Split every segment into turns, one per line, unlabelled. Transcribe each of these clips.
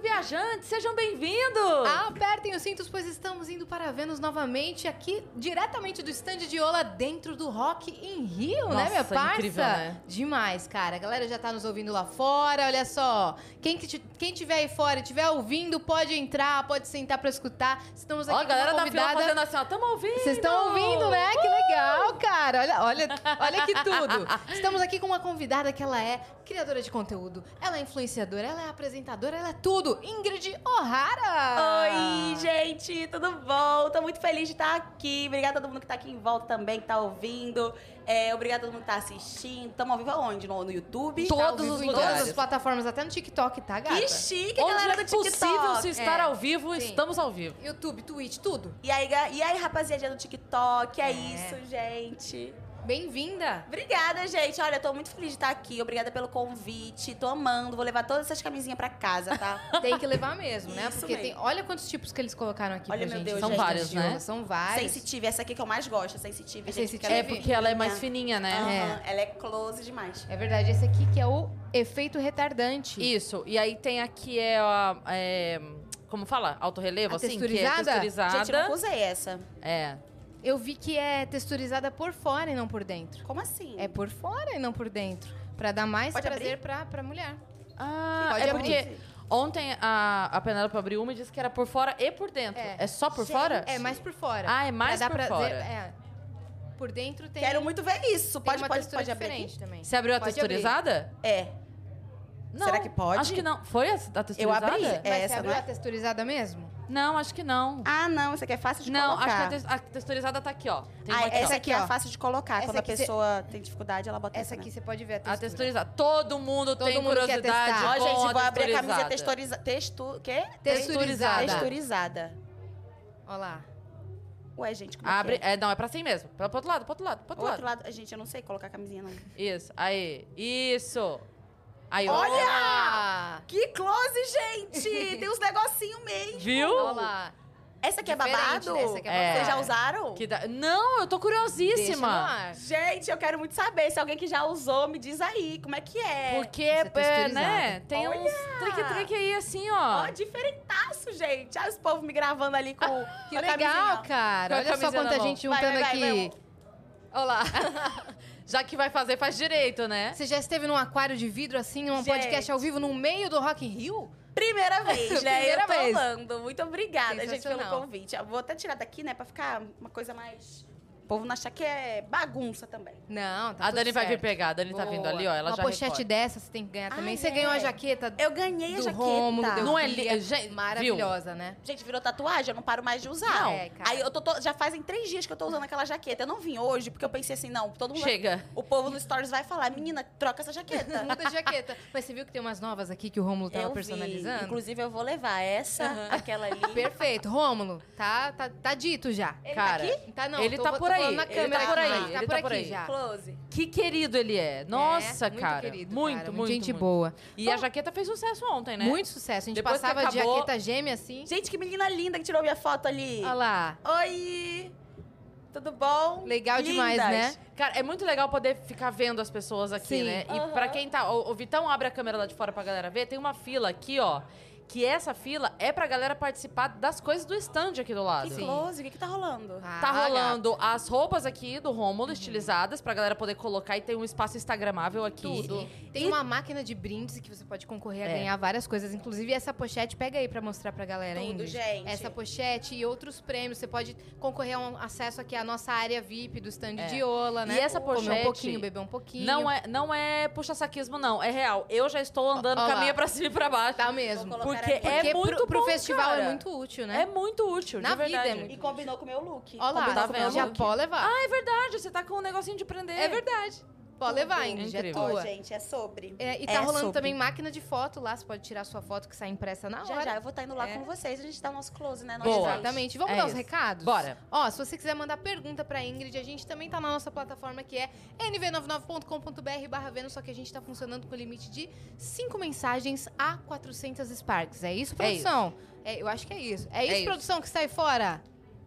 viajantes, sejam bem-vindos!
Ah, Apertem os cintos, pois estamos indo para Vênus novamente, aqui diretamente do stand de Ola, dentro do Rock em Rio, né,
Nossa,
minha parça?
incrível, né?
Demais, cara. A galera já tá nos ouvindo lá fora, olha só. Quem, que ti- quem tiver aí fora e tiver ouvindo, pode entrar, pode sentar para escutar. Estamos aqui
Ó, a galera
com
da
uma
fila
convidada.
fazendo assim, ó, tamo ouvindo!
Vocês estão ouvindo, né? Que
Uh!
legal, cara. Olha, olha, olha que tudo. Estamos aqui com uma convidada que ela é criadora de conteúdo, ela é influenciadora, ela é apresentadora, ela é tudo. Ingrid O'Hara.
Oi, gente, tudo bom? Tô muito feliz de estar aqui. Obrigada a todo mundo que tá aqui em volta também, que tá ouvindo. É, obrigada a todo mundo que tá assistindo. Tamo ao vivo aonde? No, no YouTube?
Todos
Tá ao
os-
vivo em
todas
lugares.
as plataformas, até no TikTok, tá, gata?
Que chique, a galera
Onde é
do TikTok.
possível se estar
É.
ao vivo,
Sim.
estamos ao vivo.
YouTube, Twitch, tudo.
E aí, ga- e aí, rapaziada do TikTok, é,
É.
isso, gente.
Bem-vinda.
Obrigada, gente. Olha, tô muito feliz de estar aqui. Obrigada pelo convite. Tô amando. Vou levar todas essas camisinhas pra casa, tá?
Tem que levar mesmo, né?
Isso
Porque
mesmo.
tem, olha quantos tipos que eles colocaram aqui pra
Olha, meu
gente.
Deus,
São
gente. tá
vários, né?
Deus.
São vários.
Sensitive, essa aqui que eu mais gosto, sensitive.
É
gente,
sensitive?
que
É
É
ela
porque ela é mais
fininha.
fininha, né?
Aham, Ela é close demais.
É verdade, esse aqui que é o efeito retardante.
Isso. E aí tem a que é a. é, como fala? Autorrelevo,
A
assim? Que é
texturizada?
texturizada.
Gente, eu nunca usei essa.
É.
Eu vi que é texturizada por fora e não por dentro.
Como assim?
É por fora e não por dentro. Pra dar mais
Pode
prazer pra, pra mulher.
Ah,
Pode
é
abrir.
porque ontem a, a Penélope abriu uma e disse que era por fora e por dentro.
É.
É, só por
Gente,
fora?
É, mais por fora.
Ah, é mais
pra dar
por
prazer,
fora.
É. Por dentro tem,
Quero muito ver isso.
tem
Pode,
uma
pode,
textura
pode abrir
diferente
aqui?
também.
Você abriu a
Pode
texturizada?
É.
Não.
Será que pode?
Acho que não. Foi a, a texturizada?
abri.
Mas
É
você
essa,
abriu
não é?
a texturizada mesmo?
Não, acho que não.
Ah, não. Isso aqui é fácil de
não,
colocar.
acho que a tex- a, texturizada tá aqui, ó. Tem
Ah,
uma aqui, ó.
essa aqui
Essa
é
aqui, ó.
fácil de colocar.
Essa
Quando a
aqui
pessoa tem dificuldade, ela bota
Essa
aqui.
aqui você pode ver a textura.
A texturizada. Todo mundo
Todo
tem
mundo quer
curiosidade.
testar.
Ó,
Ah,
com
gente, vou abrir a camisa
texturizada.
texturiza... Textu... Quê?
Texturizada.
Texturizada.
Olha lá.
Ué, gente, como
Abre.
é que é?
É, não, é pra assim mesmo. Pra, pro outro lado, pro outro lado, pro
O
outro,
outro
lado.
lado... ah, Gente, eu não sei colocar a camisinha, não.
Isso. Aí. Isso. Aí, ó.
Olha!
Uh!
Que close, gente! tem uns negocinhos mesmo.
Viu?
Olha lá.
Essa aqui é
Diferente,
babado?
né? Essa aqui é
É.
babado.
Vocês já usaram?
Que da- Não, eu tô
Deixa no
curiosíssima.
ar.
Gente, eu quero muito saber. Se alguém que já usou, me diz aí. Como é que é?
Porque,
Isso é
é,
texturizado.
né? Tem
Olha!
uns trick-trick aí, assim, ó.
Ó, diferentaço, gente. Olha os povos me gravando ali com.
Que
com a
Ah, legal,
camisinha.
cara.
Com a
Olha só
camisinha
quanta
na mão.
gente
Vai,
juntando
vai, vai,
aqui.
vai.
Olha lá. Já que vai fazer, faz direito, né?
Você já esteve num aquário de vidro assim, num
Gente.
podcast ao vivo, no meio do Rock in Rio?
Primeira vez, né?
Primeira
Eu tô
vez.
amando. Muito obrigada, gente, pelo
Sensacional.
convite. Eu vou até tirar daqui, né? Pra ficar uma coisa mais. O povo não achar que é bagunça também.
Não, tá
A
tudo
Dani vai
certo.
vir pegar. A Dani tá vindo ali, ó. Ela
Uma
já
pochete
recorta.
dessa você tem que ganhar também.
Ah,
você
é?
ganhou a jaqueta
Eu ganhei a
do
jaqueta. é-
Rômulo, do
Não é li-
Bia.
gente, viu?
Maravilhosa, né?
Gente, virou tatuagem, eu não paro mais de usar.
Não. É, cara.
Aí eu tô, to- já fazem três dias que eu tô usando aquela jaqueta. Eu não vim hoje, porque eu pensei assim, não, todo mundo.
Chega.
O povo no Stories vai falar, menina, troca essa jaqueta.
Muda de jaqueta. Mas você viu que tem umas novas aqui que o Rômulo tava
Eu vi.
personalizando?
Inclusive, eu vou levar essa, aquela ali.
Perfeito. Rômulo, tá, tá, tá dito já.
Ele tá
Cara,
aqui?
Tá não,
ele
tô-
tá
tô
por aí.
falando na
ele
câmera
tá por
aqui,
aí.
mas tá
ele
por
tá por
aqui
aí.
já.
Close.
Que querido ele é. Nossa,
É, muito
cara.
querido,
muito,
cara.
muito.
Gente
muito.
boa.
E
Então,
a jaqueta fez sucesso ontem, né?
Muito sucesso. A gente
Depois que
passava de
acabou-
jaqueta gêmea assim.
Gente, que menina linda que tirou minha foto ali.
Olha lá.
Oi! Tudo bom?
Legal demais, né?
Lindas.
Cara, é muito legal poder ficar vendo as pessoas aqui,
Sim.
né? E
Aham.
pra quem tá. O, o Vitão abre a câmera lá de fora pra galera ver. Tem uma fila aqui, ó. Que essa fila é pra galera participar das coisas do stand aqui do lado.
Que close, o que, que tá rolando?
Tá
Ah,
rolando as roupas aqui do Rômulo, estilizadas, pra galera poder colocar e tem um espaço instagramável aqui.
Tudo. Tem uma máquina de brindes que você pode concorrer a
É.
ganhar várias coisas. Inclusive, essa pochete, pega aí pra mostrar pra galera,
Tudo,
Ingrid.
gente.
Essa pochete e outros prêmios. Você pode concorrer a um acesso aqui à nossa área VIP do stand
É.
de Ola, né?
E essa
Comer um
pochete
pouquinho, beber um pouquinho.
Não é, não é puxa-saquismo, não. É real. Eu já estou andando
Ó, ó
com a
lá.
minha pra cima e pra baixo.
Tá mesmo.
Vou colocar
Porque,
aqui.
é muito
pro, pro
bom,
festival
cara.
é muito útil,
É
né?
muito útil,
Na
de
vida é
verdade.
muito
E combinou com o meu look.
Olha lá,
Combinou
Tá
com o meu
vendo?
já
look.
pode levar.
Ah, é verdade. Você tá com um negocinho de prender.
é verdade. Pode levar,
Tudo.
Ingrid, é
Incrível.
Ó,
tua.
gente, é sobre.
É, e tá
É
rolando
sobre.
também máquina de foto lá. Você pode tirar sua foto que sai impressa na
Já,
hora.
já, eu vou estar indo lá
É.
com vocês. A gente dá o nosso close, né? Nós
Boa.
três.
Exatamente. Vamos
É
dar os
isso.
recados?
Bora.
Ó, se você quiser mandar pergunta pra Ingrid, a gente também tá na nossa plataforma que é nv99.com.br barra Vênus, só que a gente tá funcionando com limite de 5 mensagens a 400 Sparks. É isso,
É isso.
produção? É, eu acho que é isso. É isso,
isso.
produção, que sai fora?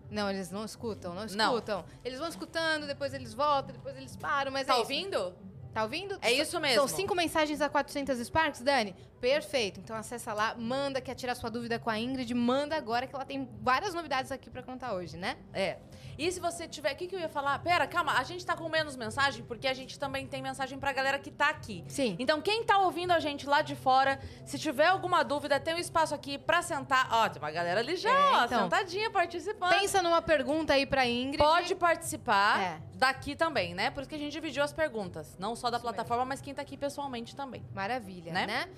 Não, eles não escutam, não
Não.
escutam. Eles vão escutando, depois eles voltam, depois eles param, mas é
Tá
isso.
ouvindo?
Tá, Tá ouvindo?
É isso mesmo.
São cinco mensagens a 400 Sparks, Dani? Perfeito. Então acessa lá, manda, quer tirar sua dúvida com a Ingrid, manda agora que ela tem várias novidades aqui pra contar hoje, né?
É. E se você tiver. O que, que eu ia falar? Pera, calma, a gente tá com menos mensagem, porque a gente também tem mensagem pra galera que tá aqui.
Sim.
Então, quem tá ouvindo a gente lá de fora, se tiver alguma dúvida, tem um espaço aqui pra sentar. Ó, tem uma galera ali já,
É,
ó,
então.
sentadinha, participando.
Pensa numa pergunta aí pra Ingrid.
Pode participar
É.
daqui também, né? Por isso que a gente dividiu as perguntas. Não só da
Isso mesmo.
plataforma, mas quem tá aqui pessoalmente também.
Maravilha, né?
Né?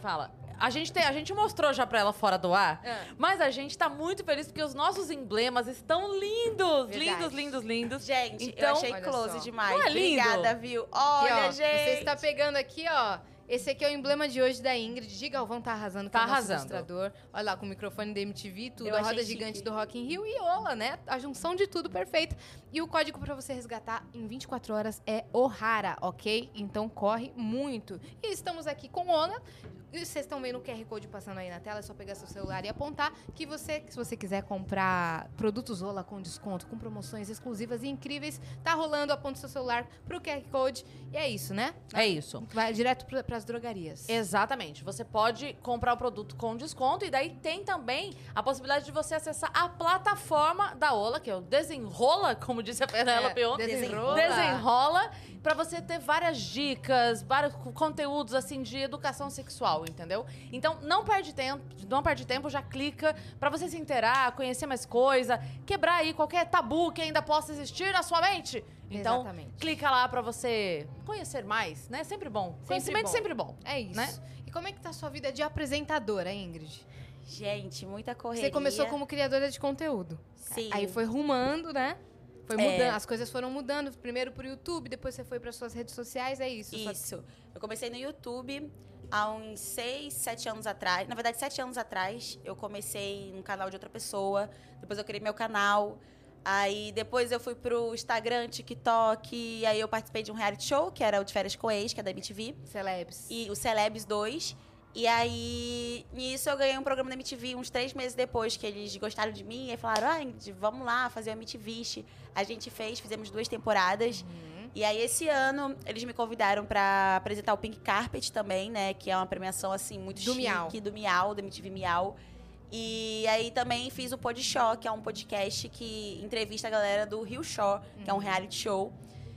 Fala. A gente, tem, a gente mostrou já pra ela fora do ar,
É.
mas a gente tá muito feliz porque os nossos emblemas estão lindos,
Verdade.
lindos, lindos, lindos.
Gente, eu
Então-
achei
Olha só.
close demais.
Não é lindo?
Obrigada, viu? Olha,
Aqui, ó,
gente.
Você está pegando aqui, ó. Esse aqui é o emblema de hoje da Ingrid. De Galvão tá arrasando
Tá
com o nosso
arrasando.
ilustrador. Olha lá, com o microfone da MTV, tudo.
Eu
a
achei
roda
chique.
gigante do Rock in Rio e Ola, né? A junção de tudo perfeita. E o código para você resgatar em 24 horas é OHARA, ok? Então corre muito. E estamos aqui com Ona. E vocês estão vendo o QR Code passando aí na tela, é só pegar seu celular e apontar que você, se você quiser comprar produtos Ola com desconto, com promoções exclusivas e incríveis, tá rolando, aponta seu celular pro QR Code e é isso, né?
É isso.
Vai direto para as drogarias.
Exatamente. Você pode comprar o produto com desconto e daí tem também a possibilidade de você acessar a plataforma da Ola, que é o Desenrola, como disse a Fernanda
É,
Peon.
assim,
desenrola.
Desenrola pra você ter várias dicas, vários co- conteúdos assim de educação sexual, entendeu? Então não perde tempo, não perde tempo, já clica pra você se inteirar, conhecer mais coisa, quebrar aí qualquer tabu que ainda possa existir na sua mente. Então
Exatamente.
clica lá pra você conhecer mais, né? Sempre bom. Conhecimento
bom.
sempre bom.
É isso.
Né?
E como é que tá a sua vida de apresentadora, Ingrid?
Gente, muita correria.
Você começou como criadora de conteúdo.
Sim.
Aí foi rumando, né? Foi
É.
mudando, as coisas foram mudando. Primeiro pro YouTube, depois você foi para suas redes sociais, é isso. sua-
Isso. Eu comecei no YouTube há uns seis, sete anos atrás. Na verdade, sete anos atrás, eu comecei no canal de outra pessoa. Depois eu criei meu canal. Aí depois eu fui pro Instagram, TikTok. E aí eu participei de um reality show, que era o de férias com ex, que é da MTV.
Celebs.
E o Celebs 2. E aí, nisso eu ganhei um programa da MTV uns três meses depois, que eles gostaram de mim. E falaram, ah, Ingrid, vamos lá fazer o MTV. A gente fez, fizemos duas temporadas.
Uhum.
E aí, esse ano, eles me convidaram pra apresentar o Pink Carpet também, né? Que é uma premiação, assim, muito
Do
chique.
Miau.
Do Miau, do MTV Miau. E aí, também fiz o Podshow, que é um podcast que entrevista a galera do Rio Show, que é um reality show.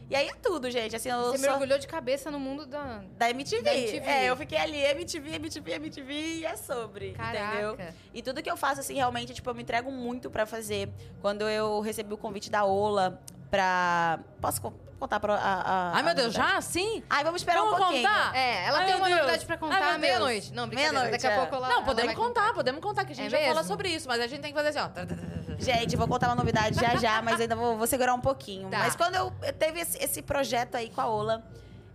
E aí, é tudo, gente. Assim, eu
Uhum. Você
sou
mergulhou de cabeça no mundo da.
da MTV.
Da MTV.
É, eu fiquei ali, MTV, MTV, MTV, e é sobre,
Caraca.
entendeu? E tudo que eu faço, assim, realmente, tipo, eu me entrego muito pra fazer. Quando eu recebi o convite da Ola pra... Posso co- contar pra... A,
Ah,
a,
Ai,
a
meu Deus,
novidade?
tá.
já? Sim?
Ai, vamos esperar um
Vamos
pouquinho.
contar?
É, ela
Ai,
tem
meu
uma
Deus.
novidade pra
Ai,
contar à
meu
meia-noite. Não, brincadeira.
Meia-noite,
Daqui a
é.
pouco ela.
Não,
ela
podemos
vai
contar, podemos contar, que a gente
É
já fala
mesmo?
sobre isso, mas a gente tem que fazer assim, ó.
Gente, vou contar uma novidade já já, mas ainda vou, vou segurar um pouquinho.
Tá.
Mas quando eu, eu teve esse, esse projeto aí com a Ola,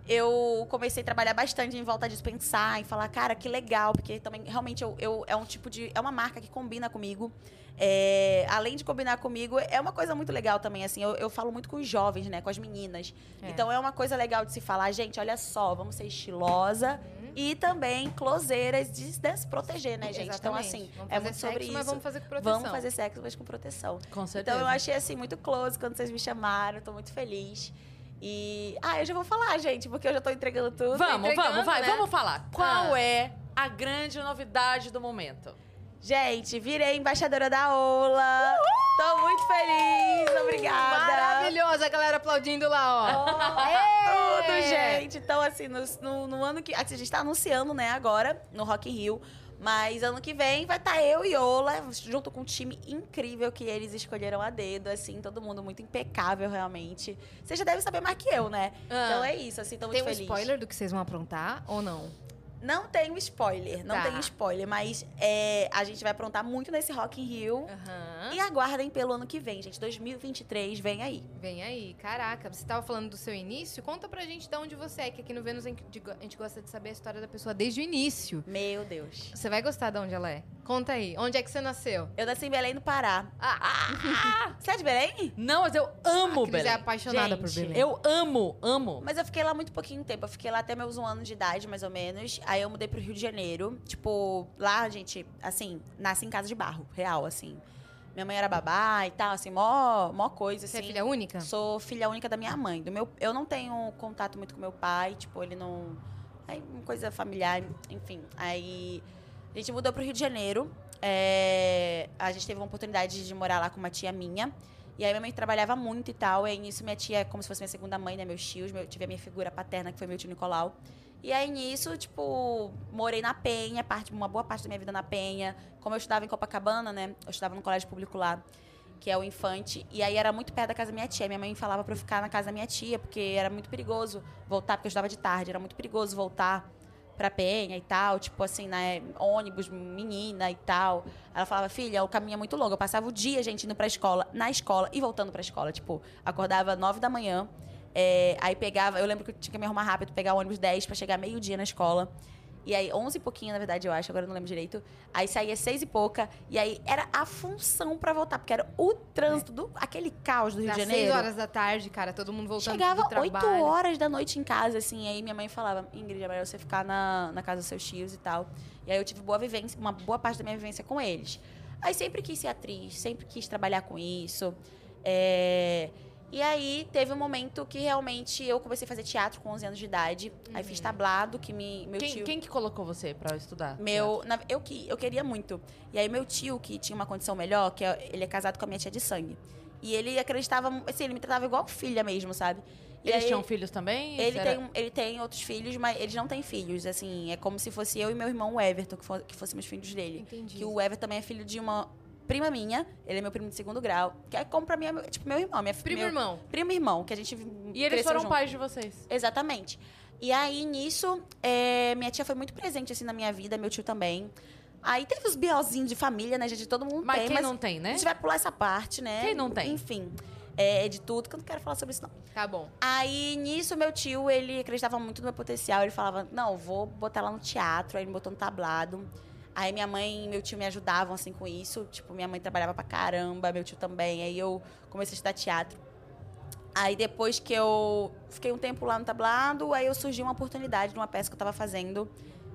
eu comecei a trabalhar bastante em volta disso, pensar e falar, cara, que legal, porque também realmente eu, eu- é um tipo de. É uma marca que combina comigo. É, além de combinar comigo, é uma coisa muito legal também, assim. Eu, eu falo muito com os jovens, né? Com as meninas.
É.
Então é uma coisa legal de se falar, gente, olha só, vamos ser estilosa
Uhum.
e também closeiras de, de se proteger, né, gente? Então,
Exatamente.
assim,
Vamos
é
fazer
muito
sexo,
sobre isso.
Mas vamos fazer com proteção.
Vamos fazer sexo, mas com proteção.
Com
Então eu achei assim muito close quando vocês me chamaram, tô muito feliz. E. Ah, eu já vou falar, gente, porque eu já tô entregando tudo.
Vamos,
entregando,
vamos, vai,
né?
vamos falar. Qual
Ah.
é a grande novidade do momento?
Gente, virei embaixadora da Ola. Tô muito feliz, obrigada.
Maravilhosa, a galera aplaudindo lá, ó.
Oh, tudo,
É.
gente. Então, assim, no, no- no ano que. assim, a gente tá anunciando, né, agora, no Rock in Rio. Mas ano que vem vai estar eu e Ola, junto com um time incrível que eles escolheram a dedo, assim, todo mundo muito impecável, realmente. Você já deve saber mais que eu, né? Então é isso, assim, tô muito
Ah. Tem um
feliz.
spoiler do que vocês vão aprontar ou não?
Não tenho spoiler, não
Tá.
tenho spoiler, mas é, a gente vai aprontar muito nesse Rock in Rio.
Aham.
E aguardem pelo ano que vem, gente. 2023, vem aí.
Vem aí, caraca, você tava falando do seu início? Conta pra gente de onde você é, que aqui no Vênus a gente go- a gente gosta de saber a história da pessoa desde o início.
Meu Deus.
Você vai gostar de onde ela é. Conta aí, onde é que você nasceu?
Eu nasci em Belém, no Pará.
Ah,
Você é de Belém?
Não, mas eu amo,
A Cris é
Belém.
apaixonada por
Gente,
Belém.
Eu amo, amo.
Mas eu fiquei lá muito pouquinho tempo. Eu fiquei lá até meus um ano de idade, mais ou menos. Aí eu mudei pro Rio de Janeiro. Tipo, lá, gente, assim, nasce em casa de barro, real, assim. Minha mãe era babá e tal, assim, mó, mó coisa,
Você
assim.
é filha única?
Sou filha única da minha mãe. Do meu, eu não tenho contato muito com meu pai, tipo, ele não. Aí, uma coisa familiar, enfim. Aí a gente mudou pro Rio de Janeiro. é, a gente teve uma oportunidade de morar lá com uma tia minha. E aí minha mãe trabalhava muito e tal. E aí, nisso minha tia é como se fosse minha segunda mãe, né? Meus tios. Meu, tive a minha figura paterna, que foi meu tio Nicolau. E aí nisso, tipo, morei na Penha, parte, uma boa parte da minha vida na Penha. Como eu estudava em Copacabana, né? Eu estudava no colégio público lá que é o infante. E aí era muito perto da casa da minha tia. Minha mãe falava pra eu ficar na casa da minha tia, porque era muito perigoso voltar, porque eu estudava de tarde, era muito perigoso voltar pra Penha e tal, tipo assim, né, ônibus, menina e tal. Ela falava, filha, o caminho é muito longo. Eu passava o dia, gente, indo pra escola, na escola e voltando pra escola. Tipo, acordava nove da manhã, é, aí pegava, eu lembro que eu tinha que me arrumar rápido, pegar o ônibus 10 pra chegar meio-dia na escola. E aí, 11 e pouquinho, na verdade, eu acho, agora eu não lembro direito. Aí saía seis e pouca. E aí era a função pra voltar, porque era o trânsito, do, aquele caos do Rio
Às
de
seis
Janeiro.
horas da tarde, cara, todo mundo voltando do
Chegava
trabalho.
8 horas da noite em casa, assim. Aí minha mãe falava, Ingrid, é melhor você ficar na, na casa dos seus tios e tal. E aí eu tive boa vivência, uma boa parte da minha vivência com eles. Aí sempre quis ser atriz, sempre quis trabalhar com isso. É, E aí teve um momento que realmente eu comecei a fazer teatro com 11 anos de idade. Aí fiz tablado, que me,
Uhum.
meu
Quem,
tio...
quem que colocou você pra estudar?
Meu, na- eu, que- eu queria muito. E aí meu tio, que tinha uma condição melhor, que é- ele é casado com a minha tia de sangue. E ele acreditava, mu- assim, ele me tratava igual filha mesmo, sabe? E
Eles
aí,
tinham filhos também?
ele
Será-
tem, um- ele tem outros filhos, mas eles não têm filhos, assim, é como se fosse eu e meu irmão o Everton, que, fo que fôssemos filhos dele.
Entendi.
Que o Everton também é filho de uma prima minha, ele é meu primo de segundo grau, que é como pra mim, é meu- tipo, meu irmão, minha
Primo
meu,
irmão.
Primo irmão, que a gente
E eles
cresceu
foram
junto.
pais de vocês?
Exatamente. E aí, nisso, é, minha tia foi muito presente, assim, na minha vida, meu tio também. Aí teve os biozinhos de família, né, gente? Todo mundo
Mas
tem,
quem
mas
não tem,
a
né?
gente vai pular essa parte, né?
Quem não tem?
Enfim, é, é de tudo, que eu não quero falar sobre isso, não.
Tá bom.
Aí, nisso, meu tio, ele acreditava muito no meu potencial. Ele falava, não, vou botar lá no teatro. Aí ele me botou no tablado. Aí minha mãe e meu tio me ajudavam, assim, com isso. Tipo, minha mãe trabalhava pra caramba, meu tio também. Aí eu comecei a estudar teatro. Aí depois que eu fiquei um tempo lá no tablado, aí eu surgiu uma oportunidade numa peça que eu tava fazendo,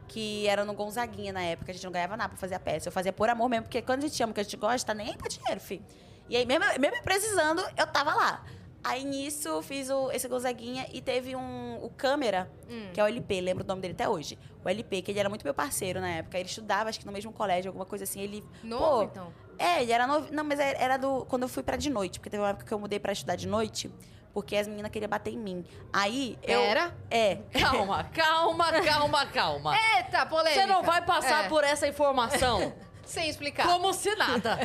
que era no Gonzaguinha na época. A gente não ganhava nada pra fazer a peça. Eu fazia por amor mesmo, porque quando a gente ama o que a gente gosta, nem aí pra dinheiro, filho. E aí, mesmo, mesmo eu precisando, eu tava lá. Aí nisso eu fiz o, esse Gonzaguinha e teve um o câmera, que é o LP, lembro o nome dele até hoje. O LP, que ele era muito meu parceiro na época. Ele estudava, acho que no mesmo colégio, alguma coisa assim. Ele.
Novo,
pô,
então.
é, ele era novo. Não, mas era do. Quando eu fui pra de noite, porque teve uma época que eu mudei pra estudar de noite, porque as meninas queriam bater em mim. Aí eu.
Era?
É.
Calma, calma, calma, calma.
Eita, polêmica.
Você não vai passar
É,
por essa informação
Sem explicar.
como se nada.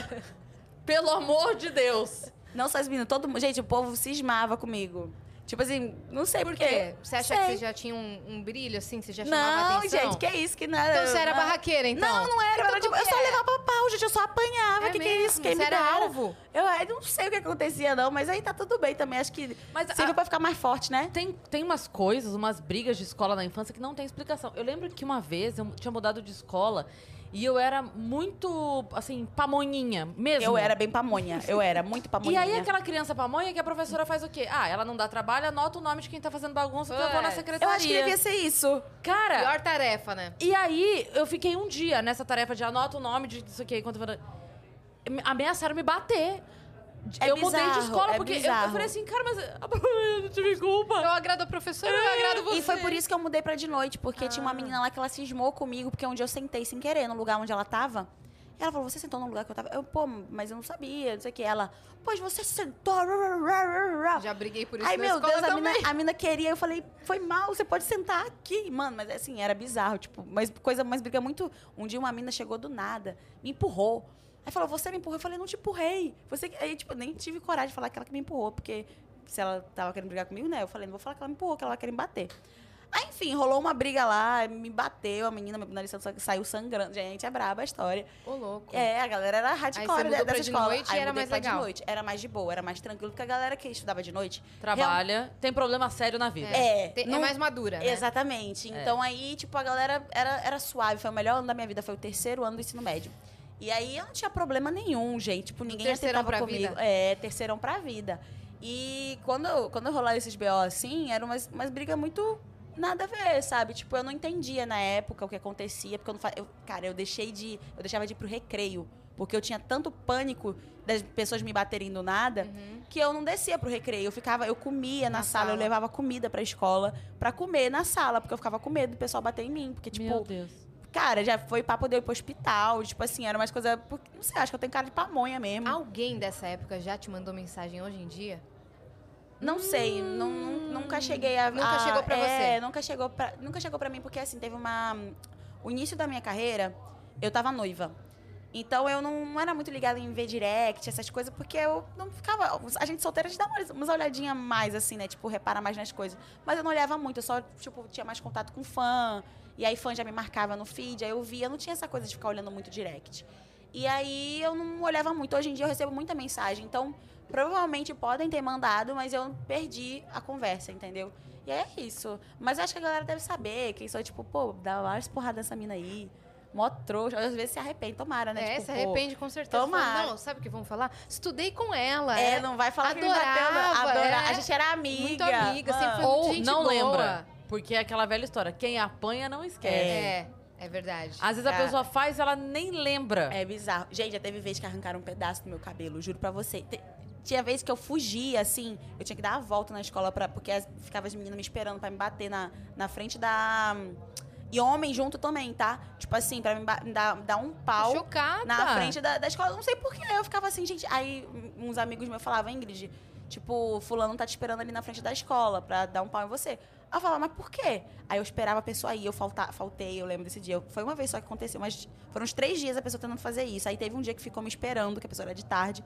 Pelo amor de Deus.
Não só as meninas, todo mundo. Gente, o povo cismava comigo. Tipo assim, não sei
Por
por
quê?
quê.
Você acha
Sei.
que você já tinha um, um brilho, assim? Que você já chamava
Não,
atenção?
gente, que é isso que não era.
Então você era
não.
barraqueira, então?
Não, não era. Eu, era,
Então
tipo,
como
eu só
que é?
levava pau, gente. Eu só apanhava.
É
O que, que é isso?
mesmo?
Quem
Você
me
era
dera?
alvo?
Eu, eu não sei o que acontecia, não, mas aí tá tudo bem também. Acho que
Mas
serviu
a-
pra ficar mais forte, né?
Tem, tem umas coisas, umas brigas de escola na infância que não tem explicação. Eu lembro que uma vez eu tinha mudado de escola e eu era muito, assim, pamonhinha mesmo.
Eu era bem pamonha. Eu era muito
E
pamonha.
aí aquela criança pamonha que a professora faz o quê? Ah, ela não dá trabalho, anota o nome de quem tá fazendo bagunça que eu vou na
Ué,
secretaria.
É. Eu acho que devia ser isso.
Cara,
Pior tarefa, né?
E aí, eu fiquei um dia nessa tarefa de anota o nome de isso aqui, enquanto eu vou- Me- Ameaçaram me bater.
É
eu mudei de
bizarro,
escola,
é
porque eu- eu,
bizarro.
falei assim, cara, mas a eu não tive
Eu
culpa.
agrado a professora, eu agrado você.
Ah, E foi por isso que eu mudei pra de noite, porque tinha uma menina lá que ela cismou comigo, porque um dia eu sentei sem querer no lugar onde ela tava. E ela falou, você sentou no lugar que eu tava? Eu, pô, mas eu não sabia, não sei o que. Ela, pois você sentou. rá, rá, rá, rá, rá."
Já briguei por isso
Ai,
na
meu
escola
Deus, a
também.
mina, a mina queria. Eu falei, foi mal, você pode sentar aqui. Mano, mas assim, era bizarro. Tipo, mas coisa, mas briga muito. Um dia uma mina chegou do nada, me empurrou. Aí falou, você me empurrou. Eu falei, não te empurrei. Você... que-" Aí, tipo, nem tive coragem de falar que ela que me empurrou, porque se ela tava querendo brigar comigo, né? Eu falei, não vou falar que ela me empurrou, que ela vai querer me bater. Aí, enfim, rolou uma briga lá, me bateu, a menina, meu nariz saiu sangrando. Gente, é braba a história.
Ô, louco.
É, a galera era hardcore
Aí você
de-
mudou pra
dessa
de
escola.
noite e
Aí eu
era
mudei
mais
pra
legal.
de noite. Era mais de boa, era mais tranquilo, porque a galera que estudava de noite. real-
Trabalha, tem problema sério na vida.
É,
Tem-
não-
É mais madura, né?
Exatamente. Então aí, tipo, a galera era, era suave. Foi o melhor ano da minha vida, foi o terceiro ano do ensino médio. E aí eu não tinha problema nenhum, gente. Tipo, ninguém
terceirão
atentava
pra
comigo.
vida.
É, terceirão pra vida. E quando, eu- quando eu rolava esses BO assim, eram umas, umas brigas muito nada a ver, sabe? Tipo, eu não entendia na época o que acontecia, porque eu não fa... eu- Cara, eu deixei de. Eu deixava de ir pro recreio. Porque eu tinha tanto pânico das pessoas me baterem do nada que eu não descia pro recreio. Eu ficava, eu comia na,
Uhum. Na
sala, eu
sala.
levava comida pra escola pra comer na sala, porque eu ficava com medo do pessoal bater em mim.
É
Porque, tipo,
Meu Deus.
cara, já foi papo de eu ir pro hospital. Tipo assim, era umas coisas. porque- Não sei, acho que eu tenho cara de pamonha mesmo.
Alguém dessa época já te mandou mensagem hoje em dia?
Não sei, não- nu- nunca cheguei a.
Hum. Nunca
a-
chegou pra
é,
você.
Nunca chegou pra, nunca chegou pra mim, porque assim, teve uma. O início da minha carreira, eu tava noiva. Então eu não, não era muito ligada em ver direct, essas coisas, porque eu não ficava. A gente solteira a gente dá umas, umas olhadinhas mais, assim, né? Tipo, repara mais nas coisas. Mas eu não olhava muito, eu só, tipo, tinha mais contato com fã. E aí fã já me marcava no feed, aí eu via, não tinha essa coisa de ficar olhando muito direct. E aí eu não olhava muito. Hoje em dia eu recebo muita mensagem, então provavelmente podem ter mandado, mas eu perdi a conversa, entendeu? E aí é isso. Mas eu acho que a galera deve saber quem sou, tipo, pô, dá várias porradas nessa mina aí. Mó trouxa. Às vezes se arrepende, tomara, né?
É, se
tipo, pô,
arrepende com certeza.
tomara.
Fala, Não, sabe o que vão falar? Estudei com ela.
É,
era
não vai falar que me bateu.
né? Adorava,
não. Adora-
é.
A gente era amiga. Ah.
Muito amiga, sempre foi
mano.
Ou
gente
não
boa.
lembra. Porque é aquela velha história. Quem apanha não esquece.
É, é, verdade.
Às vezes a
Cara.
pessoa faz ela nem lembra.
É bizarro. Gente, já teve vez que arrancaram um pedaço do meu cabelo, juro pra você. Te- Tinha vez que eu fugia, assim, eu tinha que dar a volta na escola, pra, porque as, ficava as meninas me esperando pra me bater na, na frente da. E homem junto também, tá? Tipo assim, pra me ba- me dar, dar um pau
Chocada.
na frente da, da escola. Não sei porquê. Eu ficava assim, gente. Aí um- uns amigos meus falavam, Ingrid, tipo, fulano tá te esperando ali na frente da escola pra dar um pau em você. Aí Eu falava, mas por quê? Aí eu esperava a pessoa ir, eu falta, faltei, eu lembro desse dia. Foi uma vez só que aconteceu, mas foram uns três dias a pessoa tentando fazer isso. Aí teve um dia que ficou me esperando, que a pessoa era de tarde,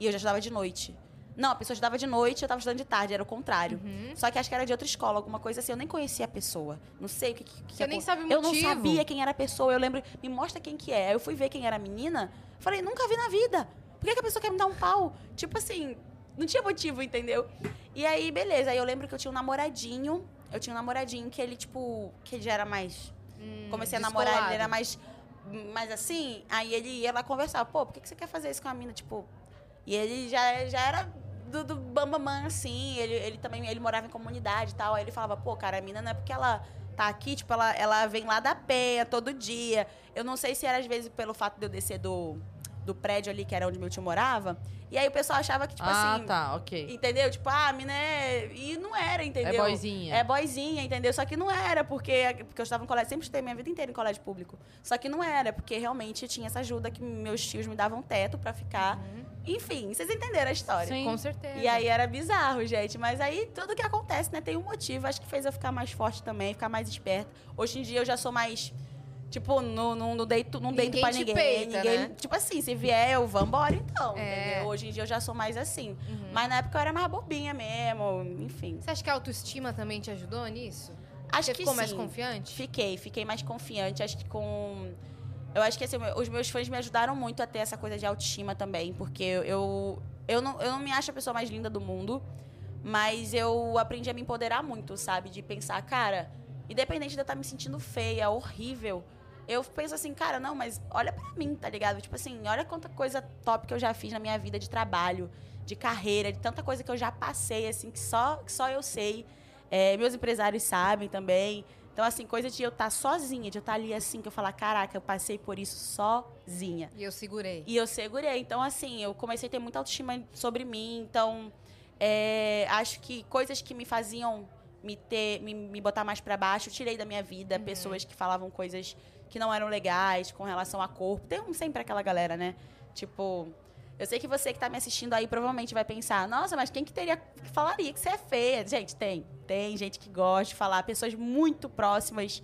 e eu já estudava de noite. Não, a pessoa estudava de noite, eu estava estudando de tarde, era o contrário.
Uhum.
Só que acho que era de outra escola, alguma coisa assim. Eu nem conhecia a pessoa. Não sei o que. que, que
Você nem
acon-
sabe o
Eu não
motivo.
sabia quem era a pessoa. Eu lembro, me mostra quem que é. Eu fui ver quem era a menina. Falei, nunca vi na vida. Por que, que a pessoa quer me dar um pau? Tipo assim, não tinha motivo, entendeu? E aí, beleza. Aí eu lembro que eu tinha um namoradinho. Eu tinha um namoradinho que ele, tipo, que ele já era mais. Comecei a namorar, ele
Hum, descolado.
era mais. Mas assim, aí ele ia lá conversar. Pô, por que, que você quer fazer isso com a mina? Tipo. E ele já, já era do, do bambamã, assim. Ele, ele também ele morava em comunidade e tal. Aí ele falava, pô, cara, a mina não é porque ela tá aqui, tipo, ela, ela vem lá da penha todo dia. Eu não sei se era, às vezes, pelo fato de eu descer do, do prédio ali, que era onde meu tio morava. E aí o pessoal achava que, tipo
ah,
assim.
tá, ok.
Entendeu? Tipo, ah, a mina é. E não era, entendeu?
É boizinha.
É boizinha, entendeu? Só que não era, porque, porque eu estava em colégio, sempre estudei minha vida inteira em colégio público. Só que não era, porque realmente tinha essa ajuda que meus tios me davam um teto pra ficar.
Uhum.
Enfim, vocês entenderam a história.
Sim.
Hum, Com certeza.
E aí era bizarro, gente. Mas aí tudo que acontece, né? Tem um motivo. Acho que fez eu ficar mais forte também, ficar mais esperta. Hoje em dia eu já sou mais. Tipo, não, não, não deito, não deito
Ninguém
pra
te
ninguém.
peita,
ninguém
né?
Tipo assim, se vier, eu vambora então.
É.
entendeu? Hoje em dia eu já sou mais assim.
Uhum.
Mas na época eu era mais bobinha mesmo, enfim.
Você acha que a autoestima também te ajudou nisso?
Acho
Você
que
ficou mais
sim.
confiante?
Fiquei, fiquei mais confiante. Acho que com. Eu acho que assim, os meus fãs me ajudaram muito a ter essa coisa de autoestima também, porque eu, eu, não, eu não me acho a pessoa mais linda do mundo, mas eu aprendi a me empoderar muito, sabe? De pensar, cara, independente de eu estar me sentindo feia, horrível, eu penso assim, cara, não, mas olha pra mim, tá ligado? Tipo assim, olha quanta coisa top que eu já fiz na minha vida de trabalho, de carreira, de tanta coisa que eu já passei, assim, que só, que só eu sei. É, meus empresários sabem também. Então, assim, coisa de eu estar sozinha, de eu estar ali assim, que eu falar, caraca, eu passei por isso sozinha.
E eu segurei.
E eu segurei. Então, assim, eu comecei a ter muita autoestima sobre mim. Então, é, acho que coisas que me faziam me ter, me, me botar mais pra baixo, eu tirei da minha vida pessoas que falavam coisas que não eram legais com relação a corpo. Tem um, sempre aquela galera, né? Tipo, eu sei que você que tá me assistindo aí provavelmente vai pensar, nossa, mas quem que teria que falaria que você é feia? Gente, tem. Tem gente que gosta de falar, pessoas muito próximas,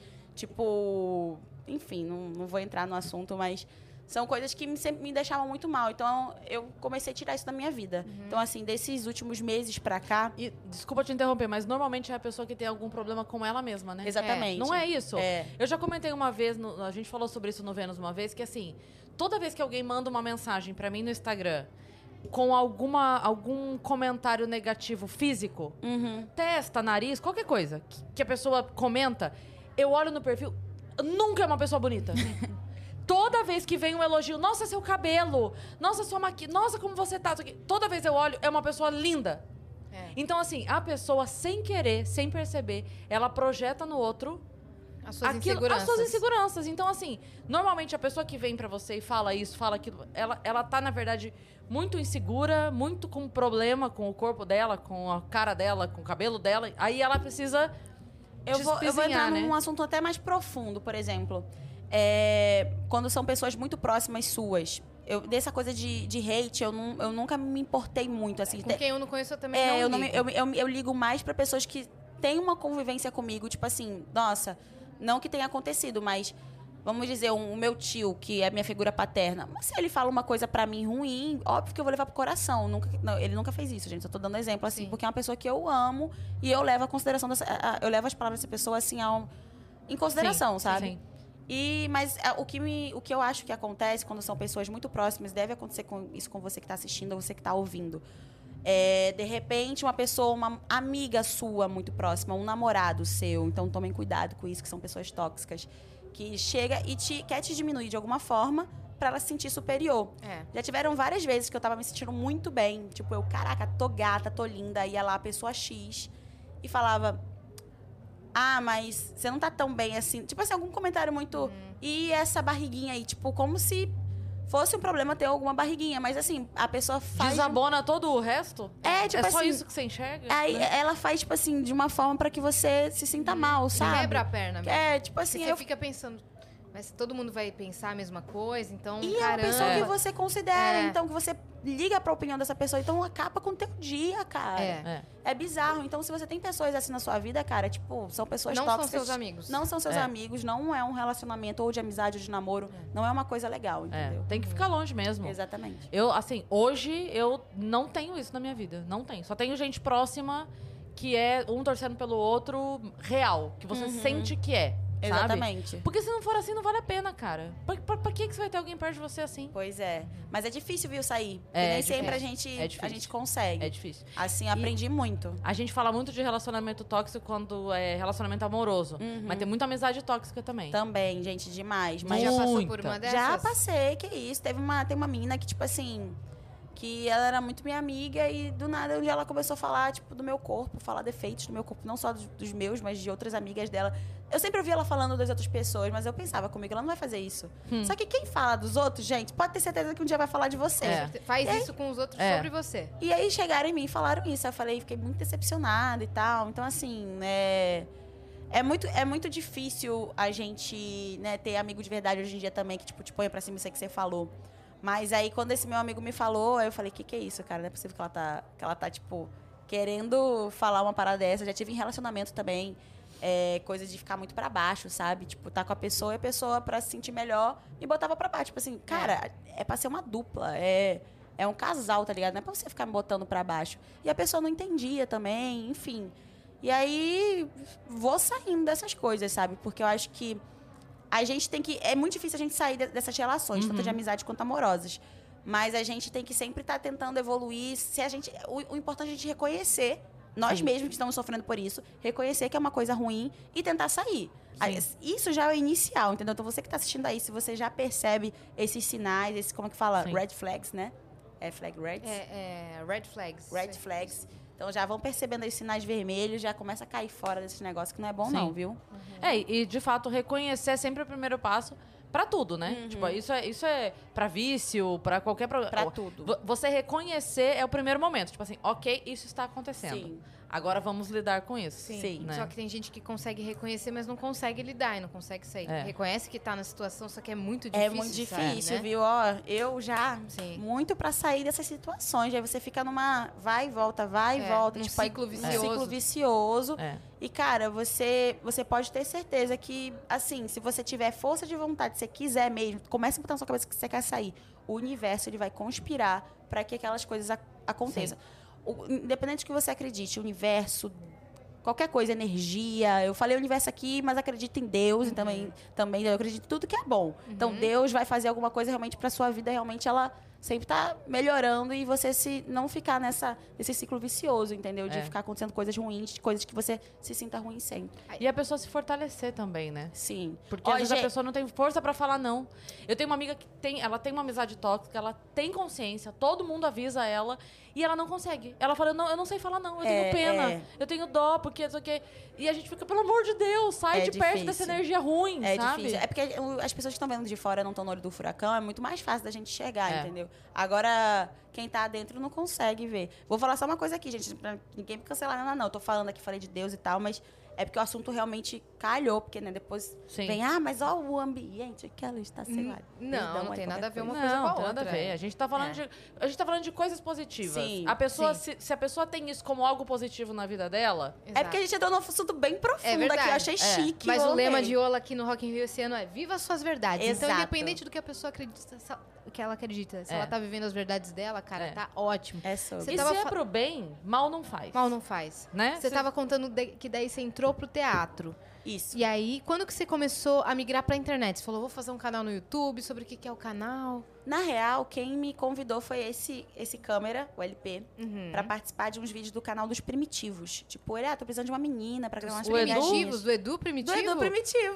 tipo, enfim, não, não vou entrar no assunto, mas são coisas que me, sempre me deixavam muito mal. Então eu comecei a tirar isso da minha vida.
Uhum.
Então, assim, desses últimos meses pra cá.
E, desculpa te interromper, mas normalmente é a pessoa que tem algum problema com ela mesma, né?
Exatamente.
Não é isso?
É.
Eu já comentei uma vez, no- a gente falou sobre isso no Vênus uma vez, que assim, toda vez que alguém manda uma mensagem pra mim no Instagram com alguma, algum comentário negativo físico,
Uhum.
testa, nariz, qualquer coisa que, que a pessoa comenta, eu olho no perfil, nunca é uma pessoa bonita. Toda vez que vem um elogio, nossa, seu cabelo, nossa, sua maqui, nossa, como você tá. isso aqui", Toda vez eu olho, é uma pessoa linda.
É.
Então, assim, a pessoa, sem querer, sem perceber, ela projeta no outro
As suas
aquilo-
inseguranças.
as suas inseguranças. Então, assim, normalmente a pessoa que vem pra você e fala isso, fala aquilo, ela, ela tá, na verdade, muito insegura, muito com problema com o corpo dela, com a cara dela, com o cabelo dela. Aí ela precisa.
Eu vou, eu vou
despizinhar,
entrar
né?
num assunto até mais profundo, por exemplo. É, quando são pessoas muito próximas suas. Eu, dessa coisa de, de hate, eu, nun- eu nunca me importei muito. Assim,
Com
Te-
quem eu não conheço, eu também
é,
não
eu, não me-
ligo.
eu, eu, eu ligo mais pra pessoas que têm uma convivência comigo, tipo assim, nossa, não que tenha acontecido, mas vamos dizer, um- o meu tio, que é minha figura paterna, mas se ele fala uma coisa pra mim ruim, óbvio que eu vou levar pro coração. Nunca, não, ele nunca fez isso, gente. Só tô dando exemplo, assim,
Sim.
porque é uma pessoa que eu amo e eu levo a consideração dessa. a- a- eu levo as palavras dessa pessoa, assim, ao, em consideração,
Sim,
sabe?
sim.
E, mas é, o, que me, o que eu acho que acontece quando são pessoas muito próximas, deve acontecer com isso com você que está assistindo ou você que está ouvindo. É, de repente, uma pessoa, uma amiga sua muito próxima, um namorado seu, então tomem cuidado com isso, que são pessoas tóxicas, que chega e te, quer te diminuir de alguma forma para ela se sentir superior.
É.
Já tiveram várias vezes que eu tava me sentindo muito bem. Tipo, eu, caraca, tô gata, tô linda. Ia lá a pessoa X e falava. Ah, mas você não tá tão bem assim. Tipo assim, algum comentário muito. E essa barriguinha aí? Tipo, como se fosse um problema ter alguma barriguinha. Mas assim, a pessoa faz.
Desabona todo o resto?
É, tipo
é só
assim,
isso que você enxerga?
Aí
né?
ela faz, tipo assim, de uma forma pra que você se sinta mal, sabe?
Uhum. Quebra a perna mesmo.
É, tipo assim,
Porque
eu
você fica pensando, mas todo mundo vai pensar a mesma coisa, então,
E é uma
caramba.
pessoa que você considera,
É.
então, que você liga pra opinião dessa pessoa, então acaba com o teu dia, cara.
É.
É.
É bizarro. Então, se você tem pessoas assim na sua vida, cara, tipo, são pessoas
não são
tóxicas.
seus amigos.
Não são seus
É.
amigos, não é um relacionamento ou de amizade ou de namoro. Não é uma coisa legal,
é.
entendeu?
Tem que ficar longe mesmo.
Exatamente.
Eu, assim, hoje eu não tenho isso na minha vida. Não tenho. Só tenho gente próxima que é um torcendo pelo outro real. Que você
Uhum.
sente que é. Sabe?
Exatamente.
Porque se não for assim, não vale a pena, cara. Pra, pra, pra que, que você vai ter alguém perto de você assim?
Pois é. Mas é difícil, viu, sair. Porque
É,
nem
é
sempre a
difícil.
gente,
É
a
difícil.
gente consegue.
É difícil.
Assim, aprendi muito.
A gente fala muito de relacionamento tóxico quando é relacionamento amoroso.
Uhum.
Mas tem muita amizade tóxica também.
Também, gente, demais.
Mas
Mas
já passou por
Muita.
uma dessas?
Já passei, que isso. Teve uma, tem uma menina que, tipo assim, que ela era muito minha amiga e do nada um dia ela começou a falar, tipo, do meu corpo, falar defeitos do meu corpo, não só dos, dos meus, mas de outras amigas dela. Eu sempre ouvi ela falando das outras pessoas, mas eu pensava comigo, ela não vai fazer isso.
Hum.
Só que quem fala dos outros, gente, pode ter certeza que um dia vai falar de você.
É.
Faz isso com os outros
É.
sobre você.
E aí chegaram em mim e falaram isso. Eu falei, fiquei muito decepcionada e tal. Então, assim, é. É muito, é muito difícil a gente né, ter amigo de verdade hoje em dia também, que tipo, te põe pra cima isso aí que você falou. Mas aí, quando esse meu amigo me falou, eu falei, que que é isso, cara? Não é possível que ela tá, que ela tá tipo, querendo falar uma parada dessa. Eu já tive em relacionamento também, é, coisa de ficar muito pra baixo, sabe? Tipo, tá com a pessoa e a pessoa, pra se sentir melhor, me botava pra baixo. Tipo assim, cara, é pra ser uma dupla, é... É um casal, tá ligado? Não é pra você ficar me botando pra baixo. E a pessoa não entendia também, enfim. E aí vou saindo dessas coisas, sabe? Porque eu acho que a gente tem que. É muito difícil a gente sair de- dessas relações, tanto
Uhum.
de amizade quanto amorosas. Mas a gente tem que sempre estar tentando evoluir. Se a gente, o, o importante é a gente reconhecer, nós
Sim.
mesmos que estamos sofrendo por isso, reconhecer que é uma coisa ruim e tentar sair. Ah, Isso já é o inicial, entendeu? Então você que está assistindo aí, se você já percebe esses sinais, esse, como é que fala?
Sim.
Red flags, né? É flag reds?
É, é, red flags.
Red flags. Então já vão percebendo aí os sinais vermelhos, já começa a cair fora desse negócio que não é bom,
Sim.
não, viu?
É, e e, de fato, reconhecer é sempre o primeiro passo pra tudo, né? Tipo, isso é, isso é pra vício, pra qualquer problema.
Uhum. Pra tudo.
Vo- Você reconhecer é o primeiro momento. Tipo assim, ok, isso está acontecendo.
Sim.
Agora vamos lidar com isso.
Sim.
Sim.
Né?
Só que tem gente que consegue reconhecer, mas não consegue lidar e não consegue sair.
É.
Reconhece que tá na situação, só que é muito
É
difícil.
muito
sair,
difícil,
né?
viu? Ó, eu já
Sim.
muito pra sair dessas situações. Aí você fica numa vai e volta, vai e
É,
volta,
um
tipo, aí-
ciclo
um ciclo
vicioso.
vicioso.
É.
E cara, você você pode ter certeza que assim, se você tiver força de vontade, se você quiser mesmo, comece a botar na sua cabeça que você quer sair. O universo ele vai conspirar pra que aquelas coisas ac- aconteçam. O- independente do que você acredite, o universo Qualquer coisa, energia. Eu falei universo aqui, mas acredito em Deus e também, também eu acredito em tudo que é bom. Então Deus vai fazer alguma coisa realmente pra sua vida, realmente ela sempre tá melhorando e você se não ficar nessa nesse ciclo vicioso, entendeu? De
É.
ficar acontecendo coisas ruins, de coisas que você se sinta ruim sempre.
E a pessoa se fortalecer também, né?
Sim.
Porque
Ó,
às vezes
gente-
a pessoa não tem força pra falar não. Eu tenho uma amiga que tem, ela tem uma amizade tóxica, ela tem consciência, todo mundo avisa ela E ela não consegue. Ela fala, eu não, eu não sei falar não, eu
É,
tenho pena,
é.
eu tenho dó, porque não sei o quê. E a gente fica, pelo amor de Deus, sai
É
de perto
difícil.
dessa energia ruim,
É
sabe?
difícil. É porque o- as pessoas que estão vendo de fora não estão no olho do furacão, é muito mais fácil da gente chegar,
É.
entendeu? Agora, quem tá dentro não consegue ver. Vou falar só uma coisa aqui, gente, pra ninguém me cancelar nada, não. Eu tô falando aqui, falei de Deus e tal, mas é porque o assunto realmente calhou, porque né, depois
Sim.
vem, ah, mas ó o ambiente que ela está, sei lá.
Não,
tá perdão
não
aí,
tem nada
qualquer
É
a ver uma coisa com
coisa.
a
não, tem nada a
outra,
ver.
é.
A gente tá falando de a gente tá falando de coisas positivas.
Sim,
a pessoa se, se a pessoa tem isso como algo positivo na vida dela,
É porque a gente entrou num assunto bem profundo aqui, eu achei chique.
É Mas
eu
o lema
amei.
de Ola aqui no Rock in Rio esse ano é Viva suas verdades. Então,
Exato.
independente do que a pessoa acredita, se- o que ela acredita, se
É.
ela tá vivendo as verdades dela, cara,
É.
tá ótimo.
É sobre.
Você
e
tava
se é
fa-
pro bem, mal não faz.
Mal não faz.
né?
Você
Se-
tava contando de- que daí você entrou pro teatro.
Isso.
E aí, quando que você começou a migrar pra internet? Você falou, vou fazer um canal no YouTube, sobre o que, que é o canal.
Na real, quem me convidou foi esse, esse câmera, o LP,
Uhum.
pra participar de uns vídeos do canal dos primitivos. Tipo, ele, ah, tô precisando de uma menina pra gravar umas
O Edu?
primeiras
primitivos,
linhas."
do Edu Primitivo?
Do Edu Primitivo.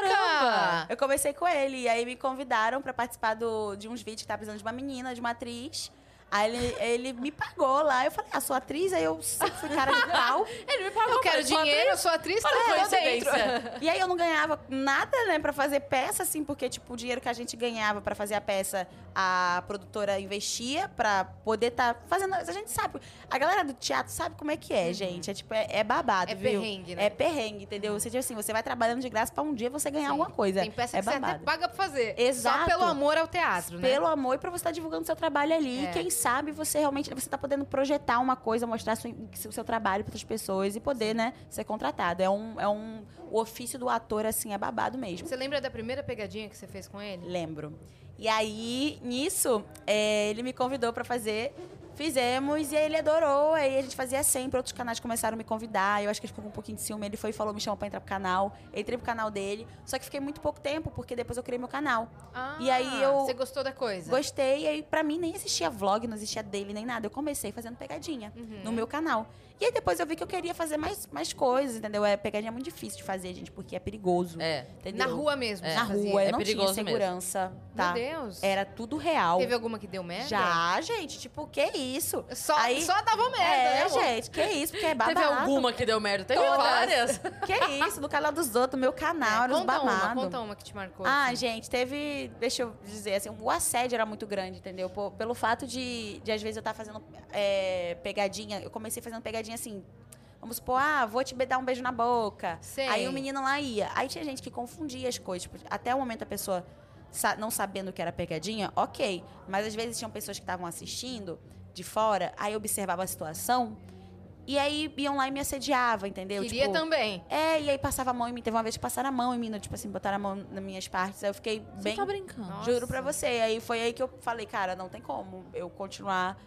Caramba!
Eu comecei com ele, e aí me convidaram pra participar do- de uns vídeos que tá precisando de uma menina, de uma atriz. Aí ele, ele me pagou lá, eu falei, ah, sou atriz, aí eu sempre fui cara de pau.
Ele me pagou
Eu quero
mas só
dinheiro, eu sou atriz, tá
Olha que
eu tô
coincidência.
dentro. É
E aí eu não ganhava nada, né, pra fazer peça, assim, porque, tipo, o dinheiro que a gente ganhava pra fazer a peça, a produtora investia pra poder tá fazendo. A gente sabe. A galera do teatro sabe como é que é, gente. É tipo, é, é babado.
Uhum. É
viu?
perrengue, né?
É perrengue, entendeu? Ou seja, assim, você vai trabalhando de graça pra um dia você ganhar
Sim.
alguma coisa.
Tem peça
é
que você até
babado.
paga pra fazer. Só
Exato.
pelo amor ao teatro, né?
Pelo amor e pra você estar divulgando seu trabalho ali.
É.
Quem sabe você realmente. Você tá podendo projetar uma coisa, mostrar sua- o seu trabalho para as pessoas e poder, né, ser contratado. É um, é um. O ofício do ator, assim, é babado mesmo.
Você lembra da primeira pegadinha que você fez com ele?
Lembro. E aí, nisso, é, ele me convidou pra fazer. Fizemos e aí ele adorou. Aí a gente fazia sempre. Outros canais começaram a me convidar. Eu acho que ele ficou com um pouquinho de ciúme. Ele foi e falou: me chama pra entrar pro canal. Entrei pro canal dele. Só que fiquei muito pouco tempo, porque depois eu criei meu canal.
Ah,
E aí eu-
Você gostou da coisa?
Gostei, e aí pra mim nem existia vlog, não existia dele nem nada. Eu comecei fazendo pegadinha
Uhum.
no meu canal. E aí depois eu vi que eu queria fazer mais, mais coisas, entendeu? É, pegadinha é muito difícil de fazer, gente, porque é perigoso.
É.
entendeu?
Na rua mesmo.
É.
você
Na
fazia?
rua, eu
É
não
perigoso
tinha
mesmo.
segurança, tá?
Meu Deus.
Era tudo real.
Teve alguma que deu merda?
Já, gente, tipo, que isso?
Só,
Aí-
só dava merda, né,
é,
amor?
gente, que isso? Porque é babado.
Teve alguma que deu merda, teve
Todas.
várias.
Que isso? No canal dos outros, no meu canal, era uns
É, conta uma, um
babados.
conta uma que te marcou.
Ah,
assim.
gente, teve, deixa eu dizer, assim, o assédio era muito grande, entendeu? Pô, pelo fato de, de, às vezes, eu estar fazendo é, pegadinha, eu comecei fazendo pegadinha assim, vamos supor, ah, vou te be- dar um beijo na boca.
Sei.
Aí o menino lá ia. Aí tinha gente que confundia as coisas, tipo, até o momento a pessoa sa- não sabendo que era pegadinha, ok. Mas às vezes tinham pessoas que estavam assistindo de fora, aí observava a situação, e aí iam lá e me assediavam, entendeu?
Queria
Tipo,
também.
é, e aí passava a mão em mim. Teve uma vez que passaram a mão em mim, né? tipo assim, botaram a mão nas minhas partes. Aí eu fiquei bem.
Você tá brincando.
Nossa.
Juro pra você. Aí foi aí que eu falei, cara, não tem como eu continuar.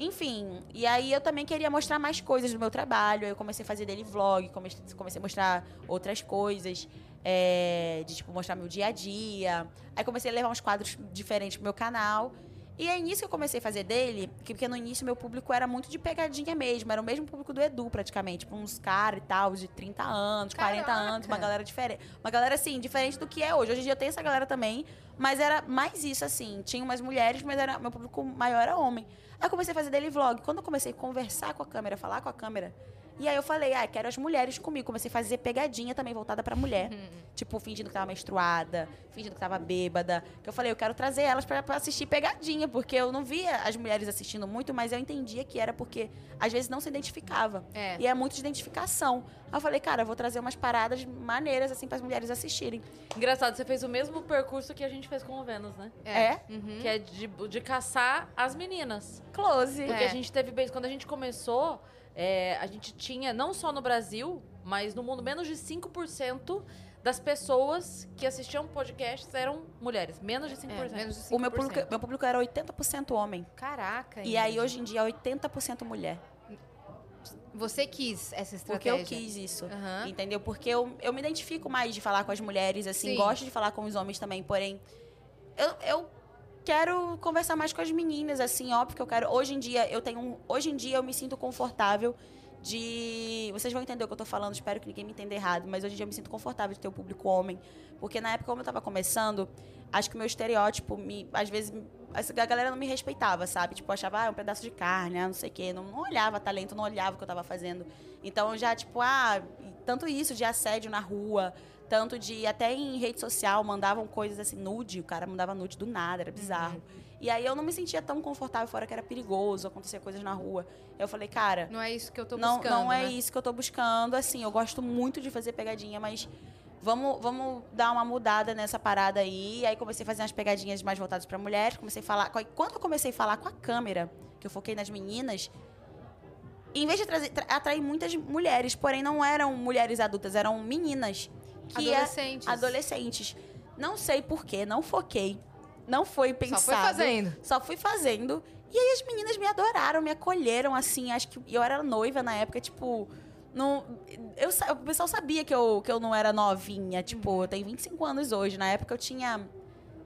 Enfim, e aí eu também queria mostrar mais coisas do meu trabalho. Aí eu comecei a fazer dele vlog, comecei, comecei a mostrar outras coisas. é, de, tipo, mostrar meu dia a dia. Aí comecei a levar uns quadros diferentes pro meu canal. E aí, nisso que eu comecei a fazer dele, que- porque no início meu público era muito de pegadinha mesmo, era o mesmo público do Edu, praticamente. Tipo, uns caras e tal, de 30 anos, 40 anos, uma
Caraca!
galera diferente. Uma galera, assim, diferente do que é hoje. Hoje em dia tem essa galera também, mas era mais isso, assim. Tinha umas mulheres, mas era, meu público maior era homem. Aí eu comecei a fazer dele vlog. Quando eu comecei a conversar com a câmera, falar com a câmera, e aí eu falei, ah, quero as mulheres comigo. Comecei a fazer pegadinha também voltada pra mulher. Tipo, fingindo que tava menstruada, fingindo que tava bêbada. Que eu falei, eu quero trazer elas pra, pra assistir pegadinha, porque eu não via as mulheres assistindo muito, mas eu entendia que era porque às vezes não se identificava.
É.
E é muito de identificação. Aí eu falei, cara, eu vou trazer umas paradas maneiras, assim, pras mulheres assistirem.
Engraçado, você fez o mesmo percurso que a gente fez com o Vênus, né?
É?
Uhum.
Que é de, de caçar as meninas.
Close.
Porque
É.
a gente teve bem. Quando a gente começou, é, a gente tinha, não só no Brasil, mas no mundo, menos de 5% das pessoas que assistiam podcasts eram mulheres. Menos de 5%.
É, menos de 5%.
O meu público, meu público era 80% homem.
Caraca.
E
Inês.
aí hoje em dia é 80% mulher.
Você quis essa
Porque
estratégia.
eu quis isso.
Aham.
Entendeu? Porque eu, eu me identifico mais de falar com as mulheres, assim,
Sim.
gosto de falar com os homens também, porém, eu, eu quero conversar mais com as meninas, assim, óbvio que eu quero. Hoje em dia, eu tenho. um- Hoje em dia eu me sinto confortável de. Vocês vão entender o que eu tô falando, espero que ninguém me entenda errado, mas hoje em dia eu me sinto confortável de ter o público homem. Porque na época, como eu tava começando, acho que o meu estereótipo me, às vezes essa- a galera não me respeitava, sabe? Tipo, achava, ah, é um pedaço de carne, ah, não sei o quê. Não, não olhava talento, não olhava o que eu tava fazendo. Então, já, tipo, ah, e tanto isso de assédio na rua, tanto de. Até em rede social mandavam coisas assim, nude, o cara mandava nude do nada, era bizarro. E aí eu não me sentia tão confortável, fora que era perigoso, acontecia coisas na rua. Eu falei, cara,
Não é isso que eu tô
não,
buscando,
não é
né?
isso que eu tô buscando. Assim, eu gosto muito de fazer pegadinha, mas vamos, vamos dar uma mudada nessa parada aí. E aí comecei a fazer umas pegadinhas mais voltadas pra mulheres. Comecei a falar. com a- Quando eu comecei a falar com a câmera, que eu foquei nas meninas, em vez de trazer- tra- atrair muitas mulheres, porém não eram mulheres adultas, eram meninas. Que é-
Adolescentes.
adolescentes. Não sei porquê, não foquei. Não foi
Só
pensado.
foi fazendo.
Só fui fazendo. E aí as meninas me adoraram, me acolheram, assim. Acho que eu era noiva na época, tipo. Não, eu, sa- o pessoal sabia que eu, que eu não era novinha. Tipo, eu tenho 25 anos hoje. Na época eu tinha.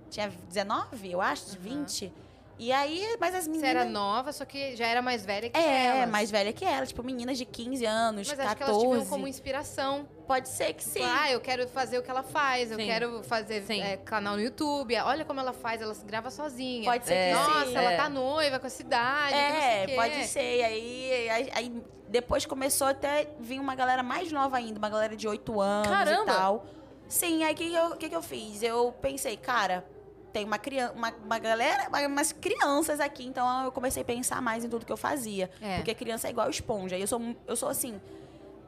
Tinha 19, eu acho, 20. E aí, mas as
Você
meninas.
era nova, só que já era mais velha que
é,
elas.
mais velha que ela, tipo, meninas de 15 anos,
Mas acho
14.
que elas te viam como inspiração. Tipo,
Pode ser que sim.
Ah, eu quero fazer o que ela faz, eu
Sim.
quero fazer
Sim.
é, canal no YouTube. Olha como ela faz, ela se grava sozinha.
Pode ser que
Nossa,
sim.
ela
É.
tá noiva com a cidade. que não sei o
É,
quê.
pode ser. E Aí, aí, aí depois começou até vir uma galera mais nova ainda, uma galera de 8 anos
Caramba!
e tal. Sim, aí o que, que eu- que, que eu fiz? Eu pensei, cara, tem uma criança, uma, uma galera, uma- umas crianças aqui, então eu comecei a pensar mais em tudo que eu fazia.
É.
Porque criança é igual esponja. E eu sou, mu- eu sou assim.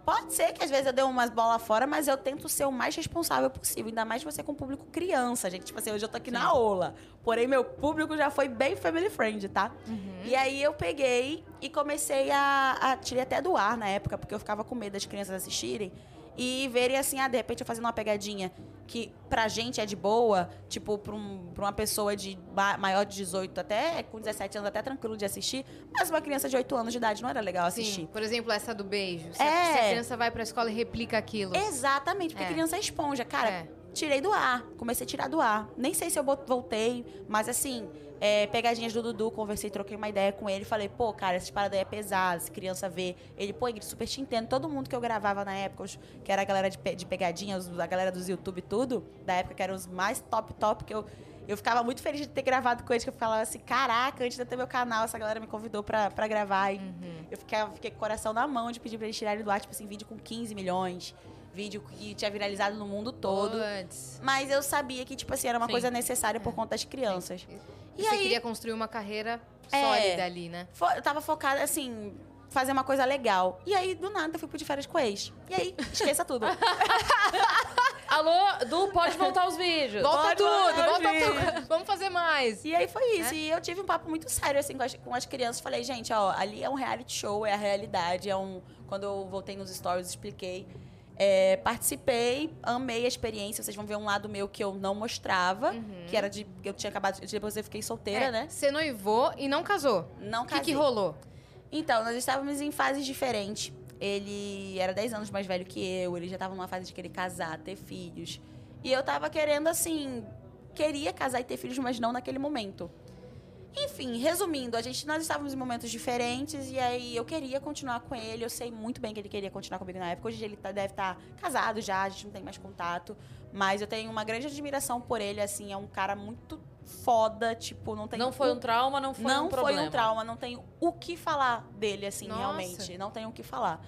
Pode ser que às vezes eu dê umas bolas fora, mas eu tento ser o mais responsável possível. Ainda mais você com o público criança, gente. Tipo assim, hoje eu tô aqui na ola. Porém, meu público já foi bem family friend, tá?
Uhum.
E aí eu peguei e comecei a, a. Tirei até do ar na época, porque eu ficava com medo das crianças assistirem e verem assim, ah, de repente eu fazendo uma pegadinha que pra gente é de boa, tipo, pra, um- pra uma pessoa de ba- maior de 18 até, com 17 anos, até tranquilo de assistir, mas uma criança de 8 anos de idade não era legal assistir.
Sim, por exemplo, essa do beijo. Se, a,
É.
se a criança vai pra escola e replica aquilo.
Exatamente, porque
É.
criança é esponja. Cara,
É.
tirei do ar, comecei a tirar do ar. Nem sei se eu bot- voltei, mas assim, é, pegadinhas do Dudu, conversei, troquei uma ideia com ele. Falei, pô, cara, essas paradas aí é pesadas, criança vê. Ele, pô, Ingrid, super te entendo. Todo mundo que eu gravava na época, os- que era a galera de, pe- de pegadinhas, os- a galera dos YouTube e tudo, da época que eram os mais top, top, que eu. Eu ficava muito feliz de ter gravado com eles, que eu falava assim, caraca, antes de eu ter meu canal, essa galera me convidou pra, pra gravar. E
Uhum.
eu ficava, fiquei com o coração na mão de pedir pra eles tirarem do ar, tipo assim, vídeo com 15 milhões, vídeo que tinha viralizado no mundo todo.
Antes.
Mas eu sabia que, tipo assim, era uma
Sim.
coisa necessária por conta das crianças.
E
E
você
aí-
queria construir uma carreira
É.
sólida ali, né?
Fo- eu tava focada, assim, fazer uma coisa legal. E aí, do nada, eu fui pro de férias com o ex. E aí, esqueça tudo.
Alô, Du, pode voltar os vídeos.
Volta
Bora,
tudo,
bora,
volta
gente.
tudo. Vamos fazer mais.
E aí foi
Né?
isso. E eu tive um papo muito sério, assim, com as, com as crianças. Falei, gente, ó, ali é um reality show, é a realidade. É um... Quando eu voltei nos stories, expliquei. É, participei, amei a experiência. Vocês vão ver um lado meu que eu não mostrava, que era de. Eu tinha acabado. Depois eu fiquei solteira,
Uhum. É,
né?
Você noivou e não casou.
Não
O que,
casei.
que rolou?
Então, nós estávamos em fases diferentes. Ele era 10 anos mais velho que eu, ele já estava numa fase de querer casar, ter filhos. E eu tava querendo, assim, queria casar e ter filhos, mas não naquele momento. Enfim, resumindo, a gente, nós estávamos em momentos diferentes e aí eu queria continuar com ele. Eu sei muito bem que ele queria continuar comigo na época. Hoje ele tá- deve estar casado já, a gente não tem mais contato. Mas eu tenho uma grande admiração por ele, assim, é um cara muito foda, tipo, não tem
Não foi um trauma, não foi
não
um
foi
problema.
um trauma, não tenho o que falar dele, assim,
Nossa.
realmente. Não tenho o que falar.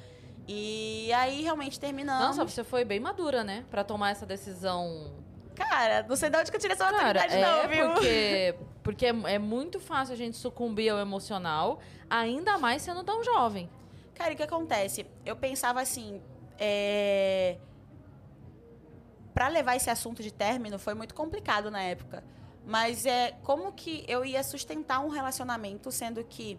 E aí, realmente, terminamos.
Nossa, você foi bem madura, né? Pra tomar essa decisão.
Cara, não sei de onde que eu tirei essa
Cara,
maturidade, não,
é
viu?
porque, porque é é muito fácil a gente sucumbir ao emocional, ainda mais sendo tão jovem.
Cara, e o que acontece? Eu pensava assim, é... Pra levar esse assunto de término foi muito complicado na época. Mas é como que eu ia sustentar um relacionamento, sendo que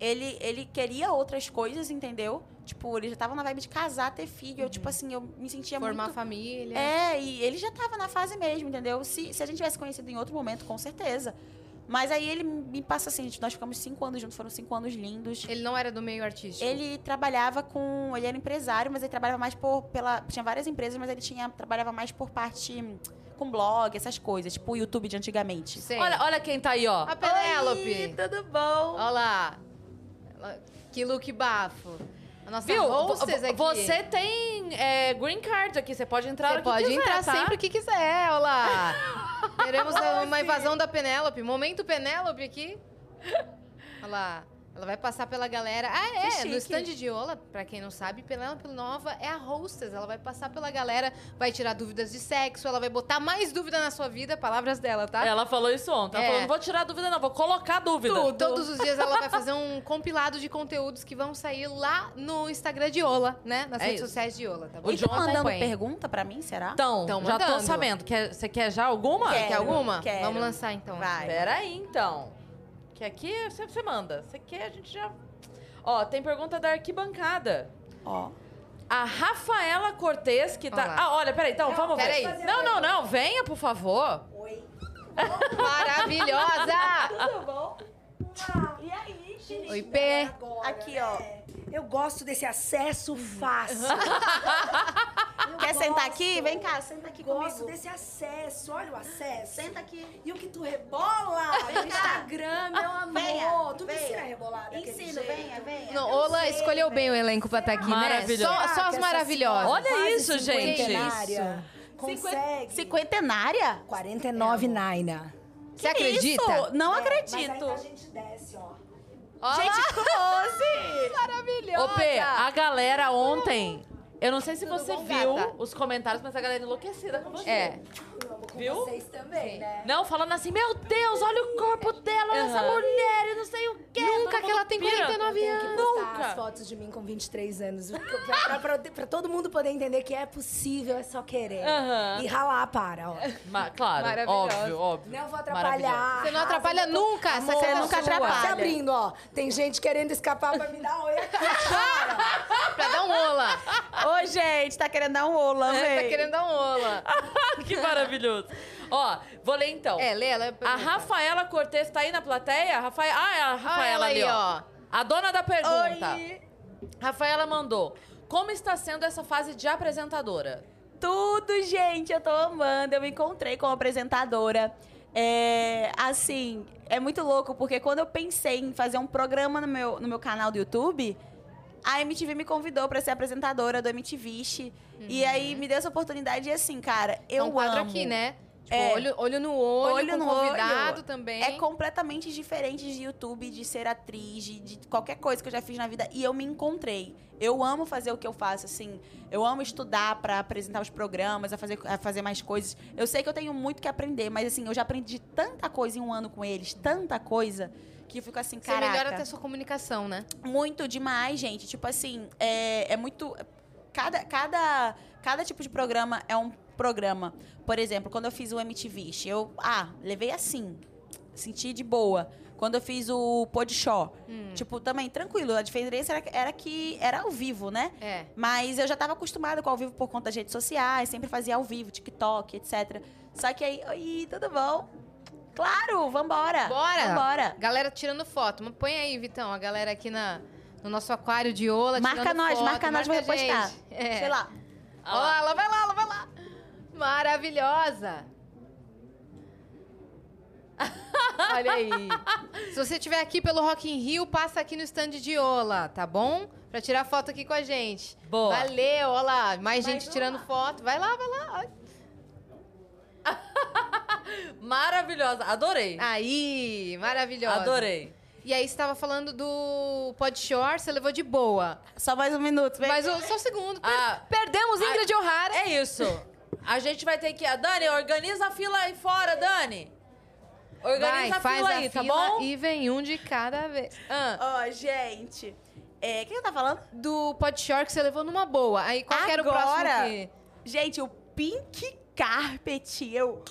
ele, ele queria outras coisas, entendeu? Tipo, ele já tava na vibe de casar, ter filho. Eu, tipo assim, eu me sentia
Uhum. Formar
muito
família.
É, e ele já tava na fase mesmo, entendeu? Se, se a gente tivesse conhecido em outro momento, com certeza. Mas aí ele me passa assim, gente, nós ficamos cinco anos juntos, foram cinco anos lindos.
Ele não era do meio artístico.
Ele trabalhava com. Ele era empresário, mas ele trabalhava mais por. Pela, tinha várias empresas, mas ele tinha, trabalhava mais por parte. hum, com blog, essas coisas, tipo o YouTube de antigamente.
Sei.
Olha, olha quem tá aí, ó.
a
Oi, então.
Penélope.
tudo bom?
Olha lá. Que look bafo. A nossa
Viu?
hostess
Vo-
aqui.
Você tem é, green card aqui, você pode entrar
Você
o que
pode
quiser,
entrar
tá?
sempre que quiser, olha lá. Teremos a- uma invasão da Penélope. Momento Penélope aqui. Olha lá. Ela vai passar pela galera. Ah,
Que
é.
chique.
No stand de Ola, pra quem não sabe, Penélope Nova é a hostess. Ela vai passar pela galera, vai tirar dúvidas de sexo, ela vai botar mais dúvida na sua vida. Palavras dela, tá?
Ela falou isso ontem. Ela
É.
falou, não vou tirar dúvida, não, vou colocar dúvida.
Todos os dias ela vai fazer um compilado de conteúdos que vão sair lá no Instagram de Ola, né? Nas
É
redes
isso. Então um
sociais de Ola, tá bom?
O
E tão
John
mandando
acompanha.
pergunta pra mim, será?
Então,
Tão
já tô
mandando.
sabendo. Quer- Você quer já alguma?
Quero.
Quer alguma?
Quero.
Vamos lançar então.
Vai.
Peraí, então. Que aqui você, você manda. Você quer, a gente já. Ó, tem pergunta da arquibancada.
Ó.
A Rafaela Cortez, que tá.
Olá.
Ah, olha, peraí, então, vamos
peraí.
ver. Não, não, não, venha, por favor.
Oi.
Maravilhosa!
Tudo bom?
Ah,
Uau, e aí, gente?
Oi, Pê.
Aqui, ó.
né? Eu gosto desse acesso fácil. Eu
Uhum. Quer
gosto,
sentar aqui? Vem cá, senta aqui
Gosto
comigo.
desse acesso. Olha o acesso.
Senta aqui.
E o que tu rebola no Instagram, meu amor.
Venha,
tu me
venha.
ensina a rebolar daquele
Ensino,
jeito?
venha, venha.
Não, Ola
sei,
escolheu bem o elenco pra estar aqui, né?
Maravilhoso.
Só, só
Caraca,
as
essa
maravilhosas.
senhora
Olha
quase
isso, gente.
cinquentenária. Consegue.
Cinquentenária?
49 Naina.
Você acredita?
Isso? Não
É, Mas
acredito.
aí tá a gente desce, ó.
Olha
Gente, close!
maravilhosa!
Ô, P, a galera ontem. Eu não sei se
Tudo
você
bom,
viu
gata?
os comentários, mas a galera é enlouquecida com você.
É.
Eu amo com
Viu?
vocês também, né?
Não, falando assim, meu Deus, olha o corpo dela, olha essa
Aham.
mulher, e não sei o quê. Todo
Nunca
mundo
que ela tem
pira.
49
Tenho que
anos.
postar
Nunca.
as fotos de mim com 23 anos. viu? Pra, pra- pra- pra todo mundo poder entender que é possível, é só querer.
Aham.
E ralar para, ó.
Ma- claro,
Maravilhosa.
óbvio, óbvio.
Não vou
Maravilhosa.
atrapalhar.
Você não atrapalha
Arrasa, eu tô-
nunca, essa
Amor,
cara
nunca
sua.
atrapalha.
Se abrindo, ó. Tem gente querendo escapar pra me dar oi aqui.
Pra dar um Ola.
Ô, gente, tá querendo dar um ola,
Você
velho.
tá querendo dar um Ola.
que maravilhoso. Ó, vou ler então.
É, lê ela.
A Rafaela Cortez tá aí na plateia? Rafael... Ah, é a Rafaela
ela
ali,
aí,
ó.
ó.
A dona da
um
pergunta.
Oi.
Rafaela mandou. Como está sendo essa fase de apresentadora?
Tudo, gente, eu tô amando. Eu me encontrei com a apresentadora. É, assim, é muito louco, porque quando eu pensei em fazer um programa no meu, no meu canal do YouTube, a MTV me convidou pra ser apresentadora do MTVish. E aí me deu essa oportunidade e assim, cara, eu
Uhum. É um quadro
amo.
aqui, né? Tipo,
É.
olho, olho no olho,
Olho
com
no
convidado
olho.
também.
É completamente diferente de YouTube, de ser atriz, de, de qualquer coisa que eu já fiz na vida. E eu me encontrei. Eu amo fazer o que eu faço, assim. Eu amo estudar pra apresentar os programas, a fazer, a fazer mais coisas. Eu sei que eu tenho muito que aprender, mas assim, eu já aprendi tanta coisa em um ano com eles, tanta coisa, que eu fico assim,
Você melhora
caraca.
até a sua comunicação, né?
Muito demais, gente. Tipo assim, é, é muito. Cada, cada, cada tipo de programa é um programa. Por exemplo, quando eu fiz o MTV, eu. Ah, levei assim. Senti de boa. Quando eu fiz o Podshow, tipo, também tranquilo. A diferença era, era que era ao vivo, né?
É.
Mas eu já estava acostumada com ao vivo por conta das redes sociais, sempre fazia ao vivo, TikTok, etc. Só que aí, oi, tudo bom? Claro, vambora!
Bora!
Vambora!
Galera tirando foto. Mas Põe aí, Vitão, a galera aqui na, no nosso aquário de Ola.
Marca
tirando
nós,
foto,
marca nós, vou
marca a
repostar.
gente. É.
Sei lá.
Olha lá, ela vai lá, ela vai lá. Maravilhosa. Olha aí. Se você estiver aqui pelo Rock in Rio, passa aqui no stand de Ola, tá bom? Pra tirar foto aqui com a gente.
Boa.
Valeu, olha lá. Mais
Vai,
gente
vamos
tirando
lá.
foto. Vai lá, vai lá. Olha.
Maravilhosa, adorei.
Aí, maravilhosa.
Adorei.
E aí, você tava falando do Podshore, você levou de boa.
Só mais um minuto, vem.
Mas o- só um segundo. Per
Ah.
perdemos Ingrid O'Hara.
É isso. A gente vai ter que. A Dani, organiza a fila aí fora, Dani.
Vai,
Organiza a
faz
fila
a
aí, tá
fila
bom?
e vem um de cada vez. Ah.
Ó, gente. É, o que eu tava falando?
do Podshore que você levou numa boa. Aí qual que era o próximo
Agora,
que...
Gente, o Pink Carpet, eu...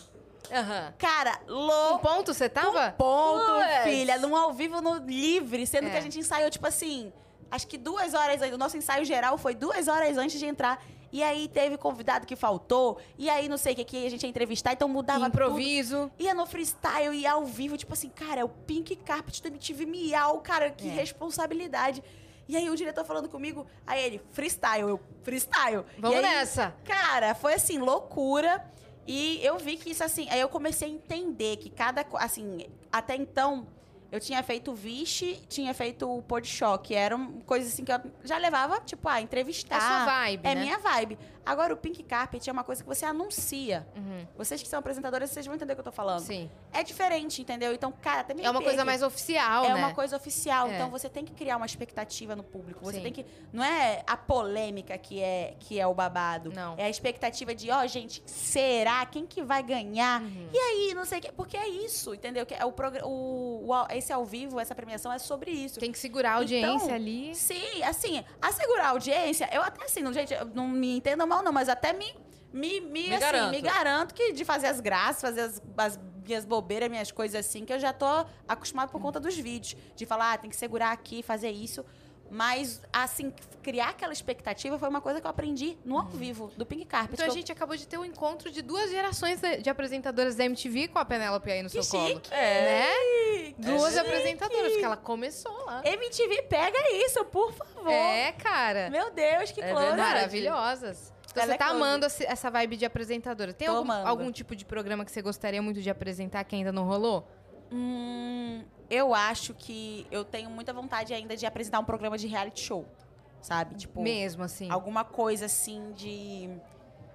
Aham.
Cara,
Um
louco.
ponto você tava?
Um ponto,
Putz.
filha. Num ao vivo, no livre. Sendo
É.
que a gente ensaiou, tipo assim... Acho que duas horas antes. O nosso ensaio geral foi duas horas antes de entrar. E aí teve convidado que faltou. E aí não sei o que, que a gente ia entrevistar. Então mudava tudo.
Improviso.
Ia é no freestyle, ia ao vivo, tipo assim, cara, é o Pink Carpet do MTV Miau, cara, que
É.
responsabilidade. E aí o diretor falando comigo, aí ele, freestyle, eu, freestyle.
Vamos
E aí,
nessa.
Cara, foi assim, loucura. E eu vi que isso assim, aí eu comecei a entender que cada, co- assim, até então Eu tinha feito o Vixe, tinha feito o Pôr de Choque. Eram coisas assim que eu já levava, tipo, ah, entrevistar.
É sua vibe,
É
né?
minha vibe. Agora, o Pink Carpet é uma coisa que você anuncia.
Uhum,
Vocês que são apresentadoras, vocês vão entender o que eu tô falando.
Sim.
É diferente, entendeu? Então, cara, até me
É uma coisa
perca.
mais oficial,
É
né?
uma coisa oficial,
É.
então você tem que criar uma expectativa no público. Você
Sim.
tem que. Não é a polêmica que é, que é o babado.
Não.
É a expectativa de, ó, gente, será? Quem que vai ganhar?
Uhum.
E aí, não sei o quê. Porque é isso, entendeu? Que é o, progra- o, o ao- Esse ao vivo, essa premiação é sobre isso.
Tem que segurar a audiência
Então,
ali.
Sim, assim, assegurar a audiência, eu até assim, não, gente, eu não me entendam mal, não, mas até me. Me, me,
Me
assim,
garanto.
me garanto que de fazer as graças, fazer as, as minhas bobeiras, minhas coisas assim, que eu já tô acostumada por conta dos vídeos. De falar, ah, tem que segurar aqui, fazer isso. Mas, assim, criar aquela expectativa foi uma coisa que eu aprendi no ao vivo, do Pink Carpet.
Então a
que eu-
gente acabou de ter um encontro de duas gerações da- de apresentadoras da MTV com a Penélope aí no
Que
seu colo.
chique! É.
Né? Duas
chique!
apresentadoras, porque ela começou lá.
É, MTV, pega isso, por favor.
É, cara.
Meu Deus, que
É
clone.
verdade.
Maravilhosas. Então
Ela
você
é
tá
close.
amando esse- essa vibe de apresentadora. Tem
Tô
algum,
amando.
algum tipo de programa que você gostaria muito de apresentar que ainda não rolou?
Hum, eu acho que eu tenho muita vontade ainda de apresentar um programa de reality show, sabe? Tipo,
Mesmo, assim.
alguma coisa assim de.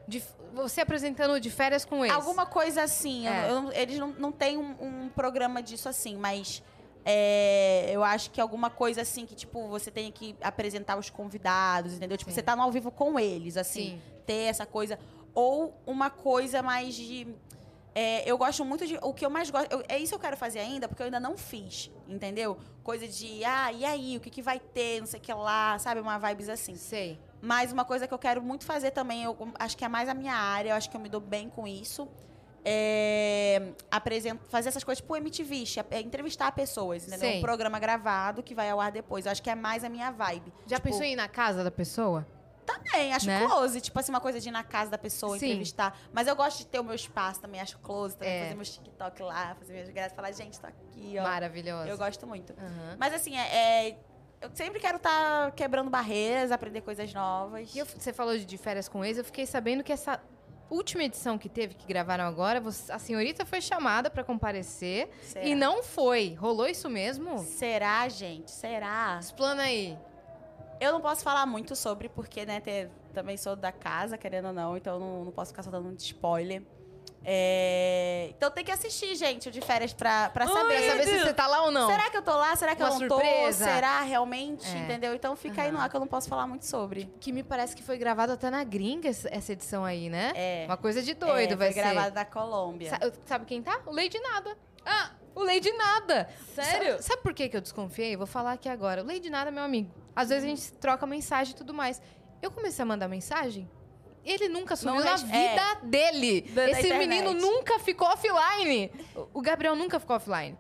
De- você apresentando de férias com eles.
Alguma coisa assim. eu-
É.
eu não- eles não, não têm um, um programa disso assim, mas é, eu acho que alguma coisa assim que, tipo, você tem que apresentar os convidados, entendeu? Tipo,
Sim.
você tá no ao vivo com eles, assim
Sim.
ter essa coisa. Ou uma coisa mais de. é, eu gosto muito de. O que eu mais gosto. eu- é isso que eu quero fazer ainda, porque eu ainda não fiz, entendeu? Coisa de, ah, e aí, o que, que vai ter, não sei o que lá, sabe? Uma vibes assim.
Sei.
Mas uma coisa que eu quero muito fazer também, eu acho que é mais a minha área, eu acho que eu me dou bem com isso. É, apresen- fazer essas coisas tipo MTV, é entrevistar pessoas, entendeu?
Sim.
Um programa gravado que vai ao ar depois. Eu acho que é mais a minha vibe.
Já
Tipo,
pensou em ir na casa da pessoa?
também, acho
Né?
close. Tipo assim, uma coisa de ir na casa da pessoa,
Sim.
entrevistar. Mas eu gosto de ter o meu espaço também, acho close. Também
É.
fazer meus TikTok lá, fazer minhas graças. Falar, gente, tô aqui, ó.
Maravilhosa.
Eu gosto muito.
Aham.
Mas assim, é... é, eu sempre quero estar quebrando barreiras, aprender coisas novas.
E eu- você falou de de férias com ex, eu fiquei sabendo que essa última edição que teve, que gravaram agora, você- a senhorita foi chamada pra comparecer
Será?
e não foi. Rolou isso mesmo?
Será, gente? Será?
Explana aí.
Eu não posso falar muito sobre, porque, né, te- também sou da casa, querendo ou não, então eu não, não posso ficar só dando um spoiler. É, Então tem que assistir, gente, o de férias pra, pra saber.
Pra saber se você tá lá ou não.
Será que eu tô lá? Será que
Uma
eu não
surpresa.
tô? Será realmente?
É.
Entendeu? Então fica aí no
Aham. Tipo,
ar que eu não posso falar muito sobre.
Que me parece que foi gravado até na gringa essa essa edição aí, né?
É.
Uma coisa de doido
é,
vai
foi
ser.
gravado da Colômbia.
Sa- eu- sabe quem tá? O Lady Nada.
Ah,
O Lady Nada.
sério?
Sabe, sabe por que, que eu desconfiei? Vou falar aqui agora. O Lady Nada é meu amigo. Às vezes a gente troca mensagem e tudo mais. Eu comecei a mandar mensagem. Ele nunca sumiu
Não
na
res- é.
vida dele.
Da- da
Esse
internet.
menino nunca ficou offline. O- O Gabriel nunca ficou offline.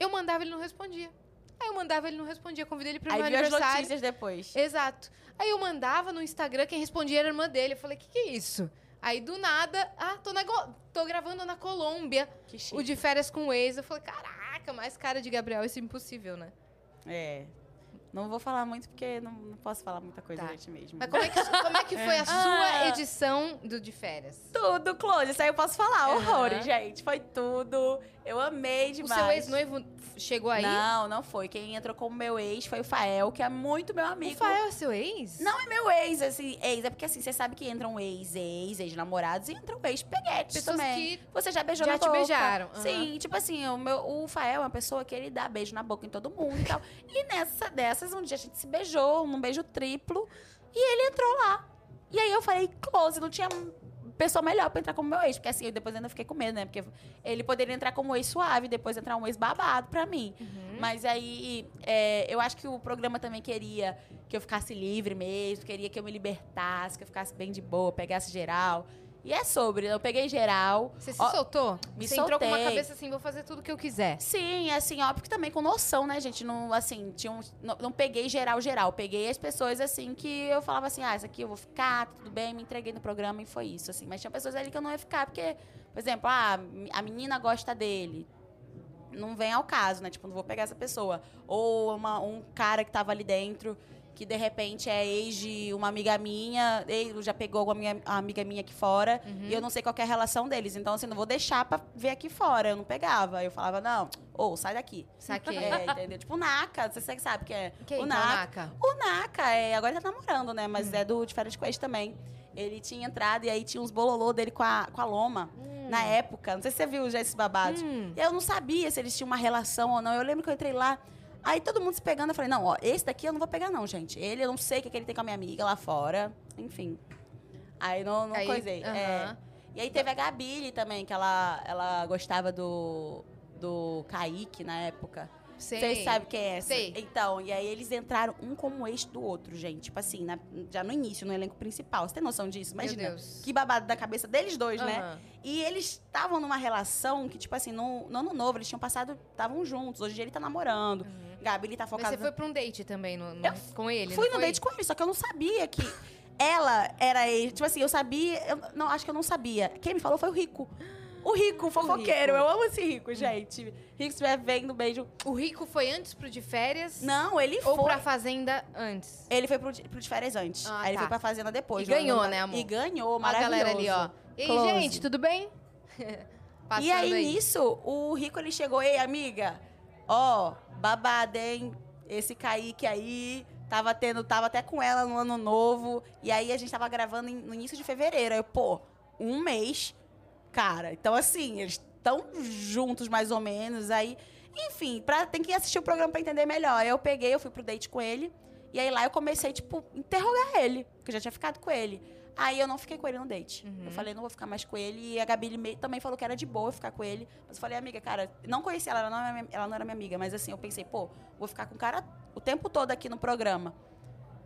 Eu mandava, ele não respondia. Aí eu mandava, ele não respondia. Convidei ele pro
Aí
meu
vi as
aniversário.
notícias depois.
Exato. Aí eu mandava no Instagram, quem respondia era a irmã dele. Eu falei, que que é isso? Aí do nada, ah, tô, na Go- tô gravando na Colômbia,
Que
o de férias com o ex. Eu falei, caraca, mais cara de Gabriel, isso é impossível, né?
É. Não vou falar muito porque não, não posso falar muita coisa
Tá.
gente mesmo.
Mas como é que, como é que foi a sua
Ah.
edição do de férias?
Tudo, Close. Isso aí eu posso falar.
Aham.
Horrores, gente. Foi tudo. Eu amei demais.
O seu ex-noivo chegou aí?
Não, não foi. Quem entrou como meu ex foi o Fael, que é muito meu
O
amigo.
Fael é seu ex?
Não é meu ex, assim, ex. É porque assim, você sabe que entram ex, ex, ex-namorados e entram ex-peguetes
Pessoas
também.
que
Você já beijou
Já
na
te
boca.
beijaram, aham.
Sim, tipo assim, o, meu, o Fael é uma pessoa que ele dá beijo na boca em todo mundo e tal. E nessa dessas, um dia a gente se beijou, um beijo triplo. E ele entrou lá. E aí eu falei, close, não tinha pessoa melhor pra entrar como meu ex. Porque assim, eu depois ainda fiquei com medo, né? Porque ele poderia entrar como ex suave, depois entrar um ex babado pra mim.
Uhum.
Mas aí, é, eu acho que o programa também queria que eu ficasse livre mesmo, queria que eu me libertasse, que eu ficasse bem de boa, pegasse geral. E é sobre, eu peguei geral.
Você se
Ó,
soltou?
me
Você entrou com uma
soltei.
cabeça assim, vou fazer tudo que eu quiser.
Sim, assim, óbvio que também com noção, né, gente? Não, assim, tinha um- não, não peguei geral, geral. Peguei as pessoas, assim, que eu falava assim, ah, essa aqui eu vou ficar, tá tudo bem, me entreguei no programa e foi isso, assim. Mas tinha pessoas ali que eu não ia ficar, porque, por exemplo, ah, a menina gosta dele. Não vem ao caso, né? Tipo, não vou pegar essa pessoa. Ou uma- um cara que tava ali dentro, que de repente é ex de uma amiga minha, ele já pegou uma minha- uma amiga minha aqui fora, e eu não sei qual que é a relação deles. Então, assim, não vou deixar pra ver aqui fora. Eu não pegava. Eu falava, não, ou sai daqui.
Saquei.
É, entendeu? Tipo, o Naka, você que sabe que é.
Quem
o
que é o
Naka.
Naka?
O Naka, é, agora ele tá namorando, né? Mas
Hum.
é do de Férias Quest também. Ele tinha entrado e aí tinha uns bololô dele com a, com a Loma,
Hum.
na época. Não sei se você viu já esses babados. E eu não sabia se eles tinham uma relação ou não. Eu lembro que eu entrei lá, aí todo mundo se pegando. Eu falei, não, ó, esse daqui eu não vou pegar não, gente. Ele, eu não sei o que, que ele tem com a minha amiga lá fora. Enfim. Aí não, não
Aí,
coisei. É.
aham.
E aí teve a Gabi também, que ela, ela gostava do, do Kaique na época.
Sei.
Vocês sabem quem é essa?
Sei.
Então, e aí eles entraram um como ex do outro, gente. Tipo assim, na- já no início, no elenco principal. Você tem noção disso?
Meu
Imagina.
Deus.
Que babado da cabeça deles dois, né?
Aham.
E eles estavam numa relação que, tipo assim, no, no ano novo, eles tinham passado, estavam juntos. Hoje em dia ele tá namorando. Gabi, ele tá
Uhum. Mas
focado.
você foi pra um date também no, no- com ele?
Fui
não
no
foi?
date com ele, só que eu não sabia que ela era ex. Tipo assim, eu sabia. eu- não, acho que eu não sabia. Quem me falou foi o Rico. O Rico, o fofoqueiro. Eu amo esse Rico, gente. Rico, se estiver vendo, beijo.
O Rico foi antes pro de férias?
Não, ele
Ou
foi.
pra fazenda antes?
Ele foi pro, de- pro de férias antes.
Ah,
aí ele
tá.
foi pra fazenda depois.
E ganhou,
Lá
né, amor?
E ganhou,
Ó a
maravilhoso.
galera ali, ó. Ei,
Close.
gente, tudo bem? Passando
E aí, nisso, o Rico, ele chegou. Ei, amiga, ó, babada, hein? Esse Kaique aí... Tava tendo, tava até com ela no ano novo. E aí a gente tava gravando em- no início de fevereiro. Aí, eu, pô, um mês, cara. Então, assim, eles estão juntos mais ou menos. Aí, enfim, pra, tem que assistir o programa pra entender melhor. Aí eu peguei, eu fui pro date com ele. E aí lá eu comecei, tipo, interrogar ele, porque eu já tinha ficado com ele. Aí eu não fiquei com ele no date. Eu falei, não vou ficar mais com ele. E a Gabi ele meio- também falou que era de boa eu ficar com ele. Mas eu falei, amiga, cara, não conhecia ela, ela não, era minha, ela não era minha amiga. Mas assim, eu pensei, pô, vou ficar com o cara o tempo todo aqui no programa.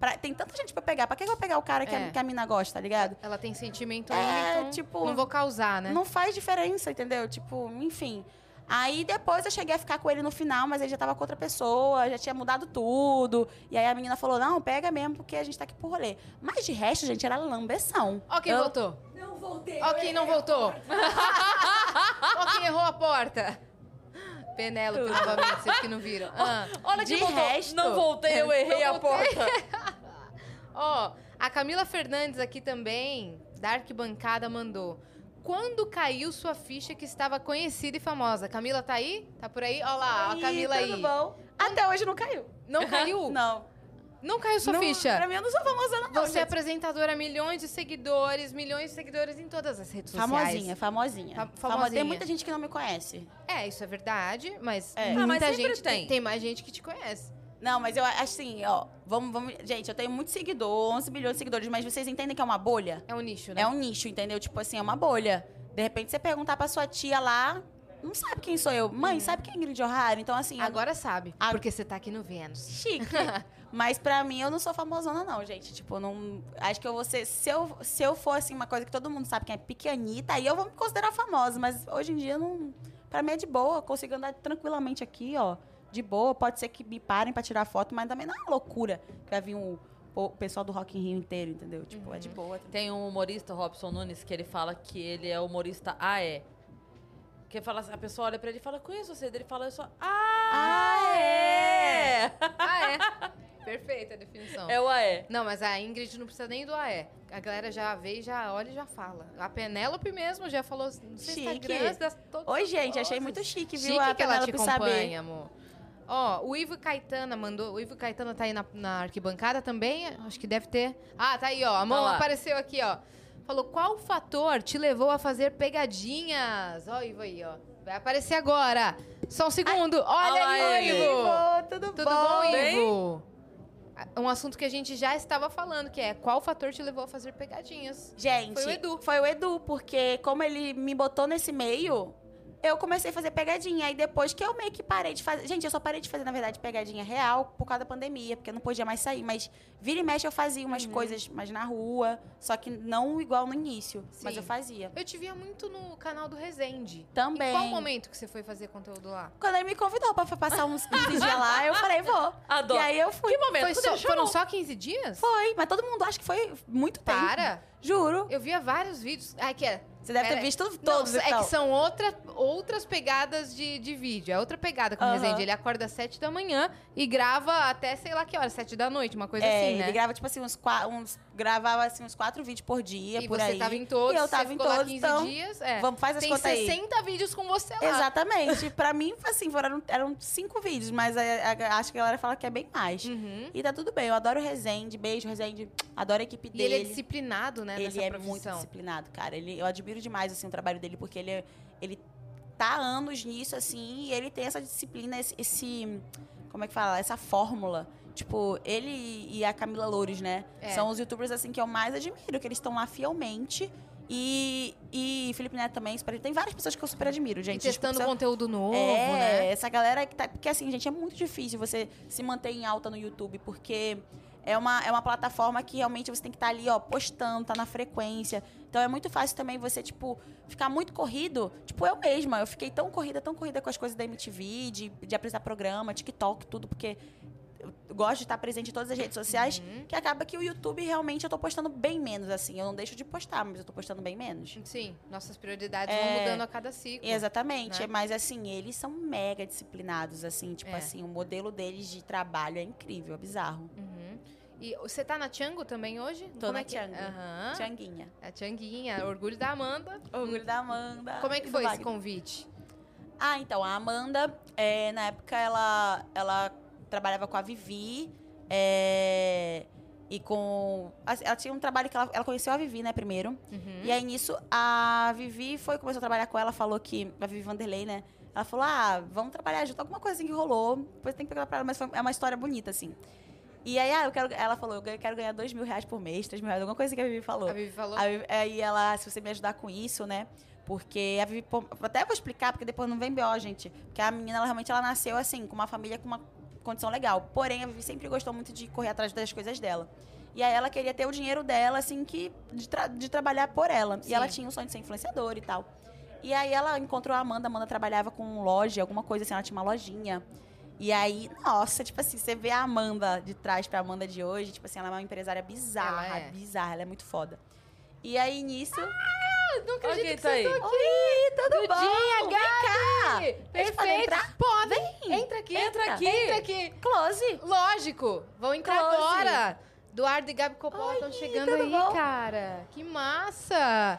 Pra- tem tanta gente pra pegar. Pra que eu vou pegar o cara que,
É.
a, que a mina gosta, tá ligado?
Ela tem sentimento
É,
ainda, então
tipo,
não vou causar, né?
Não faz diferença, entendeu? Tipo, enfim. Aí depois eu cheguei a ficar com ele no final, mas ele já tava com outra pessoa, já tinha mudado tudo. E aí a menina falou: não, pega mesmo, porque a gente tá aqui por rolê. Mas de resto, gente, era lambeção.
Ó quem
Eu-
voltou.
Não voltei.
Ó quem não voltou. Ó quem errou a porta. Penélope, novamente, vocês que não viram. Ah.
Olha que
De
voltou.
resto-
Não voltei, eu errei
Não
a
voltei.
porta.
Ó, a Camila Fernandes aqui também, da Arquibancada, mandou. Quando caiu sua ficha que estava conhecida e famosa? Camila tá aí? Tá por aí? Ó lá, ó a
Ih,
Camila
tudo
aí.
bom? Até hoje não caiu.
Não caiu?
Não.
Não caiu sua
Não,
ficha?
Pra mim, eu não sou famosa, não.
Você é
gente.
apresentadora, milhões de seguidores, milhões de seguidores em todas as redes
Famosinha,
sociais.
famosinha.
Fa-
Famo-
famosinha.
Tem muita gente que não me conhece.
É, isso é verdade, mas
É.
muita
Ah, mas sempre
gente
tem.
tem mais gente que te conhece.
Não, mas eu assim, ó, vamos, vamos. Gente, eu tenho muito seguidor, 11 bilhões de seguidores, mas vocês entendem que é uma bolha?
É um nicho, né?
É um nicho, entendeu? Tipo assim, é uma bolha. De repente você perguntar pra sua tia lá, não sabe quem sou eu. Mãe, sabe quem é Ingrid O'Hara? Então, assim, eu
Hum. Agora sabe,
Ah.
porque você tá aqui no Vênus.
chique. Mas pra mim, eu não sou famosona, não, gente. Tipo, eu não. Acho que eu vou ser. Se eu, se eu for, assim, uma coisa que todo mundo sabe que é pequenita, aí eu vou me considerar famosa. Mas hoje em dia, não. Pra mim é de boa. eu Consigo andar tranquilamente aqui, ó. De boa. Pode ser que me parem pra tirar foto, mas também não é uma loucura que vai vir um. O pessoal do Rock in Rio inteiro, entendeu? Tipo,
Uhum.
é de boa.
Tem um humorista, Robson Nunes, que ele fala que ele é humorista AE. Que fala, assim, a pessoa olha pra ele e fala, conheço você. Ele fala, eu sou ah, é!
Ah, é? Perfeita a definição.
É o AE.
Não, mas a Ingrid não precisa nem do AE. A galera já vê e já olha e já fala. A Penélope mesmo já falou no seu
Chique.
Instagram. Das, todas
Oi,
as
gente, achei
coisas.
muito chique, viu?
Chique
a
que ela te
Penélope
acompanha,
saber.
amor. Ó, o Ivo Caetano mandou. O Ivo Caetano tá aí na, na arquibancada também? Acho que deve ter. Ah, tá aí, ó. A mão
lá.
apareceu aqui, ó. Falou, qual fator te levou a fazer pegadinhas? Ó, o Ivo aí, ó. Vai aparecer agora. Só um segundo. Olha
lá
aí, o
ele.
Ivo.
Ivo, tudo,
Tudo bom,
bem?
Ivo? Um assunto que a gente já estava falando, que é qual fator te levou a fazer pegadinhas?
Gente,
Foi o Edu.
Foi o Edu, porque como ele me botou nesse meio, eu comecei a fazer pegadinha. Aí depois que eu meio que parei de fazer. Gente, eu só parei de fazer, na verdade, pegadinha real por causa da pandemia, porque eu não podia mais sair. Mas vira e mexe eu fazia umas
Uhum.
coisas mais na rua, só que não igual no início. Mas
Sim.
eu fazia.
Eu te via muito no canal do Resende.
Também.
Em qual momento que você foi fazer conteúdo lá?
Quando ele me convidou pra passar uns 15 dias lá, eu falei, vou.
Adoro.
E aí eu fui.
Que momento?
Foi
Quando
só-
ele
foram
chamou.
só 15 dias?
Foi, mas todo mundo acha que foi muito tempo.
Para!
Juro.
Eu via vários vídeos. Ah, que é
Você deve ter
Peraí.
visto
Não,
todos então.
é
e tal.
que são outra, outras pegadas de, de vídeo. É outra pegada com o
Aham.
Rezende. Ele acorda às sete da manhã e grava até sei lá que hora, sete da noite, uma coisa
É,
assim, né?
ele grava, tipo assim, uns, qua- uns- Gravava, assim, uns quatro vídeos por dia,
e
é por
você
aí.
tava em todos,
E eu
você
tava em
ficou lá
todos,
15
então,
dias. É.
Vamos, faz as
Tem
contas aí.
60 vídeos com você lá.
Exatamente. pra mim, assim, foram, eram cinco vídeos, mas é, é, acho que a galera fala que é bem mais.
Uhum.
E tá tudo bem, eu adoro o Rezende, beijo, Rezende, adoro a equipe
E
dele.
ele é disciplinado, né,
Ele
nessa
é muito
profissão.
disciplinado, cara. Ele, eu admiro demais, assim, o trabalho dele, porque ele, é- ele tá há anos nisso, assim, e ele tem essa disciplina, esse, esse- Como é que fala? Essa fórmula. Tipo, ele e a Camila Loures, né?
É.
São os youtubers, assim, que eu mais admiro, que eles estão lá fielmente. E, e Felipe Neto também, super- tem várias pessoas que eu super admiro, gente.
e testando
Tipo,
conteúdo novo,
é,
né?
essa galera que tá. Porque assim, gente, é muito difícil você se manter em alta no YouTube, porque é uma, é uma plataforma que realmente você tem que estar ali, ó, postando, tá na frequência. Então é muito fácil também você, tipo, ficar muito corrido. Tipo, eu mesma, eu fiquei tão corrida, tão corrida com as coisas da MTV, de, de apresentar programa, TikTok, tudo, porque. Eu gosto de estar presente em todas as redes sociais,
Uhum.
que acaba que o YouTube realmente eu tô postando bem menos, assim. Eu não deixo de postar, mas eu tô postando bem menos.
Sim, nossas prioridades vão
É.
mudando a cada ciclo.
Exatamente,
né?
mas assim, eles são mega disciplinados, assim, tipo
É.
assim, o modelo deles de trabalho é incrível, é bizarro.
Uhum. E você tá na Tiango também hoje?
Tô
Como
na
é que...
Tiango.
Aham. É
Tianguinha.
A Tianguinha, orgulho da Amanda.
Orgulho da Amanda.
Como é
e
que
do
foi esse
Wagner.
convite?
Ah, então, a Amanda, é, na época, ela, ela trabalhava com a Vivi. é, e com. assim, Ela tinha um trabalho que ela, ela conheceu a Vivi, né, primeiro.
Uhum.
E aí, nisso, a Vivi foi, começou a trabalhar com ela, falou que. A Vivi Vanderlei, né? Ela falou: ah, vamos trabalhar junto, alguma coisa assim que rolou. Depois tem que pegar pra ela, mas foi, é uma história bonita, assim. E aí, ah, eu quero. Ela falou: eu quero ganhar dois mil reais por mês, três mil reais, alguma coisa assim que a Vivi falou.
A Vivi falou.
Aí, aí ela, "Ah, se você me ajudar com isso, né? Porque a Vivi, pô, até vou explicar, porque depois não vem BO, gente. Porque a menina, ela realmente, ela nasceu assim, com uma família com uma condição legal. Porém, a Vivi sempre gostou muito de correr atrás das coisas dela. E aí ela queria ter o dinheiro dela, assim, que de, tra- de trabalhar por ela.
Sim.
E ela tinha um sonho de ser influenciadora e tal. E aí ela encontrou a Amanda, a Amanda trabalhava com loja, alguma coisa assim, ela tinha uma lojinha. E aí, nossa, tipo assim, você vê a Amanda de trás pra Amanda de hoje, tipo assim, ela é uma empresária bizarra,
Ela é. Ah,
bizarra, ela é muito foda. E aí, nisso.
não
Olha quem tá aí.
Oi, tudo bom?
Tudinha,
Gabi!
Gabi!
Eles podem
Perfeito!
entrar?
Pode!
Vem!
Entra aqui!
Entra aqui.
Entra aqui!
Close!
Lógico! Vão entrar
Close.
agora! Duardo e Gabi Coppola estão chegando
tudo
aí,
bom?
cara! Que massa!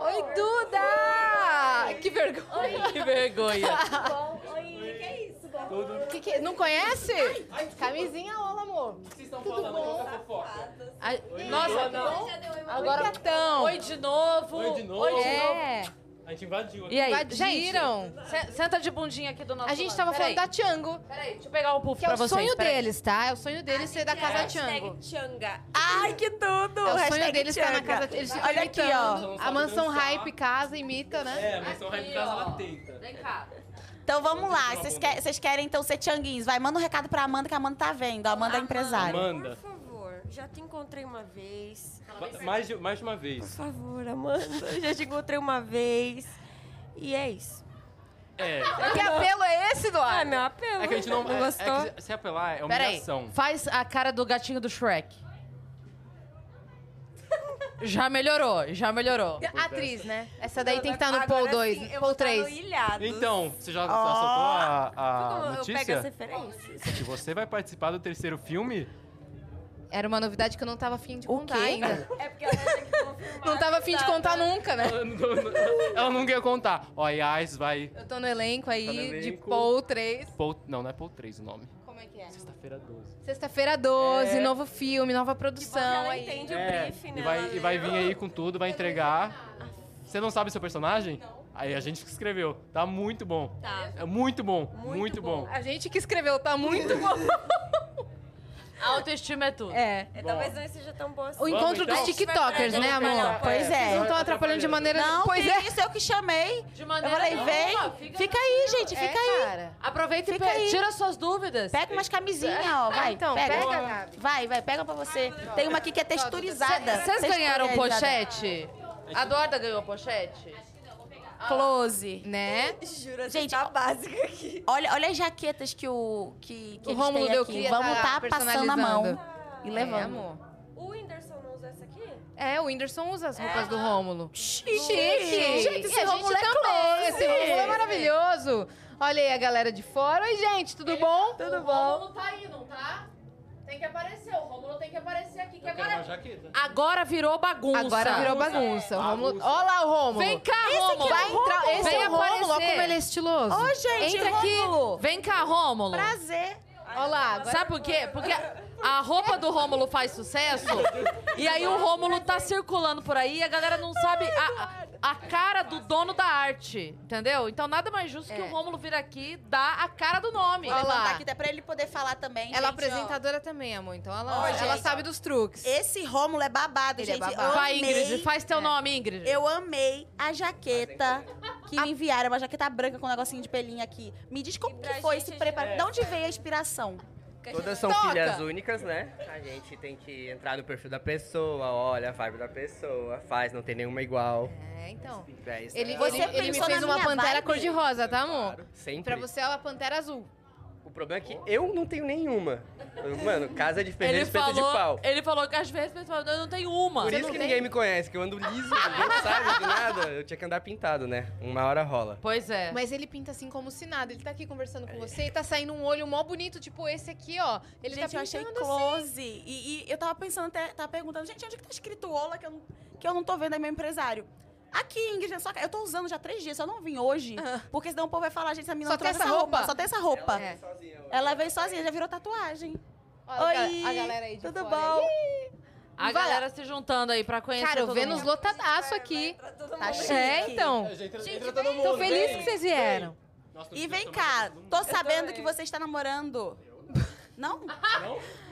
Oi, Duda! Que vergonha!
Que vergonha.
Oi, que é isso, Gabi?
Que que- não conhece? Camisinha Ola, amor!
Vocês estão falando
bom?
muita fofoca.
Ai, nossa, agora
Obrigadão.
Oi de novo.
Oi de novo.
Oi de novo.
É!
A gente invadiu aqui.
E aí,
Já viram?
gente, se- senta de bundinha aqui do nosso
A gente tava falando da Tiango,
da... Peraí, deixa eu pegar o puff
que é
pra
o
vocês.
sonho
peraí.
deles, tá? É o sonho deles ser da Casa Tiango.
Hashtag Tchanga.
Ai, que tudo!
É o sonho
Hashtag
deles estar na
Tchanga.
casa. Eles ficam
Olha aqui, ó.
imitando.
ó.
A mansão hype casa, imita, né?
É, mas são
Aqui,
Raio de Casa
ó.
ela tenta.
Vem cá.
Então vamos
Vamos
lá.
ver se
Vocês
vão.
querem, vocês querem então ser Tchanguins? Vai, manda um recado pra Amanda que a Amanda tá vendo. A
Ah,
Amanda é empresária.
Amanda,
Por favor, já te encontrei uma vez.
ba- mais de, mais de uma
Por
vez.
favor, Amanda, já te encontrei uma vez. E é isso.
É.
Que apelo é esse,
Ah,
Eduardo?
meu apelo.
É que a gente não. é- é
gostou?
que se apelar é
Peraí,
humilhação.
faz a cara do gatinho do Shrek. já melhorou, já melhorou.
Atriz, né? Essa daí tem que estar no
Agora
Paul 2,
sim, eu vou
Paul
estar no
3.
Ilhados.
Então, você já, já
Ó.
soltou a, a
Como eu pego as
notícia
referências?
que você vai participar do terceiro filme?
Era uma novidade que eu não tava afim de
O
contar
quê?
ainda.
É porque ela tem que confirmar.
Não tava afim de contar nunca, né?
Ela não- não- ela nunca ia contar. Ó, Yas vai.
Eu tô no elenco aí
Tá no
de
elenco.
Paul 3.
Paul, não, não é Paul 3 o nome.
Como é que é?
Sexta-feira 12.
Sexta-feira 12,
É.
novo filme, nova
Que bom que ela
produção. aí.
entende o
É,
briefing, né?
e vai,
Ela
e vai
leu.
vir aí com tudo, vai entregar. Você não sabe seu personagem? Não. Aí a gente que escreveu. Tá muito bom.
Tá.
É muito bom,
Muito
muito,
bom.
bom.
A gente que escreveu, tá muito bom.
Autoestima é tudo.
É.
É, talvez não seja tão boa assim.
O encontro
então?
dos tiktokers, né, amor?
é.
Pois
Vocês não estão atrapalhando de maneira...
Não,
pois
que
é.
isso, eu que chamei.
De
Eu
maneira
falei,
nenhuma,
vem. Fica aí,
tranquilo.
gente,
É,
fica aí.
cara.
Aproveita e
Fica
pe-
aí.
tira suas dúvidas.
Pega umas camisinhas, ó. Vai,
Então, pega, Gabi.
Vai, vai, pega pra você. Tem uma aqui que é texturizada.
Vocês ganharam
Texturizada.
pochete? A Dorda ganhou pochete?
Close.
Né?
Jura,
Gente,
gente, tá básica aqui.
Olha, olha as jaquetas que o que, que
O
eles
Rômulo
têm
deu
aqui.
cria,
Vamos
tá
tá passando a mão
personalizando.
e
É,
levando.
amor.
Ah, O Whindersson não
usar essa aqui?
É, o Whindersson usa as roupas do Rômulo.
Chique!
Gente, esse
Gente, esse Rômulo é close.
Esse Rômulo é maravilhoso. Olha aí a galera de fora. Oi, gente, tudo bom?
Tudo bom? O Rômulo tá aí, não tá? Tem que aparecer, o Rômulo tem que aparecer aqui, que agora...
jaqueta.
Agora virou bagunça.
Agora virou bagunça. O Rômulo...
Bagunça.
Olha lá o Rômulo.
Vem cá, Rômulo!
Vai entrar... Esse
Vem
é o Rômulo, olha
aparecer.
como ele é estiloso.
Ô, gente,
Entra
Rômulo!
Vem cá, Rômulo!
Prazer!
Olha lá, agora...
Sabe por quê? Porque a roupa do Rômulo faz sucesso e aí o Rômulo tá circulando por aí e a galera não sabe a, a cara do dono da arte, entendeu? Então nada mais justo que
É.
o Rômulo vir aqui dar a cara do nome.
Olha lá.
Aqui, até pra ele tá poder falar também.
Ela é
gente, ó.
apresentadora também, amor. Então ela,
Ó,
ela
gente.
sabe dos truques.
Esse Rômulo é babado,
Ele é
gente.
babado.
Eu
Vai,
amei,
Ingrid, faz teu nome, Ingrid.
Eu amei a jaqueta que me enviaram. Uma jaqueta branca com um negocinho de pelinho aqui. Me diz como
E
que
pra
foi
gente,
esse
a
preparo.
É.
gente-
De onde veio a inspiração?
Todas são
Toca.
filhas únicas, né? A gente tem que entrar no perfil da pessoa, olha a vibe da pessoa, faz, não tem nenhuma igual.
É, então.
É isso
Ele,
aí.
Você
ele, ele me
pensou
fez
na
uma
minha
pantera
vibe?
cor-de-rosa, tá, amor?
Claro, sempre.
Pra você, ela é pantera azul.
O problema é que eu não tenho nenhuma. Mano, casa é de ferreiro,
Ele
espeto de pau.
falou, ele falou que às vezes ele falou, eu não tenho uma.
Por isso que ninguém me conhece, que eu ando liso, ninguém sabe de nada. Eu tinha que andar pintado, né? Uma hora rola.
Pois é.
Mas ele pinta assim como se nada. Ele tá aqui conversando com você e tá saindo um olho mó bonito, tipo esse aqui, ó. Ele
gente,
tá
eu achei
pintando assim.
close. E, e eu tava pensando, até, tava perguntando, gente, onde que tá escrito Ola que eu, não- que eu não tô vendo aí meu empresário? Aqui, Ingrid, na sua ca- eu tô usando já três dias, só não vim hoje. Porque senão o povo vai falar, gente, essa menina
Só
não
tem
traz
essa roupa?
Só tem essa roupa.
É.
Ela veio sozinha, já virou tatuagem.
Olha a
Oi,
ga- a galera aí de
tudo
fora.
bom?
Ih,
A galera se juntando aí pra conhecer
Cara, o
todo
Vênus
mundo.
lotadaço aqui.
Tá chique.
É, então.
gente, entra,
Gente,
todo mundo.
Tô feliz
vem.
que vocês vieram.
Nossa, tá tô
E vem
chamando
cá,
todo mundo.
tô sabendo que você está namorando. Não?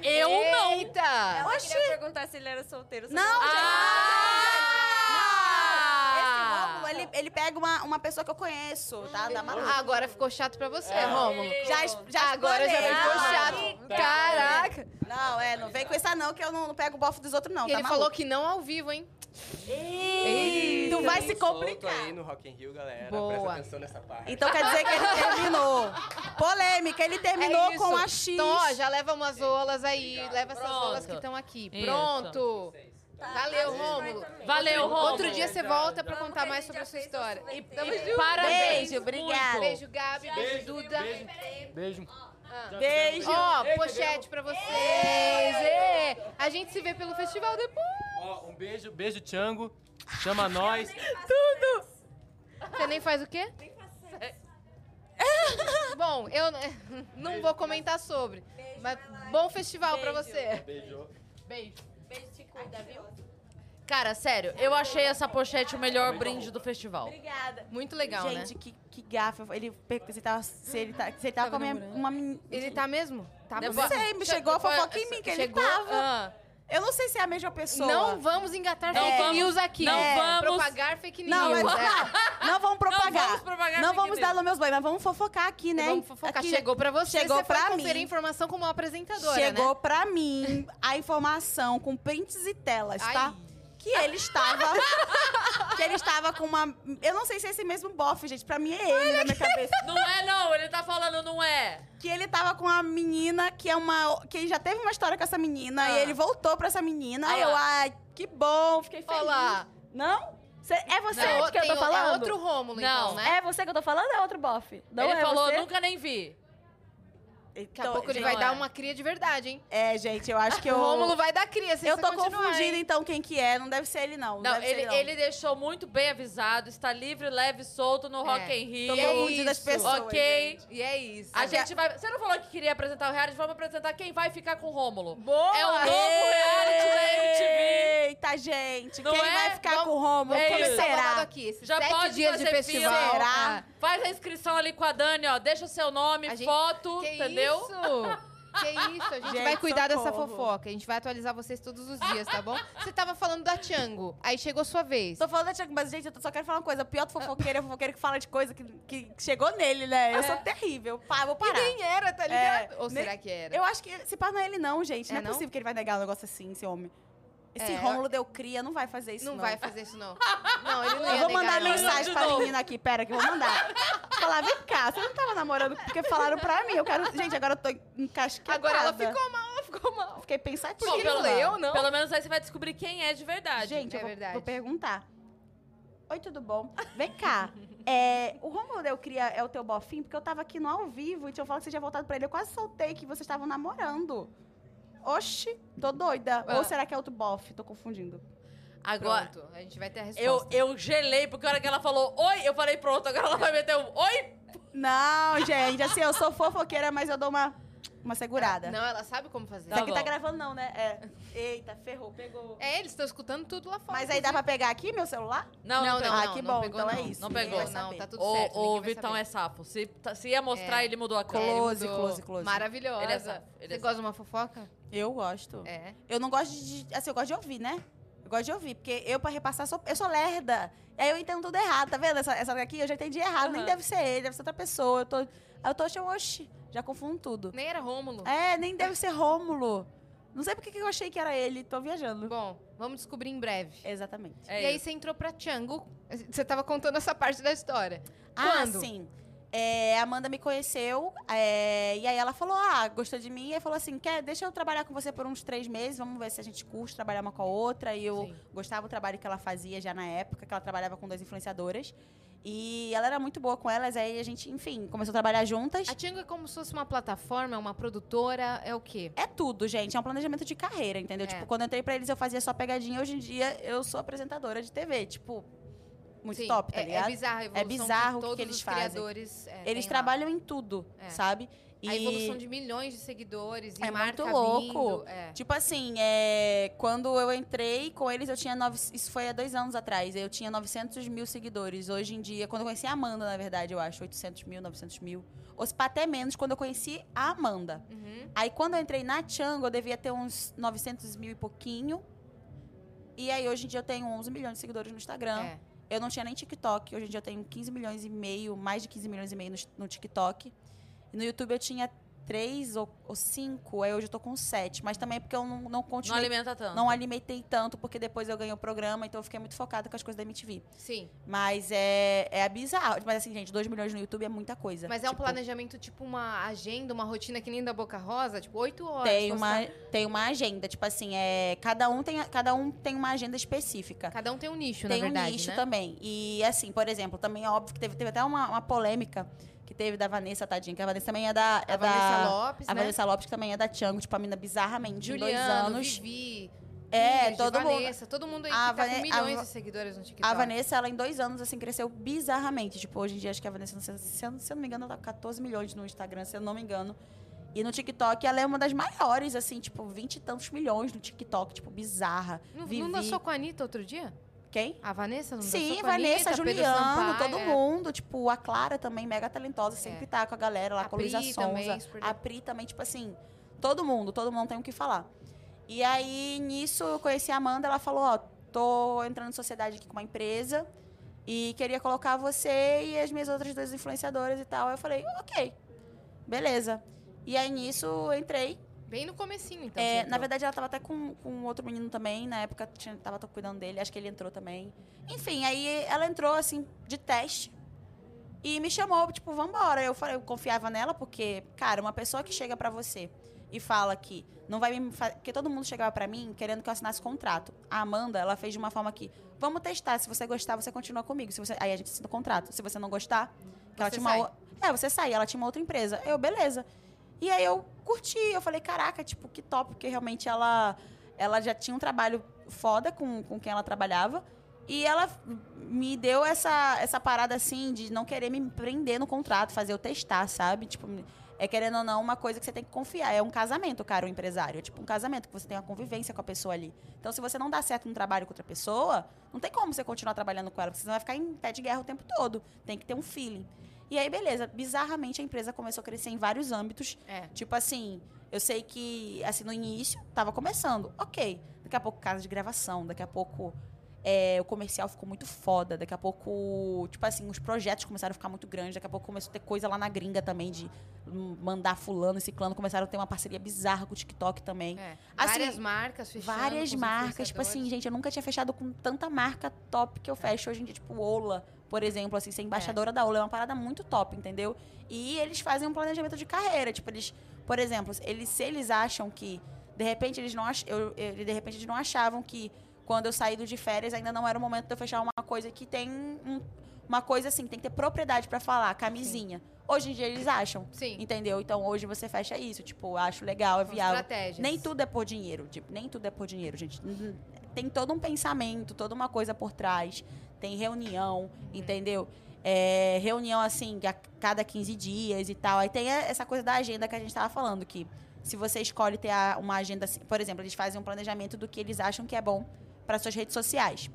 Eu não!
Eita!
Ela queria perguntar se ele era solteiro. só
Não, é
que-
Ah!
Esse
Ah!
Rômulo, ele, ele pega uma, uma pessoa que eu conheço, tá? Da Malu.
Ah, Agora ficou chato pra você, Rômulo.
Já, es- já
Ah, Agora já
escolheu.
ficou
Ah,
chato. Caraca!
Não, é, não vem com essa não, que eu não, não pego o bofo dos outros não,
E
tá
ele
maluco?
falou que não ao vivo, hein? Eita.
Tu vai se
um Solto
complicar.
aí no Rock in Rio, galera.
Boa.
Presta atenção nessa parte.
Então quer dizer que ele terminou. Polêmica, ele terminou
É isso.
com a X.
Então, ó, já leva umas olas aí, leva essas
Pronto.
olas que estão aqui.
Isso.
Pronto!
Tá.
Valeu, Rômulo.
Valeu, Rômulo!
Outro dia você volta pra contar mais
que
sobre
a
a
gente
sua
já
história.
fez nosso
E
roteiro.
tamo junto.
Parabéns!
Beijo, obrigada.
muito.
Beijo, Gabi. Beijo,
Beijo,
Duda.
beijo. Beijo.
Beijo.
Ó, pochete pra vocês. Ê, A gente se vê pelo festival depois.
Ó, um beijo, beijo, Tiango. Chama nós.
Você nem faz o quê? Bom, eu né, não vou comentar sobre. Mas bom festival pra você.
Beijo.
Beijo.
Cara, sério, eu achei essa pochete o melhor brinde do festival.
Obrigada.
Muito legal, né?
Gente, que, que gafa. Ele perguntou se tava, se ele tá, se ele tava com a minha- uma... men-
Ele tá mesmo? Tá
Não
bom.
sei, me chegou a
foi-
fofoca em mim que ele
é, chegou-
tava.
Ah.
Eu não sei se é a mesma pessoa.
Não vamos engatar fake
vamos-
news aqui.
não
É,
vamos-
propagar fake news.
Não, mas
é.
não, não vamos propagar.
Não vamos propagar
Não
fake
vamos dar
news.
nos meus bois, mas vamos fofocar aqui, né?
Vamos fofocar.
Aqui-
chegou pra você,
chegou
você
pra
foi
mim.
conferir a informação como apresentadora,
Chegou
né?
pra mim a informação com prints e telas,
Ai.
tá? Que ele estava. que ele estava com uma. Eu não sei se é esse mesmo bofe, gente. Pra mim é ele na minha cabeça.
Não é, não, ele tá falando não é.
Que ele tava com uma menina que é uma. Que já teve uma história com essa menina
Ah.
e ele voltou pra essa menina.
Ah
e eu,
lá.
ai, que bom, fiquei feliz.
Olha lá.
Não? Cê- é você
Não,
que eu
tem
tô
o-
falando?
É outro Rômulo, então,
Não.
né?
É você que eu tô falando ou é outro bofe? Não
ele
é
falou,
você?
nunca nem vi.
Daqui a pouco ele
gente,
vai
não
dar
é.
uma cria de verdade, hein?
Então, É, gente, eu acho que eu.
O Rômulo vai dar cria, se
Eu
você
tô
continuar,
confundindo,
hein?
então, quem que é. Não deve ser ele, não.
Não,
deve ser
ele, ele deixou muito bem avisado, está livre, leve e solto no Rock
É.
in Rio.
Tô
E é
confundindo as
isso,
pessoas.
ok.
gente.
E é isso.
A gente vai. Você não falou que queria apresentar o reality? Vamos apresentar quem vai ficar com o Rômulo.
Boa!
É o novo reality da MTV.
Eita, gente.
Não
quem
é?
vai ficar
Vamos-
com o Romulo?
é
Como
isso.
Será?
será?
Aqui, esses
Já
sete
pode
dias de
fazer
festival.
fila. né?
Será?
Faz a inscrição ali com a Dani, ó. Deixa o seu nome,
A gente-
foto,
Que
entendeu?
isso? Que isso, a gente,
Gente,
vai cuidar dessa
socorro.
fofoca. A gente vai atualizar vocês todos os dias, tá bom? Você tava falando da Tiango, aí chegou sua vez.
Tô falando da Tiago, mas, gente, eu só quero falar uma coisa. O pior do fofoqueiro é o fofoqueiro que fala de coisa que, que chegou nele, né? Eu sou
É.
terrível. Pá, ah, vou parar.
era, tá
ligado?
Ou
nem-
será que era?
Eu acho que se pá, não é ele, não, gente.
É,
Não é
não?
possível que ele vai negar um negócio assim, esse homem. Esse
É,
Rômulo deu cria, não vai fazer isso,
não,
não.
vai fazer isso, não. Não, ele não ia
Eu vou
negar,
mandar
não.
De
mensagem pra
novo.
menina aqui, pera, que eu vou mandar. Falar, vem cá, você não tava namorando porque falaram pra mim. Eu quero. Gente, agora eu tô encasquetada.
Agora ela ficou mal, ela ficou mal.
fiquei pensativa.
Por que não leu, não?
Pelo menos aí você vai descobrir quem é de verdade.
Gente,
É
eu vou,
verdade.
vou perguntar. Oi, tudo bom? Vem cá. É, o Romulo eu cria é o teu bofinho, porque eu tava aqui no ao vivo e tinha falado que você tinha voltado pra ele. Eu quase soltei que vocês estavam namorando. Oxi, tô doida.
Ah.
Ou será que é outro bofe? Tô confundindo.
agora.
Pronto, a gente vai ter a
Eu,
resposta.
eu gelei, porque a hora que ela falou oi, eu falei pronto, agora ela vai meter um oi.
Não, gente, assim, eu sou fofoqueira, mas eu dou uma, uma segurada.
Não, ela sabe como fazer.
Tá
Isso aqui tá
bom.
gravando, não, né? É. Eita, ferrou, pegou.
É, eles estão escutando tudo lá fora.
Mas aí dá pra pegar aqui meu celular?
Não, não,
não.
pegou.
Ah, que bom,
pegou,
então é
não.
isso.
Não
Ninguém
pegou,
vai
não,
saber.
tá tudo
O-
certo.
o
ninguém vai
Vitão
saber.
é safo. Se, tá- se ia mostrar,
É.
ele mudou a
É, ele
cara.
Close,
mudou.
close, close.
Maravilhosa.
Ele é safo, ele é
Você
safo.
gosta de uma fofoca?
Eu gosto.
É.
Eu não gosto de. Assim, eu gosto de ouvir, né? Eu gosto de ouvir, porque eu, pra repassar, sou, eu sou lerda. E aí eu entendo tudo errado, tá vendo? Essa, essa daqui eu já entendi errado. Nem
Aham.
deve ser ele, deve ser outra pessoa. Eu tô. Aí eu tô achando, oxi, já confundo tudo.
Nem era Rômulo.
É, nem deve ser Rômulo. Não sei por que que eu achei que era ele, tô viajando.
Bom, vamos descobrir em breve.
Exatamente.
É
e aí
isso.
você entrou pra Tchango. Você tava contando essa parte da história. Quando?
Ah, sim. É, a Amanda me conheceu, é, e aí ela falou, ah, gostou de mim, e aí falou assim, quer, deixa eu trabalhar com você por uns três meses, vamos ver se a gente curte trabalhar uma com a outra, e eu
Sim.
gostava do trabalho que ela fazia já na época, que ela trabalhava com duas influenciadoras, e ela era muito boa com elas, aí a gente, enfim, começou a trabalhar juntas.
A Tchango é como se fosse uma plataforma, é uma produtora, é o quê?
É tudo, gente. É um planejamento de carreira, entendeu?
É.
Tipo, quando eu entrei pra eles, eu fazia só pegadinha. Hoje em dia, eu sou apresentadora de TV. Tipo, muito
Sim,
top, tá
é,
ligado?
É bizarro a evolução
bizarro
que
o que
todos
que eles
os
fazem.
criadores é,
eles
têm lá.
trabalham em tudo,
É.
sabe?
A
E-
evolução de milhões de seguidores e
É
marca
muito louco.
vindo, é.
Tipo assim, é, quando eu entrei com eles, eu tinha. Nove, isso foi há dois anos atrás. Eu tinha 900 mil seguidores. Hoje em dia, quando eu conheci a Amanda, na verdade, eu acho, 800 mil, 900 mil. Ou se pá, até menos, quando eu conheci a Amanda.
Uhum.
Aí, quando eu entrei na Chango, eu devia ter uns 900 mil e pouquinho. E aí, hoje em dia, eu tenho 11 milhões de seguidores no Instagram.
É.
Eu não tinha nem TikTok. Hoje em dia eu tenho 15 milhões e meio, mais de 15 milhões e meio no, no TikTok. E no YouTube eu tinha 3 ou, ou 5, aí hoje eu tô com 7. Mas também é porque eu não, não
Não
continuei.
alimenta tanto.
Não alimentei tanto, porque depois eu ganhei o programa, então eu fiquei muito focada com as coisas da MTV.
Sim.
Mas é, é bizarro. Mas assim, gente, 2 milhões no YouTube é muita coisa.
Mas é um
Tipo,
planejamento, tipo uma agenda, uma rotina que nem da Boca Rosa, tipo, oito horas.
Tem
postar-
uma, tem uma agenda, tipo assim, é, cada, um tem, a- cada um tem uma agenda específica.
Cada um tem um nicho,
tem
na verdade.
um nicho
né?
também. E assim, por exemplo, também é óbvio que teve, teve até uma, uma polêmica que teve da Vanessa, tadinha, que a Vanessa também é da. É
A
da
Vanessa Lopes,
a
né?
Vanessa Lopes, que também é da Tiango, tipo, a mina bizarramente, em dois
Juliano,
anos.
Vivi,
É,
Ingrid,
todo mundo-
Vanessa, todo mundo aí que
A
tá
Vane-
com
a
milhões
Va-
de seguidores no TikTok.
A Vanessa, ela em dois anos, assim, cresceu bizarramente. Tipo, hoje em dia, acho que a Vanessa, se eu- se eu, se eu não me engano, ela tá com 14 milhões no Instagram, se eu não me engano. E no TikTok, ela é uma das maiores, assim, tipo, 20 e tantos milhões no TikTok, tipo, bizarra.
Não,
Vivi.
não dançou com a Anitta outro dia?
Quem?
A Vanessa não dançou
Sim,
com a
Vanessa,
Anitta, Pedro
Juliano,
Sampaio,
todo
é.
mundo. Tipo, a Clara também, mega talentosa, sempre
É.
tá com a galera lá,
A
com a Luísa
Pri
Sonza.
também, super
a Pri também, tipo assim, todo mundo, todo mundo tem o que falar. E aí, nisso, eu conheci a Amanda, ela falou, ó, tô entrando em sociedade aqui com uma empresa e queria colocar você e as minhas outras duas influenciadoras e tal. Aí eu falei, ok, beleza. E aí, nisso, eu entrei.
Bem no comecinho, então.
É,
você
na
entrou.
verdade, ela tava até com, com outro menino também. Na época, tinha, tava tô cuidando dele. Acho que ele entrou também. Enfim, aí ela entrou, assim, de teste. E me chamou, tipo, vambora. Eu, falei, eu confiava nela, porque, cara, uma pessoa que chega pra você e fala que não vai me... fa- Porque todo mundo chegava pra mim querendo que eu assinasse contrato. A Amanda, ela fez de uma forma que... Vamos testar. Se você gostar, você continua comigo. Se você... Aí a gente assina o contrato. Se você não gostar... que ela
Você
tinha uma
sai.
o- É, você sai. Ela tinha uma outra empresa. Eu, beleza. E aí eu curti. Eu falei, caraca, tipo, que top. Porque realmente ela, ela já tinha um trabalho foda com, com quem ela trabalhava. E ela me deu essa, essa parada, assim, de não querer me prender no contrato. Fazer eu testar, sabe? Tipo... É querendo ou não uma coisa que você tem que confiar. É um casamento, cara, o empresário. É tipo um casamento que você tem uma convivência com a pessoa ali. Então, se você não dá certo no trabalho com outra pessoa, não tem como você continuar trabalhando com ela, porque senão vai ficar em pé de guerra o tempo todo. Tem que ter um feeling. E aí, beleza. Bizarramente, a empresa começou a crescer em vários âmbitos.
É.
Tipo assim, eu sei que, assim, no início, tava começando. Ok. Daqui a pouco, casa de gravação. Daqui a pouco, é, o comercial ficou muito foda. Daqui a pouco, tipo assim, os projetos começaram a ficar muito grandes. Daqui a pouco começou a ter coisa lá na gringa também de hum, mandar fulano e ciclano. Começaram a ter uma parceria bizarra com o TikTok também.
É,
Assim,
várias marcas fechando.
Várias
com os
marcas. Tipo assim,
influenciadores.
gente, eu nunca tinha fechado com tanta marca top que eu fecho hoje em dia. Tipo, Ola, por exemplo, assim, ser embaixadora da Ola é uma parada muito top, entendeu? E eles fazem um planejamento de carreira. Tipo, eles, por exemplo, eles, se eles acham que De repente eles não ach... eu, eu- de repente eles não achavam que quando eu saí do de férias ainda não era o momento de eu fechar uma coisa que tem um- uma coisa assim, tem que ter propriedade pra falar, camisinha. Hoje em dia eles acham.
Sim.
Entendeu? Então hoje você fecha isso, tipo, acho legal, é
São
viável.
estratégias.
Nem tudo é por dinheiro, tipo, nem tudo é por dinheiro, gente. Uhum. Tem todo um pensamento, toda uma coisa por trás. Tem reunião, entendeu? É, reunião, assim, a cada 15 dias e tal. Aí tem a- essa coisa da agenda que a gente tava falando, que se você escolhe ter a- uma agenda, assim, por exemplo, eles fazem um planejamento do que eles acham que é bom para suas redes sociais.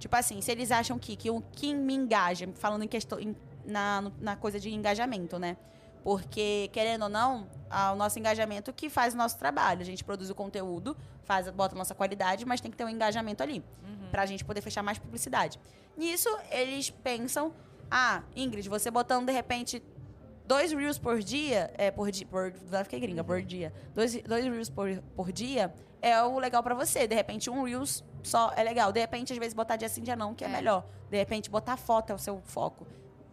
Tipo assim, se eles acham que, que o que me engaja, falando em questão, em- na, no- na coisa de engajamento, né? Porque, querendo ou não, ah, o nosso engajamento que faz o nosso trabalho. A gente produz o conteúdo, faz, bota a nossa qualidade, mas tem que ter um engajamento ali. Pra gente poder fechar mais publicidade. Nisso, eles pensam, ah, Ingrid, você botando de repente dois reels por dia, é, por dia, por, lá fiquei gringa, por dia. Dois, dois reels por, por dia é o legal pra você. De repente, um reels só é legal. De repente, às vezes, botar dia sim, dia não, que é,
É.
melhor. De repente, botar foto é o seu foco.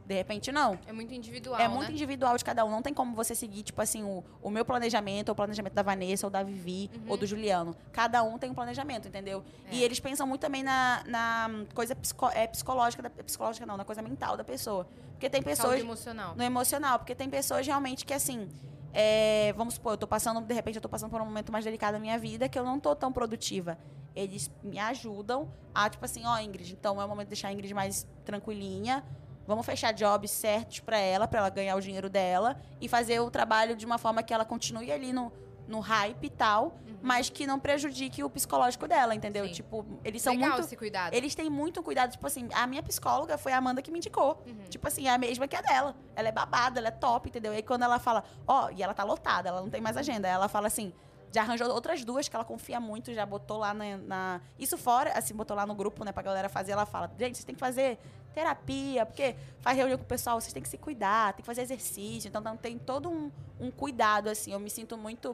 De repente, não.
É muito individual,
É muito
né?
individual de cada um. Não tem como você seguir, tipo assim, o, o meu planejamento, ou o planejamento da Vanessa, ou da Vivi,
Uhum.
ou do Juliano. Cada um tem um planejamento, entendeu?
É.
E eles pensam muito também na, na coisa psico- é, psicológica, da, psicológica não, na coisa mental da pessoa. Porque tem
Saúde
pessoas
emocional.
no emocional, porque tem pessoas realmente que assim, é, vamos supor, eu tô passando, de repente eu tô passando por um momento mais delicado na minha vida que eu não tô tão produtiva. Eles me ajudam a, tipo assim, ó, Ingrid, então é o momento de deixar a Ingrid mais tranquilinha. Vamos fechar jobs certos pra ela, pra ela ganhar o dinheiro dela e fazer o trabalho de uma forma que ela continue ali no, no hype e tal, mas que não prejudique o psicológico dela, entendeu?
Uhum. Sim.
Tipo, eles são
Legal
muito
esse cuidado.
eles têm muito cuidado. Tipo assim, a minha psicóloga foi a Amanda que me indicou. Tipo assim, é a mesma que a dela. Ela é babada, ela é top, entendeu? E aí quando ela fala, ó, e ela tá lotada, ela não tem mais agenda. Ela fala assim, já arranjou outras duas que ela confia muito, já botou lá na. na- Isso fora, assim, botou lá no grupo, né, pra galera fazer. Ela fala, gente, vocês têm que fazer terapia, porque faz reunião com o pessoal, vocês têm que se cuidar, tem que fazer exercício. Então, então tem todo um, um cuidado, assim. Eu me sinto muito.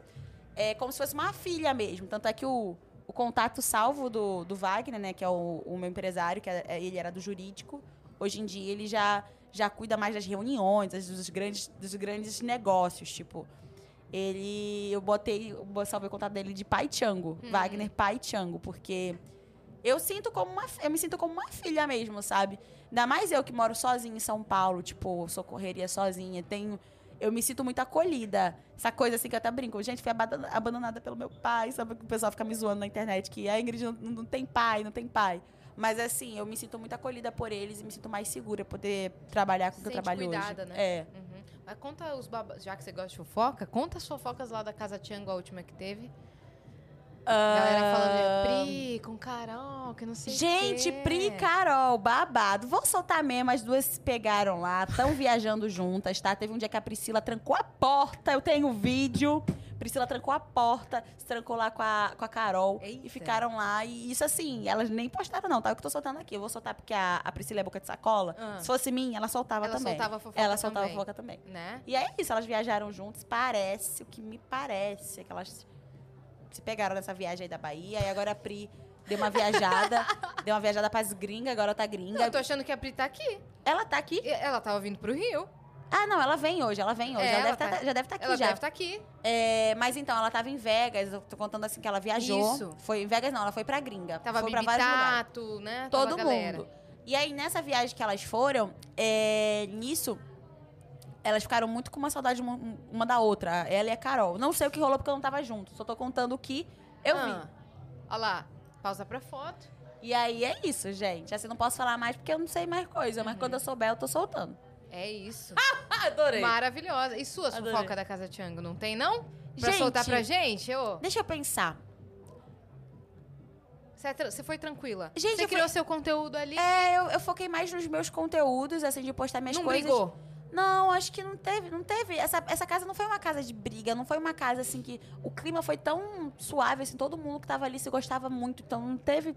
É como se fosse uma filha mesmo. Tanto é que o, o contato salvo do, do Wagner, né, que é o, o meu empresário, que é- é- ele era do jurídico, hoje em dia ele já, já cuida mais das reuniões, das- dos grandes, dos grandes negócios, tipo. Ele. Eu botei. Eu salvei o contato dele de Pai Tchango.
Uhum.
Wagner Pai Tchango, porque eu sinto como uma. Eu me sinto como uma filha mesmo, sabe? Ainda mais eu que moro sozinha em São Paulo, tipo, sou correria sozinha, tenho. Eu me sinto muito acolhida. Essa coisa assim que eu até brinco. Gente, fui abandona- abandonada pelo meu pai. Sabe que o pessoal fica me zoando na internet que a Ingrid não, não tem pai, não tem pai. Mas assim, eu me sinto muito acolhida por eles e me sinto mais segura poder trabalhar com o que eu
Sente
trabalho
cuidada,
hoje.
né?
É.
Uhum. Mas conta os babas, já que você gosta de fofoca, conta as fofocas lá da Casa Tiango, a última que teve. Galera falando de Pri, com Carol, que não sei o
Ah, Gente,
quê.
Pri e Carol, babado. Vou soltar mesmo, as duas se pegaram lá, estão viajando juntas, tá? Teve um dia que a Priscila trancou a porta, eu tenho vídeo. Priscila trancou a porta, se trancou lá com a, com a Carol
Eita.
e ficaram lá. E isso assim, elas nem postaram, não, tá? Eu que tô soltando aqui. Eu vou soltar porque a, a Priscila é boca de sacola.
Ah.
Se fosse minha, ela soltava
Ela
também.
soltava fofoca
ela soltava
também.
fofoca também.
Né?
E é isso, elas viajaram juntas. Parece, o que me parece, é que elas se pegaram nessa viagem aí da Bahia. E agora a Pri deu uma viajada, deu uma viajada pras gringas, agora tá gringa.
Eu tô achando que a Pri tá aqui.
Ela tá aqui?
E Ela tava vindo pro Rio.
Ah, não, ela vem hoje, ela vem hoje.
É,
ela,
ela
deve tá,
tá-
já deve estar
ela
aqui já.
deve estar aqui.
É, mas então, ela tava em Vegas, eu tô contando assim que ela viajou.
Isso.
Foi em Vegas não, ela foi pra gringa.
Tava
foi pra vários lugares.
Bibitato, né? Tava
Todo
a galera.
mundo. E aí, nessa viagem que elas foram, é, nisso, elas ficaram muito com uma saudade uma, uma da outra, ela e a Carol. Não sei o que rolou porque eu não tava junto, só tô contando o que eu
Ah, Olha lá, pausa pra foto.
vi. E aí é isso, gente. Assim, não posso falar mais porque eu não sei mais coisa,
Uhum.
mas quando eu souber, eu tô soltando.
É isso.
Ah,
Adorei.
Maravilhosa. E sua
Adorei.
fofoca da Casa Tiango, não tem, não? Pra
Gente.
soltar pra gente? Ô,
Deixa eu pensar.
você é tra- você foi tranquila.
Gente,
você
eu
criou seu conteúdo ali.
É, eu, eu foquei mais nos meus conteúdos, assim, de postar minhas
não
coisas.
brigou.
Não, acho que não teve, não teve. Essa, essa casa não foi uma casa de briga, não foi uma casa assim que o clima foi tão suave assim, todo mundo que tava ali se gostava muito, então não teve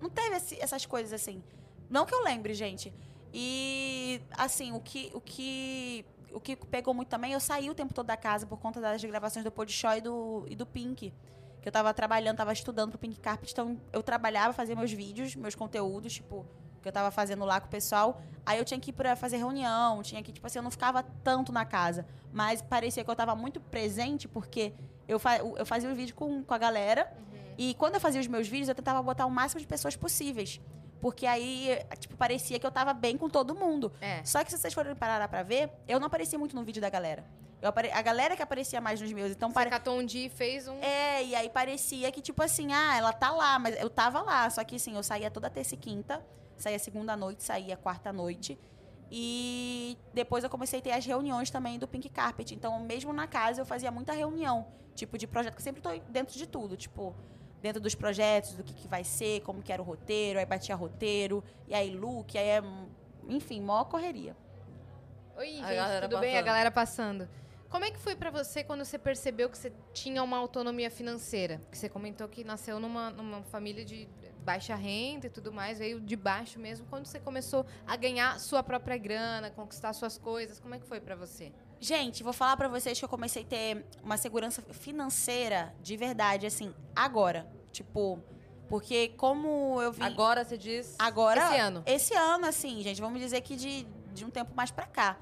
não teve esse- essas coisas assim. Não que eu lembre, gente. E assim, o que o que o que pegou muito também, eu saí o tempo todo da casa por conta das gravações do Podshó e do e do Pink. Que eu tava trabalhando, tava estudando pro Pink Carpet, então eu trabalhava, fazia meus vídeos, meus conteúdos, tipo, que eu tava fazendo lá com o pessoal. Aí eu tinha que ir pra fazer reunião, tinha que, tipo assim, eu não ficava tanto na casa. Mas parecia que eu tava muito presente porque Eu, fa- eu fazia um vídeo com, com a galera.
Uhum.
E quando eu fazia os meus vídeos, eu tentava botar o máximo de pessoas possíveis. Porque aí, tipo, parecia que eu tava bem com todo mundo.
É.
Só que se vocês forem parar pra ver, eu não aparecia muito no vídeo da galera. Eu apare- A galera que aparecia mais nos meus. Então,
Você
pare...
catou um dia e fez um...
É, e aí parecia que, tipo assim, ah, ela tá lá, mas eu tava lá. Só que, assim, eu saía toda terça e quinta, saía segunda à noite, saía quarta à noite. E depois eu comecei a ter as reuniões também do Pink Carpet. Então, mesmo na casa, eu fazia muita reunião, tipo, de projeto, que eu sempre tô dentro de tudo, tipo. Dentro dos projetos, do que, que vai ser, como que era o roteiro, aí batia roteiro, e aí look, aí é. Enfim, mó correria.
Oi, gente,
A galera
tudo bem? A
passando.
galera passando. Como é que foi pra você quando você percebeu que você tinha uma autonomia financeira? Que você comentou que nasceu numa, numa família de baixa renda e tudo mais, veio de baixo mesmo. Quando você começou a ganhar sua própria grana, conquistar suas coisas, como é que foi pra você?
Gente, vou falar pra vocês que eu comecei a ter uma segurança financeira de verdade, assim, agora. Tipo, porque como eu vim.
Agora você diz.
Agora-
Esse ano.
Esse ano, assim, gente, vamos dizer que de, de um tempo mais pra cá.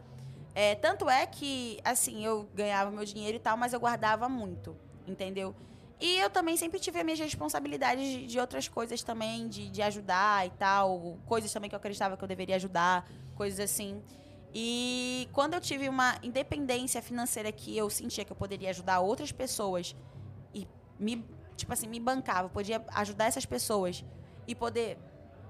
É, tanto é que, assim, eu ganhava meu dinheiro e tal, mas eu guardava muito, entendeu? E eu também sempre tive as minhas responsabilidades de, de outras coisas também, de, de ajudar e tal, coisas também que eu acreditava que eu deveria ajudar, coisas assim. E quando eu tive uma independência financeira que eu sentia que eu poderia ajudar outras pessoas e me, tipo assim, me bancava, eu podia ajudar essas pessoas e poder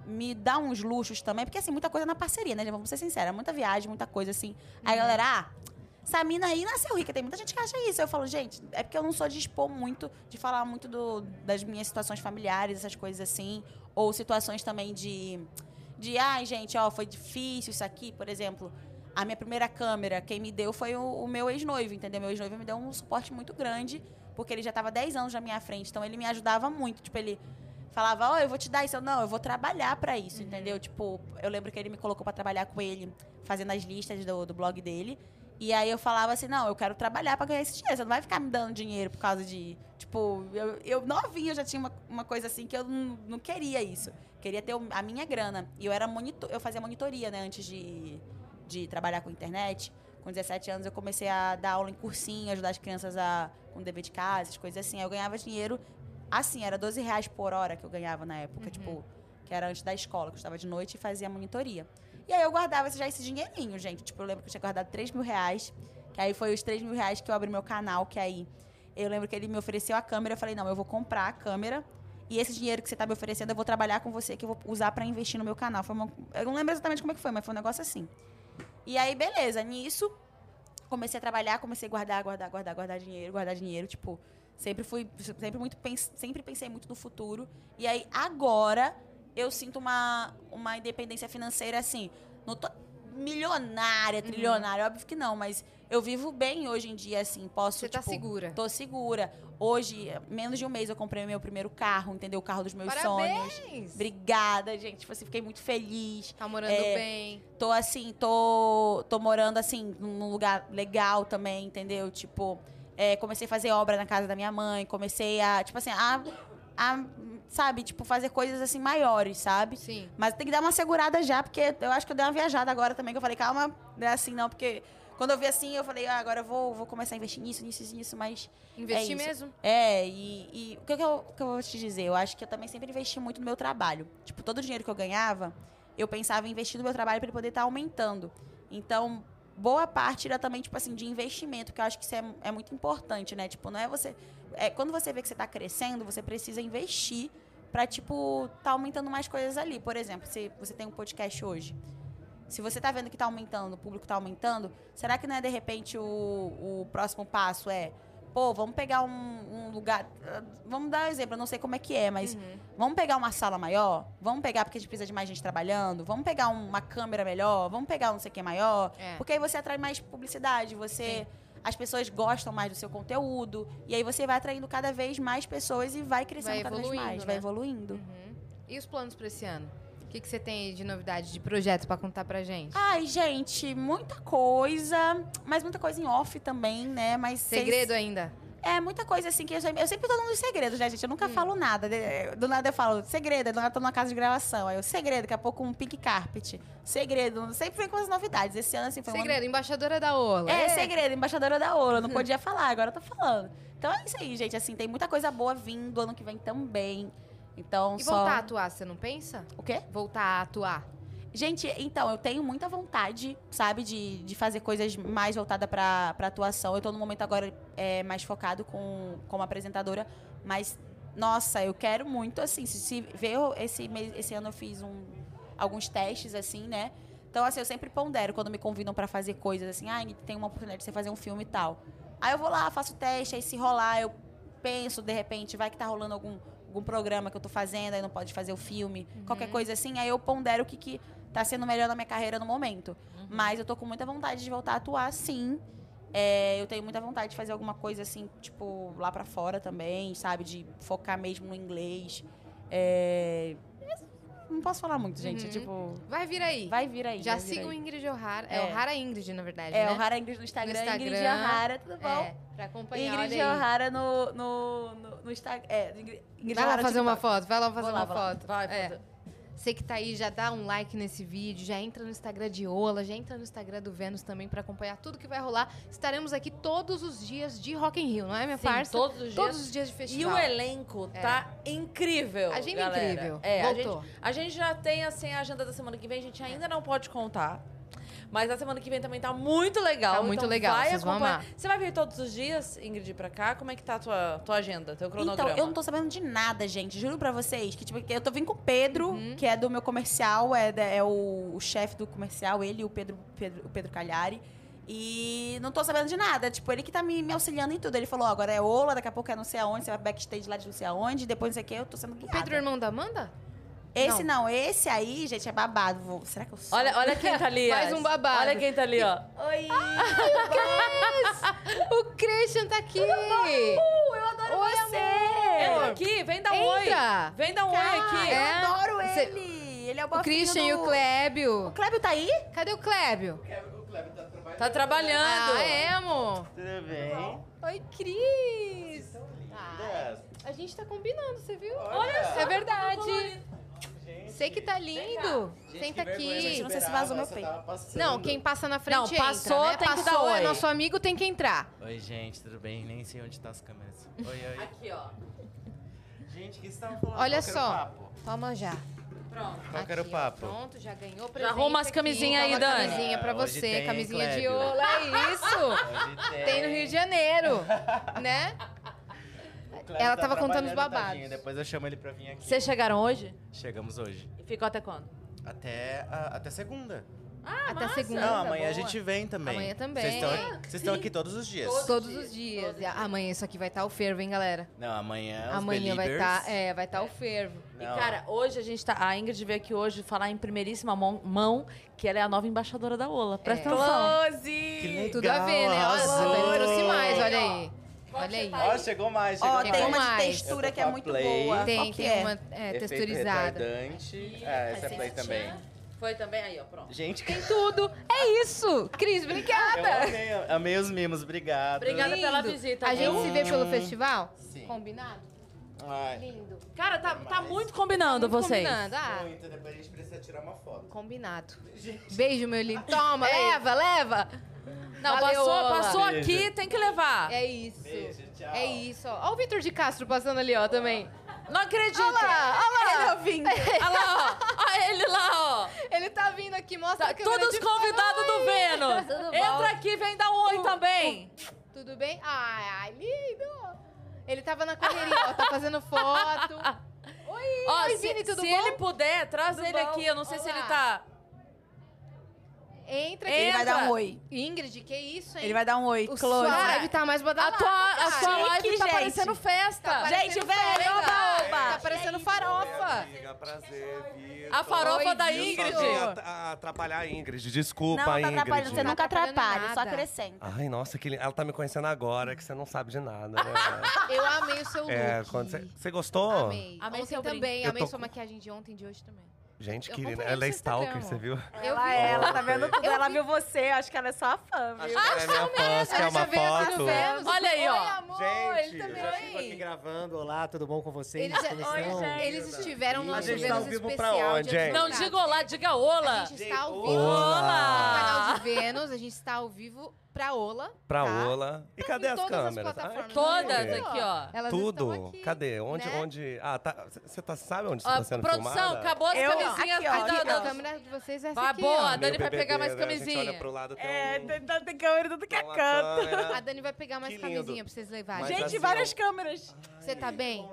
me dar uns luxos também, porque assim, muita coisa na parceria, né? gente? Vamos ser sinceros, muita viagem, muita coisa assim. Aí a galera, ah, essa mina aí nasceu rica, tem muita gente que acha isso. Eu falo, gente, é porque eu não sou de expor muito, de falar muito do- das minhas situações familiares, essas coisas assim, ou situações também de de, ai, gente, ó, foi difícil isso aqui, por exemplo. A minha primeira câmera, quem me deu foi o, o meu ex-noivo, entendeu? Meu ex-noivo me deu um suporte muito grande, porque ele já estava 10 anos na minha frente, então ele me ajudava muito. Tipo, ele falava, ó, eu vou te dar isso. Eu, não, eu vou trabalhar para isso, entendeu? Tipo, eu lembro que ele me colocou para trabalhar com ele, fazendo as listas do, do blog dele. E aí eu falava assim, não, eu quero trabalhar para ganhar esse dinheiro. Você não vai ficar me dando dinheiro por causa de... Tipo, eu, eu novinha, eu já tinha uma, uma coisa assim que eu não, não queria isso. Queria ter o- a minha grana. E eu era monitor, eu fazia monitoria, né, antes de, de trabalhar com internet. Com 17 anos eu comecei a dar aula em cursinho, ajudar as crianças a, com dever de casa, essas coisas assim. Aí eu ganhava dinheiro, assim, era 12 reais por hora que eu ganhava na época, tipo, que era antes da escola, que eu estava de noite e fazia monitoria. E aí eu guardava esse- já esse dinheirinho, gente. Tipo, eu lembro que eu tinha guardado 3 mil reais. Que aí foi os 3 mil reais que eu abri meu canal, que aí. Eu lembro que ele me ofereceu a câmera, eu falei, não, eu vou comprar a câmera. E esse dinheiro que você tá me oferecendo, eu vou trabalhar com você, que eu vou usar pra investir no meu canal. Foi uma- eu não lembro exatamente como é que foi, mas foi um negócio assim. E aí, beleza, nisso, comecei a trabalhar, comecei a guardar, guardar, guardar, guardar dinheiro, guardar dinheiro, tipo, sempre fui, sempre muito, pens- sempre pensei muito no futuro. E aí, agora, eu sinto uma, uma independência financeira, assim, não tô
Uhum.
milionária, trilionária, óbvio que não, mas eu vivo bem hoje em dia, assim, posso,
Você tá
tipo,
segura.
Tô segura. Hoje, menos de um mês, eu comprei meu primeiro carro, entendeu? O carro dos meus
Parabéns!
sonhos. Obrigada, gente. Tipo assim, fiquei muito feliz.
Tá morando
É.
bem.
Tô assim, tô, tô morando assim, num lugar legal também, entendeu? Tipo, é, comecei a fazer obra na casa da minha mãe, comecei a, tipo assim, a, a, sabe, tipo, fazer coisas assim maiores, sabe?
Sim.
Mas tem que dar uma segurada já, porque eu acho que eu dei uma viajada agora também, que eu falei, calma, não é assim não, porque quando eu vi assim, eu falei, ah, agora eu vou, vou começar a investir nisso, nisso, nisso, mas
Investir
isso.
mesmo?
é, e, e o que, que, eu, o que eu vou te dizer? Eu acho que eu também sempre investi muito no meu trabalho. Tipo, todo o dinheiro que eu ganhava, eu pensava em investir no meu trabalho para ele poder estar aumentando. Então, boa parte era também, tipo assim, de investimento, que eu acho que isso é, é muito importante, né? Tipo, não é você. É, quando você vê que você tá crescendo, você precisa investir para tipo, tá aumentando mais coisas ali. Por exemplo, se você tem um podcast hoje. Se você tá vendo que tá aumentando, o público tá aumentando, será que não é de repente o, o próximo passo é, pô, vamos pegar um, um lugar. ah, Vamos dar um exemplo, eu não sei como é que é, mas
Uhum.
vamos pegar uma sala maior? Vamos pegar porque a gente precisa de mais gente trabalhando? Vamos pegar um, uma câmera melhor? Vamos pegar um não sei o que maior?
É.
Porque aí você atrai mais publicidade, você. As pessoas gostam mais do seu conteúdo. E aí você vai atraindo cada vez mais pessoas e vai crescendo
Vai
cada vez
evoluindo,
mais.
né?
Vai evoluindo.
Uhum. E os planos pra esse ano? O que, que você tem aí de novidade, de projeto pra contar pra gente?
Ai, gente, muita coisa. Mas muita coisa em off também, né? Mas vocês-
Segredo ainda?
É, muita coisa assim que eu, sempre- eu sempre tô dando os segredos, né, gente? Eu
Hum.
nunca falo nada. De- Do nada eu falo, segredo, aí do nada eu tô numa casa de gravação. Aí eu, segredo, daqui a pouco um pink carpet. Segredo, sempre vem com as novidades. Esse ano, assim, foi um ano-
Segredo, Hum. embaixadora da Ola.
É, segredo, embaixadora da Ola. Não podia falar, agora eu tô falando. Então é isso aí, gente. Assim, tem muita coisa boa vindo ano que vem também. Então,
E
só...
voltar a atuar, você não pensa?
O quê?
Voltar a atuar.
Gente, então, eu tenho muita vontade, sabe, de, de fazer coisas mais voltadas pra, pra atuação. Eu tô no momento agora é, mais focado com, como apresentadora, mas, nossa, eu quero muito, assim, se, se ver eu- esse mês, esse ano eu fiz um, alguns testes, assim, né? Então, assim, eu sempre pondero quando me convidam pra fazer coisas, assim, ah, tem uma oportunidade de você fazer um filme e tal. Aí eu vou lá, faço o teste, aí se rolar, eu penso, de repente, vai que tá rolando algum, algum programa que eu tô fazendo, aí não pode fazer o filme, qualquer coisa assim, aí eu pondero o que, que tá sendo melhor na minha carreira no momento. Mas eu tô com muita vontade de voltar a atuar, sim. É, eu tenho muita vontade de fazer alguma coisa assim, tipo, lá pra fora também, sabe? De focar mesmo no inglês. É, Não posso falar muito, gente.
Uhum.
Tipo,
Vai vir aí.
vai vir aí.
Já
vai vir
sigam o
aí.
Ingrid O'Hara. É,
É.
O'Hara Ingrid, na verdade,
É,
né?
o Hara Ingrid no Instagram,
No Instagram.
Ingrid O'Hara, tudo bom?
É, pra acompanhar,
Ingrid
olha aí.
O'Hara no, no, no, no Instagram. É, Ingrid Ingrid tipo,
Vai lá
O'Hara no
fazer uma
TikTok.
foto, vai lá
Vou
fazer
lá,
uma
vou lá.
foto.
Vai,
É. Você que tá aí, já dá um like nesse vídeo, já entra no Instagram de Ola, já entra no Instagram do Vênus também pra acompanhar tudo que vai rolar. Estaremos aqui todos os dias de Rock in Rio, não é, minha
Sim,
parça?
todos os dias.
Todos os dias de
E
festival.
o elenco tá incrível.
Agenda
galera.
incrível.
É, a
Voltou.
gente, a gente já tem assim a agenda da semana que vem, a gente ainda não pode contar. Mas a semana que vem também tá muito legal.
Tá muito
então
legal,
vai
vocês vão
acompanhar.
amar.
Você vai vir todos os dias, Ingrid, pra cá? Como é que tá a tua, tua agenda, teu
Então,
cronograma?
eu não tô sabendo de nada, gente. Juro pra vocês que, tipo, que eu tô vindo com o Pedro,
Uhum.
que é do meu comercial, é, da- é o, o chefe do comercial, ele e o Pedro, Pedro, o Pedro Calhari. E não tô sabendo de nada. Tipo, ele que tá me, me auxiliando em tudo. Ele falou, ó, agora é Ola, daqui a pouco é não sei aonde, você vai backstage lá de não sei aonde, depois não sei o quê, eu tô sendo
O
guiada.
Pedro, irmão da Amanda?
Esse não. esse aí, gente, é babado. Vou- será que eu sou?
Olha, olha quem tá ali.
Mais
ó.
um babado.
Olha quem tá ali, ó.
Oi!
O Christian tá aqui!
eu adoro
Oi,
você!
Entra aqui, vem dar um
É. Entra.
oi. Vem dar um oi
Ah,
aqui.
eu
É?
adoro
Cê-
ele! Ele é o
O
bofinho
Christian
do...
e o
O
Clébio.
Clébio tá aí?
Cadê o Clébio?
Tá trabalhando.
Ah, é, amor?
Tudo bem?
Oi, Cris! A gente tá combinando, você viu? Olha só! É verdade! Você que tá lindo! Senta aqui!
Gente, não sei se vazou meu peito.
Não, quem passa na frente
Não,
entra,
passou,
né?
tem que
passou,
dar
é
oi.
nosso amigo, tem que entrar.
Oi, gente, tudo bem? Nem sei onde tá as câmeras. Oi, oi.
Aqui, ó.
Gente, o que vocês estavam falando?
Olha
Qual que era
só.
o papo?
Toma já.
Pronto.
Qual que era
Aqui,
o
ó,
papo?
Pronto, já ganhou presente
arruma as
aqui.
camisinhas aí,
Toma
Dani.
Camisinha pra
É, hoje
você,
tem
camisinha de
Clébio.
ola, é isso!
Hoje
Tem no Rio de Janeiro, né?
O Cleber
Ela tava contando os
tá trabalhando,
babados.
tadinho, Depois eu chamo ele pra vir aqui.
Vocês chegaram hoje?
Chegamos hoje.
Ficou até quando?
Até, a- até segunda.
Até segunda. tá
Não, amanhã a
boa.
gente vem também.
Amanhã também. Ah,
Vocês estão aqui- Vocês estão aqui todos os dias.
Todos os dias. E Amanhã isso aqui vai estar o fervo, hein, galera?
Não, amanhã é os
Amanhã vai
Beliebers.
estar, é, vai estar o fervo.
E,
Não.
cara, hoje a gente tá. A Ingrid veio aqui hoje falar em primeiríssima mão, mão que ela é a nova embaixadora da Ola. Presta
É.
atenção.
Que
Close!
legal,
Tudo a ver, né? Olha,
arrasou.
ele trouxe mais, olha aí. Olha aí.
Ó, chegou mais, chegou
Ó,
mais.
tem uma de
mais?
textura
Eu tô
que é
com a
muito
Play.
boa.
Tem,
Qual que
tem
é?
uma é,
Efeito
texturizada.
retardante. Ah, essa é play também.
Foi também aí, ó, pronto.
Gente,
Tem tudo. É isso. Cris,
eu
obrigada.
amei, amei os mimos, obrigado.
Obrigada pela
Lindo.
visita.
A
viu?
gente se vê pelo festival?
É um Sim.
Combinado?
Ai,
Lindo.
Cara, tá, tá muito combinando
Muito
vocês.
Combinado. Ah,
muito, depois a gente precisa tirar uma foto.
combinado. Beijo, meu lindo. Toma, leva, leva.
Não,
Valeu,
passou,
Ola.
passou
Beijo.
aqui, tem que levar.
É isso.
Beijo, tchau.
É isso, ó. Ó o Vitor de Castro passando ali, ó, também. tá
Não acredito.
Olha lá, olha lá.
Ele ouvindo.
Olha lá, ó. Olha ele lá, ó.
Ele tá vindo aqui, mostra
Tá,
a câmera
todos os
de fora.
convidados do Vênus.
Tudo bom?
Entra aqui, vem dar um oi também.
Tudo bem? Ai, ai, lindo! Ele tava na correria, ó, tá fazendo foto. Oi,
Ó,
oi,
se,
Vini, tudo
se
bom?
ele puder, traz
Tudo
ele
bom?
aqui. Eu não sei se
Olá.
ele tá.
Entra aqui.
Ele vai dar um oi.
Ingrid, que isso, hein?
Ele vai dar um oi.
O sua
Close.
live tá mais
A
badalada,
tua, a
cara.
sua live tá
gente.
parecendo festa.
Tá
Gente,
parecendo
velho,
farofa.
oba, oba.
Tá parecendo farofa.
Amiga, prazer, Vitor.
a farofa
Oi,
da
viu,
Ingrid.
Fabiola?
atrapalhar a Ingrid,
Não,
desculpa,
tá atrapalhando. Você nunca
atrapalhando
atrapalha, só
nada.
acrescenta.
Ai, nossa, que li- ela tá me conhecendo agora, que você não sabe de nada, né?
Eu amei o seu look.
é, quando você... Você gostou?
Amei.
Amei
Amei ontem
seu brinco.
também,
Eu
amei
tô
sua
com-
maquiagem de ontem e de hoje também.
Gente,
Eu
querida,
acompanhei
ela é
no seu
stalker, você
Instagram,
viu?
Eu
Ela,
vi.
ela tá vendo tudo.
Eu
Ela
vi.
viu você, acho que ela é sua fã,
Acho
viu?
que ela é minha fã, quer
Ela já
uma
veio aqui no
foto?
Vênus,
Olha aí, ó.
Oi, amor, ele
Gente, eu
também.
já estive aqui gravando. Olá, tudo bom com vocês?
Eles, já-
Como
Oi,
estão?
gente.
eles estiveram no
A
nosso
gente tá
Vênus
ao vivo pra
especial.
onde,
Dia dos
hein?
Não,
Namorados.
diga olá, diga ola.
A gente está ao vivo no canal
Olá!
de Vênus, a gente está ao vivo pra Ola.
Pra
tá?
Ola. E
Tá
cadê
em
as
todas
câmeras? Ai,
tá
plataformas,
Todas
né?
aqui, ó.
Elas estão
Tudo?
aqui,
Cadê? Onde,
né?
onde? Ah, tá. Você tá, sabe onde
Ó,
está sendo
produção,
filmada?
acabou as
Eu-
camisinhas.
aqui, ó,
Aqui,
aqui,
A
Todas.
câmera de vocês é essa
Vai,
aqui,
boa,
ó.
a Dani
Meio
vai
BBB,
pegar mais
né? A gente
camisinha.
olha pro lado, tem
É,
um-
tem tanta câmera, tudo que
tem
é
uma
canto.
câmera.
A Dani vai pegar mais
Que lindo.
camisinha pra vocês levarem.
Mas
Gente,
assim,
várias
ó.
câmeras.
você tá bem?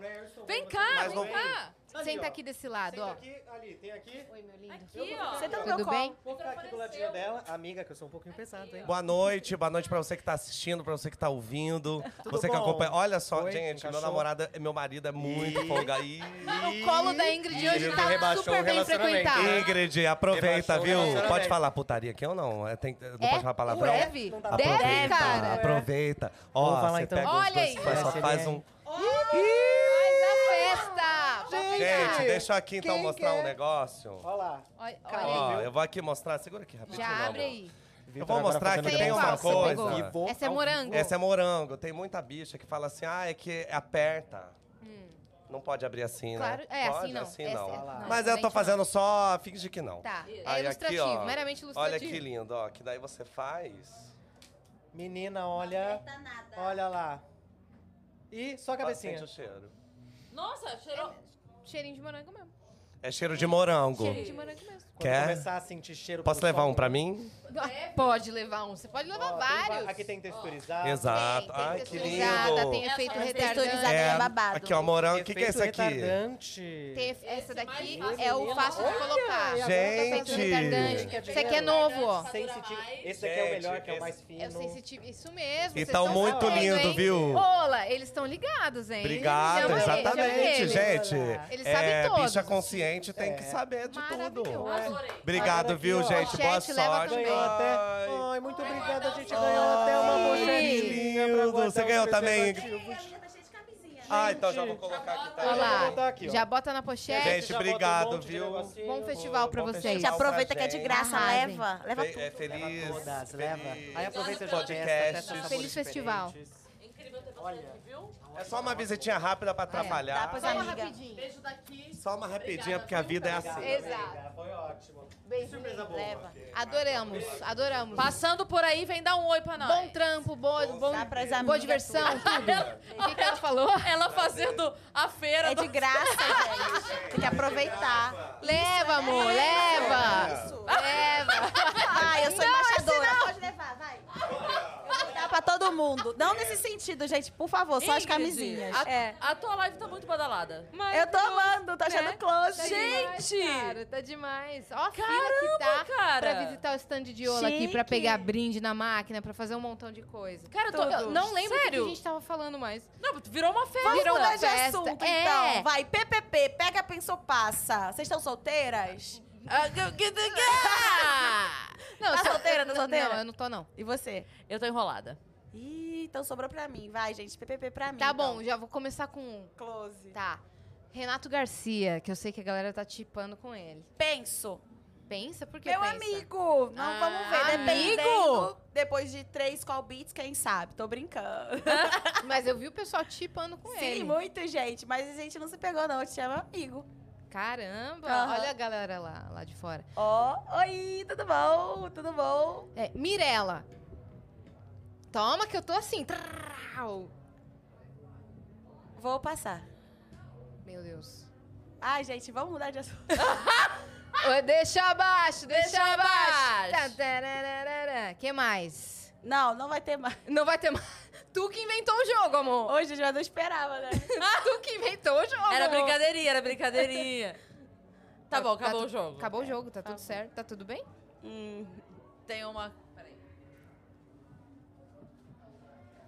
Vem cá,
Mas
vem
vamos-
cá.
Senta aqui desse lado,
Senta
ó.
aqui, ali, tem aqui.
Oi, meu lindo.
Aqui, ó.
Então,
Você tá no meu
Tudo
colo.
bem?
Vou ficar aqui do ladinho dela. Amiga, que eu sou um pouquinho pesado, hein?
Boa noite, boa noite pra você que tá assistindo, pra você que tá ouvindo, você que
bom?
acompanha. Olha só,
Oi,
gente, meu
encaixou?
namorado, meu marido é muito folga aí.
O colo da Ingrid hoje
Ele
tá
rebaixou
super
o
bem
relacionamento.
frequentado.
Ingrid, aproveita,
Rebaixou o
viu?
relacionamento.
Pode falar putaria aqui ou não? É, tem- não pode falar palavrão? tá
Deve?
Não dá pra
Deve,
Aproveita,
é cara.
Aproveita. Ó,
Vamos falar,
você
então.
pega os
Olha
dois,
aí.
faz- só faz um...
Faz a festa!
Gente, deixa eu aqui então
Quem
mostrar um
quer?
negócio.
Olha lá.
Olha, olha aí.
Ó, eu vou aqui mostrar, segura aqui rapidinho. meu
Já abre
amor.
aí.
Eu vou mostrar
um
que
fazendo
tem uma
demonstração.
coisa.
Pegou. Essa é morango.
Essa é morango. Tem muita bicha que fala assim, ah, é que aperta. Não pode abrir assim, né?
Hum. Claro, é, assim
Pode?
não.
Assim
Essa-
não.
não,
Mas eu
gente, não.
tô fazendo só, finge que não.
Tá, é
Aí
ilustrativo,
aqui, ó,
meramente
Olha
ilustrativo.
que lindo, ó. Que daí você faz...
Menina, olha. Olha lá. E só a
Sente
cabecinha.
o cheiro.
Nossa, cheirou.
Cheirinho de morango mesmo.
É cheiro de morango.
Cheirinho de morango mesmo.
Quando
Quer?
começar a sentir cheiro
Posso
pelo
levar um
sol,
pra mim?
Ah, Pode levar um, você pode
ó,
levar
tem
vários.
va- Aqui tem texturizado.
Exato.
Tem, tem
Ah, Ai, que
texturizada,
lindo.
Tem efeito
Essa é
retardante.
texturizada. é babado.
Aqui, ó, morango. O que,
Efeito
que é esse aqui?
retardante.
Tem efe- essa daqui
mais
é o fácil de colocar.
E agora
Gente.
tá
Efeito retardante. Isso aqui é novo, ó.
sensitivo. Esse daqui é o
Gente,
melhor, que é o
esse-
mais fino.
É o sensitivo. Isso mesmo.
E
vocês
tão
tão
muito
sabendo,
lindo,
hein?
viu?
Ola, eles estão ligados, hein?
Obrigado,
Chama ele, chama
exatamente,
ele.
gente.
Ele sabe
é,
todos.
bicha consciente tem que saber de tudo.
Maravilhoso.
Adorei.
Obrigado,
Agora
viu,
É. aqui, ó.
gente? Boa
Pochete leva
sorte.
também.
Ganhou até.
Ai.
Ai, muito obrigada. A gente ganhou até uma pochetinha. pra
lindo.
guardar
Você ganhou
os
também?
preservativos.
Ah, então já vou colocar aqui, tá?
Olha
Vou botar
lá.
aqui, ó.
Já bota na pochete.
Gente,
Já bota um
obrigado,
monte de
viu?
negocinho.
Bom festival pra
Bom
vocês.
festival
Gente, aproveita
pra
que é de graça,
Arrasem.
leva. Leva
Fe- é
tudo.
feliz.
Todas,
feliz.
leva. Aí aproveita e já
Podcasts.
testa, testa
Feliz
sabores
festival.
diferentes.
Incrível ter você aqui, viu?
É só uma visitinha rápida
É,
pra
Dá
atrapalhar.
pras
Fala
amigas.
rapidinho.
Beijo daqui.
Só uma rapidinha, porque a vida é assim.
Exato.
Foi ótimo.
Beijo.
Leva.
Adoramos, adoramos.
Passando por aí, vem dar um oi pra nós.
Bom trampo, boa, bom,
Dá pras
boa
amigas
diversão, tudo. O que, que ela falou?
Ela fazendo a feira
É de
do...
graça, gente. Tem que aproveitar.
Leva, amor, leva.
Isso.
Leva.
Vai, eu sou embaixadora. Pode levar, vai. Eu vou dar pra todo mundo. Não nesse sentido, gente. Por favor, só as
Ingrid,
camisinhas.
A,
É.
a tua live tá muito badalada.
Eu tô amando, tô achando
Né?
close.
Gente!
Gente!
cara, tá demais. Ó, a fila
Caramba,
que tá
cara.
pra visitar o stand de Ola aqui,
Chique.
pra pegar brinde na máquina, pra fazer um montão de coisa.
Cara, eu, tô, eu
Eu não lembro o que que
Sério?
a gente tava falando mais.
Não, virou uma festa.
Vamos
Virou
mudar
uma
de
festa,
assunto,
é.
então. Vai, PPP, pega, pensou, passa. Vocês estão solteiras?
Ah, que- que- que- que-
Não,
Tá
só-
solteira, tá
não,
solteira?
Não, eu não tô, não.
E você?
Eu tô enrolada.
Ih, então sobrou pra mim. Vai, gente, PPP pra mim.
Tá
então.
bom, já vou começar com um.
Close.
Tá. Renato Garcia, que eu sei que a galera tá tipando com ele.
Penso.
Pensa? Por que
Meu
pensa?
amigo. Não,
Ah,
vamos ver.
amigo?
Dependendo, depois de três call beats, quem sabe? Tô brincando.
Mas eu vi o pessoal tipando Tá com
Sim,
ele.
muito, gente. Mas a gente não se pegou, não. Eu te chamo amigo.
Caramba,
Aham.
olha a galera lá, lá de fora.
Ó, oi, tudo bom? Tudo bom?
É, Mirella. Toma que eu tô assim. trau.
Vou passar.
Meu Deus.
Ai, gente, vamos mudar de assunto.
Ô, deixa abaixo, deixa,
Deixa
abaixo.
abaixo.
Tá, tarararara. Que mais?
Não, não vai ter mais.
Não vai ter mais. Tu que inventou o jogo, amor.
Hoje eu já não esperava, né?
tu que inventou o jogo.
Era
amor.
brincadeirinha, era brincadeirinha. Tá bom, acabou
tu-
o jogo.
Acabou o jogo, tá tudo certo, tá tudo bem?
Hum,
Tem uma... Peraí.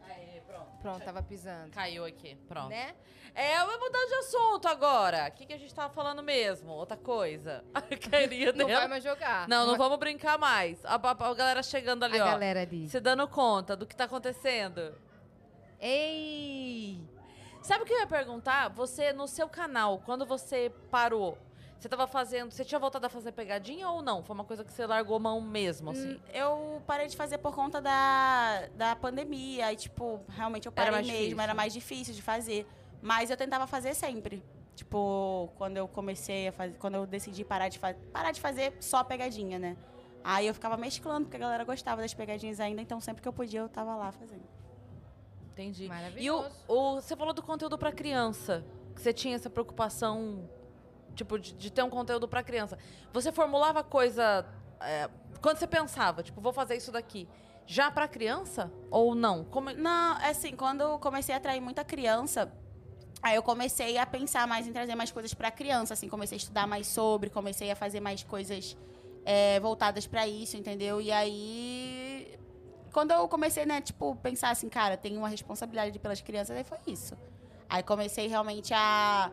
Aí, pronto.
Pronto, tava pisando.
Caiu aqui, pronto.
Né?
É, vamos mudar de assunto agora. O que, que a gente tava falando mesmo? Outra coisa. A Querida.
Não vai mais jogar.
Não, não vamos brincar mais. A, a- a galera chegando ali,
A
ó.
galera ali.
Se dando conta do que tá acontecendo.
Ei!
Sabe o que eu ia perguntar? Você, no seu canal, quando você parou, Você tava fazendo. Você tinha voltado a fazer pegadinha ou não? Foi uma coisa que você largou mão
Hum,
mesmo, assim?
Eu parei de fazer por conta da, da pandemia. E, tipo, realmente eu
Era
parei
mais
mesmo,
difícil.
era mais difícil de fazer. Mas eu tentava fazer sempre. Tipo, quando eu comecei a fazer. Quando eu decidi parar de, fa parar de fazer só pegadinha, né? Aí eu ficava mesclando, porque a galera gostava das pegadinhas ainda, então sempre que eu podia, eu tava lá fazendo.
Entendi. E o,
Maravilhoso.
o- você falou do conteúdo pra criança. Que você tinha essa preocupação, tipo, de, de ter um conteúdo pra criança. Você formulava coisa. é, quando você pensava, tipo, vou fazer isso daqui. Já pra criança ou não? Como... é?
Não, assim, quando eu comecei a atrair muita criança, aí eu comecei a pensar mais em trazer mais coisas pra criança, assim, comecei a estudar mais sobre, comecei a fazer mais coisas é, voltadas pra isso, entendeu? E aí, quando eu comecei, né, tipo, pensar assim, cara, tenho uma responsabilidade pelas crianças, aí foi isso. Aí comecei realmente a,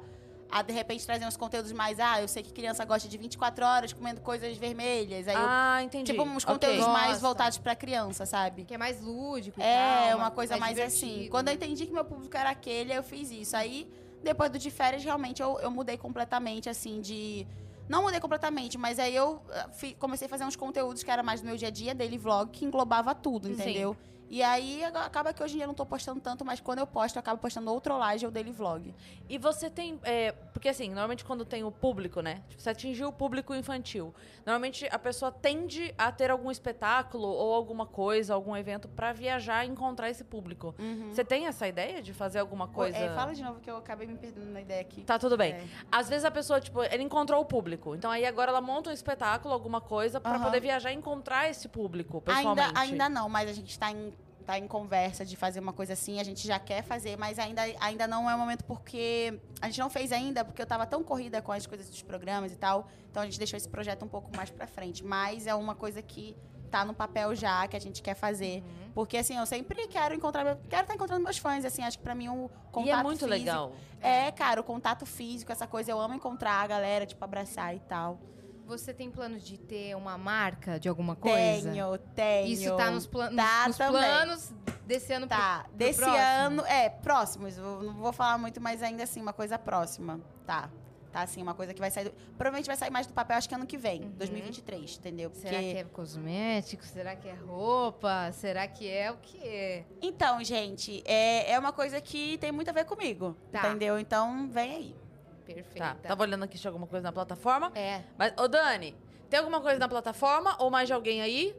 a de repente trazer uns conteúdos mais, ah, eu sei que criança gosta de 24 horas comendo coisas vermelhas, aí eu-
Ah, entendi.
tipo uns
Ok.
conteúdos mais
Gosta.
voltados pra criança, sabe?
Que é mais lúdico. e
É,
tal,
uma coisa mais, assim.
divertido.
Quando eu entendi que meu público era aquele, eu fiz isso. Aí, depois do de férias, realmente eu, eu mudei completamente, assim, de. Não mudei completamente, mas aí eu ah, fi- comecei a fazer uns conteúdos que era mais do meu dia a dia, daily vlog, que englobava tudo,
Sim.
entendeu? E aí agora- acaba que hoje em dia eu não tô postando tanto, mas quando eu posto, eu acabo postando ou trollagem ou daily vlog.
E você tem. é, porque assim, normalmente quando tem o público, né? Tipo, você atingiu o público infantil. Normalmente a pessoa tende a ter algum espetáculo ou alguma coisa, algum evento pra viajar e encontrar esse público. Você tem essa ideia de fazer alguma coisa?
Uhum. É, fala de novo que eu acabei me perdendo na ideia aqui.
Tá tudo bem.
É.
Às vezes a pessoa, tipo, ela encontrou o público. Então aí agora ela monta um espetáculo, alguma coisa, pra
Aham.
poder viajar e encontrar esse público, pessoalmente.
Ainda, ainda não, mas a gente tá em, tá em conversa de fazer uma coisa assim, a gente já quer fazer, mas ainda, ainda não é o momento porque. A gente não fez ainda, porque eu tava tão corrida com as coisas dos programas e tal. Então a gente deixou esse projeto um pouco mais pra frente. Mas é uma coisa que tá no papel já, que a gente quer fazer.
Uhum.
Porque assim, eu sempre quero encontrar. meu- Quero estar encontrando meus fãs, assim, acho que pra mim o contato.
E é muito
físico-
legal.
É, cara, o contato físico, essa coisa, eu amo encontrar a galera, tipo, abraçar e tal.
Você tem plano de ter uma marca de alguma coisa?
Tenho, tenho.
Isso tá nos, pla- nos-
Tá
nos
também.
planos desse ano
Tá,
pro- pro
desse
próximo?
ano, é, próximos, eu não vou falar muito, mas ainda assim, uma coisa próxima, tá. Tá, assim, uma coisa que vai sair, do- provavelmente vai sair mais do papel, acho que ano que vem, 2023, entendeu? Porque...
Uhum. Será que é cosmético? Será que é roupa? Será que é o quê?
Então, gente, é, é uma coisa que tem muito a ver comigo,
Tá.
entendeu? Então, vem aí.
Tá,
Perfeita.
tava olhando aqui se tinha alguma coisa na plataforma.
É.
Mas, ô Dani, tem alguma coisa na plataforma ou mais de alguém aí?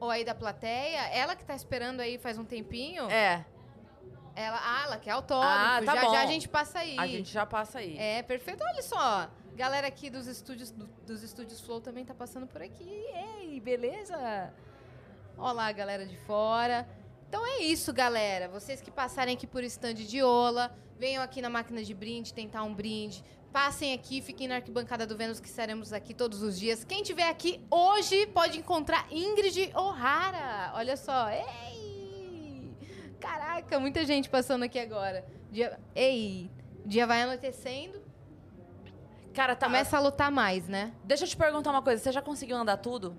Ou aí da plateia, ela que tá esperando aí faz um tempinho,
É,
ela, ah, ela quer autógrafo,
Ah, tá
já,
bom.
já a gente passa aí.
a gente já passa aí.
É, perfeito. Olha só, galera aqui dos estúdios do- dos estúdios Flow também tá passando por aqui. Ei, beleza? Olá, galera de fora. Então é isso, galera. Vocês que passarem aqui por stand de Ola, venham aqui na máquina de brinde tentar um brinde. Passem aqui, fiquem na arquibancada do Vênus que estaremos aqui todos os dias. Quem tiver aqui hoje pode encontrar Ingrid O'Hara. Olha só. Ei! Caraca, muita gente passando aqui agora. Dia... Ei, dia vai anoitecendo,
Cara, tá, mas
começa a lutar mais, né?
deixa eu te perguntar uma coisa. Você já conseguiu andar tudo?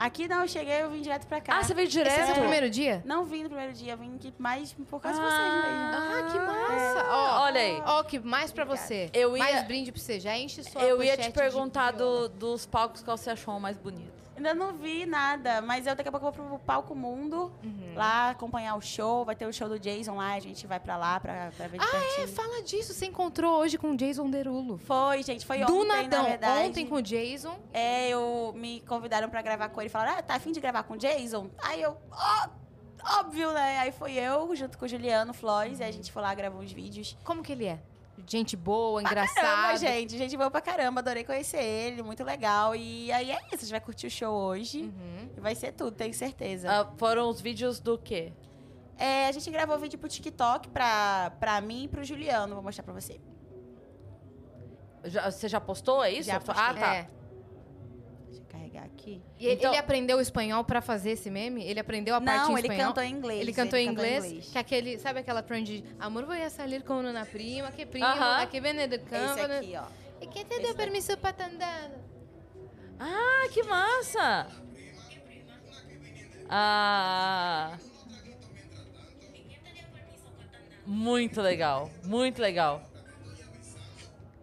Aqui não, eu cheguei, eu vim direto pra cá.
Ah, você veio
Esse é o
direto?
seu primeiro dia?
Não vim no primeiro dia, vim aqui mais por causa de vocês né? mesmo.
Ah,
Ah, que massa! Ó,
Olha aí.
Ó, que mais pra você.
Eu ia-
Mais brinde pra você. Já enche sua
Eu ia
pochete
te
de
perguntar
viola.
do- dos palcos qual você achou o mais bonito.
Ainda não vi nada, mas eu daqui a pouco vou pro Palco Mundo,
Uhum.
lá acompanhar o show, vai ter o show do Jason lá, a gente vai pra lá pra, pra ver de pertinho.
É, fala disso. Você encontrou hoje com o Jason Derulo.
Foi, gente, foi
do
ontem,
nadão.
na verdade.
Ontem com o Jason.
É, eu me convidaram pra gravar com ele, falaram, ah, tá afim de gravar com o Jason? Aí eu, ó, óbvio, né? Aí foi eu, junto com o Juliano Flores, e a gente foi lá, gravou uns vídeos.
Como que ele é? Gente boa,
É
Caramba,
engraçado.
gente, gente boa pra caramba, adorei conhecer ele, muito legal. E aí é isso, a gente vai curtir o show hoje,
Uhum.
e vai ser tudo, tenho certeza.
Ah, foram os vídeos do quê?
É, a gente gravou vídeo pro TikTok pra, pra mim e pro Juliano. Vou mostrar pra você.
Já- você já postou, é isso?
Já postei.
Ah, tá.
É.
Deixa eu carregar aqui.
E ele-
Então-
ele aprendeu espanhol pra fazer esse meme? Ele aprendeu a parte em
Não, ele
espanhol?
cantou em inglês.
Ele cantou em inglês, que é aquele, sabe aquela trend de amor vou sair com una prima, que primo, né,
Aham.
que vem do campo.
Esse
né?
aqui, ó.
E quem te deu permissão pra tá andando?
Ah, que massa! Ah. Muito legal, muito legal.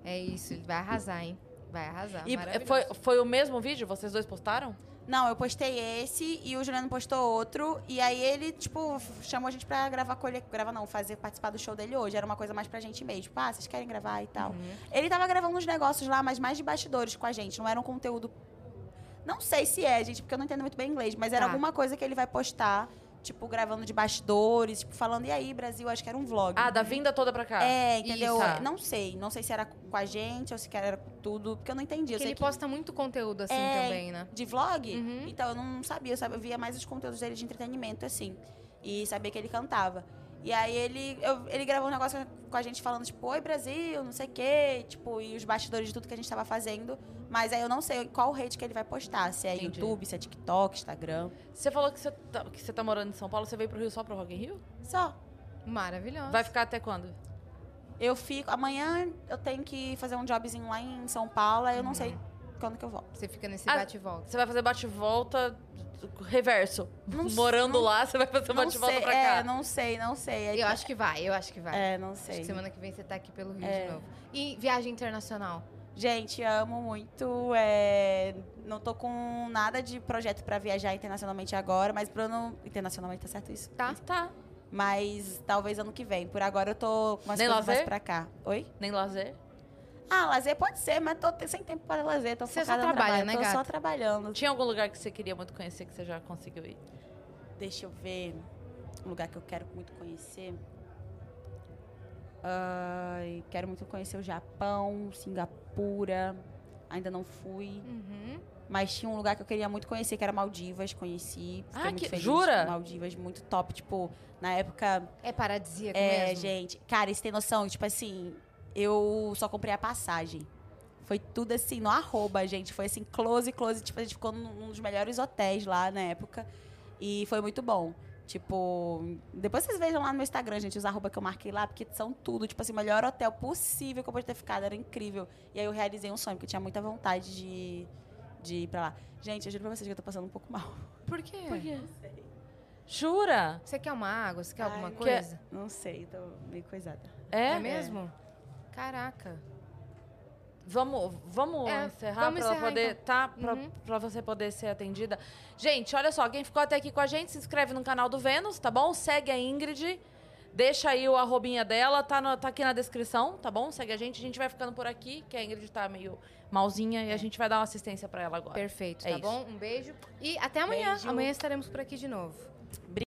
É isso, ele vai arrasar, hein? Vai arrasar.
E
maravilhoso.
foi, foi o mesmo vídeo? Vocês dois postaram?
Não, eu postei esse e o Juliano postou outro. E aí ele, tipo, f- chamou a gente pra gravar com ele. Gravar não, fazer participar do show dele hoje. Era uma coisa mais pra gente mesmo. Tipo, ah, vocês querem gravar e tal. Ele tava gravando uns negócios lá, mas mais de bastidores com a gente. Não era um conteúdo. Não sei se é, gente, porque eu não entendo muito bem inglês, mas era
Tá.
alguma coisa que ele vai postar, tipo, gravando de bastidores, tipo, falando, e aí, Brasil, acho que era um vlog.
Ah, da vinda toda pra cá.
É, entendeu?
Isso, tá.
Não sei. Não sei se era com a gente ou se era com tudo, porque eu não entendi. Eu
Porque
sei
ele
que-
posta muito conteúdo assim
É,
também, né?
de vlog,
Uhum.
então eu não sabia, eu, sabia, eu via mais os conteúdos dele de entretenimento, assim. E sabia que ele cantava. E aí ele, eu- ele gravou um negócio com a gente falando, tipo, oi Brasil, não sei o quê, tipo, e os bastidores de tudo que a gente tava fazendo. Mas aí eu não sei qual rede que ele vai postar, se é
Entendi.
YouTube, se é TikTok, Instagram.
Você falou que você, tá, que você tá morando em São Paulo, você veio pro Rio só pro Rock in Rio?
Só.
Maravilhoso.
Vai ficar até quando?
Eu fico. Amanhã eu tenho que fazer um jobzinho lá em São Paulo, aí eu
Uhum.
não sei quando que eu volto.
Você fica nesse
Ah,
bate e volta.
Você vai fazer bate-volta reverso.
Não s-
Morando
não-
lá, você vai
Então
fazer
não
bate-volta
sei,
pra
é,
cá.
não sei, não sei. Aí
Eu
tá-
acho que vai, eu acho que vai.
É, não
Acho
sei.
que semana que vem você tá aqui pelo Rio
É.
de novo. E viagem internacional?
Gente, amo muito. é, Não tô com nada de projeto pra viajar internacionalmente agora, mas Bruno. Internacionalmente tá certo isso?
Tá? Tá.
Mas talvez ano que vem. Por agora eu tô com umas
Nem
coisas mais
lazer?
pra cá. Oi?
Nem lazer.
Ah, lazer pode ser, mas tô te- sem tempo para lazer. Tô
Você só
focada no
trabalha,
trabalho.
né,
Tô só
gata?
trabalhando.
Tinha algum lugar que você queria muito conhecer que você já conseguiu ir?
Deixa eu ver um lugar que eu quero muito conhecer. Ai, quero muito conhecer o Japão, Singapura. Ainda não fui.
Uhum.
Mas tinha um lugar que eu queria muito conhecer, que era Maldivas, conheci. Fiquei
Ah,
muito
que-
feliz.
jura?
Maldivas, muito top. Tipo, na época.
É paradisíaco
É,
mesmo?
gente. Cara, você tem noção? Tipo assim, eu só comprei a passagem. Foi tudo assim, no arroba, gente. Foi assim, close, close. Tipo, a gente ficou num num dos melhores hotéis lá na época. E foi muito bom. Tipo, depois vocês vejam lá no meu Instagram, gente, os arroba que eu marquei lá, porque são tudo, tipo assim, o melhor hotel possível que eu pude ter ficado, era incrível. E aí eu realizei um sonho, porque eu tinha muita vontade de, de ir pra lá. Gente, eu juro pra vocês que eu tô passando um pouco mal.
Por quê? Por quê?
Jura?
Você quer uma água? Você quer
Ai,
alguma
não-
coisa?
Não sei, tô meio coisada.
É?
É, mesmo? Caraca.
Vamos, vamos
É,
encerrar
vamos
pra
encerrar,
poder,
então.
tá? Pra,
Uhum.
pra você poder ser atendida. Gente, olha só, quem ficou até aqui com a gente, se inscreve no canal do Vênus, tá bom? Segue a Ingrid. Deixa aí o arrobinha dela, tá, no- tá aqui na descrição, tá bom? Segue a gente, a gente vai ficando por aqui, que a Ingrid tá meio malzinha
É.
e a gente vai dar uma assistência pra ela agora.
Perfeito,
É
tá
isso.
bom? Um beijo. E até amanhã.
Beijo.
Amanhã estaremos por aqui de novo.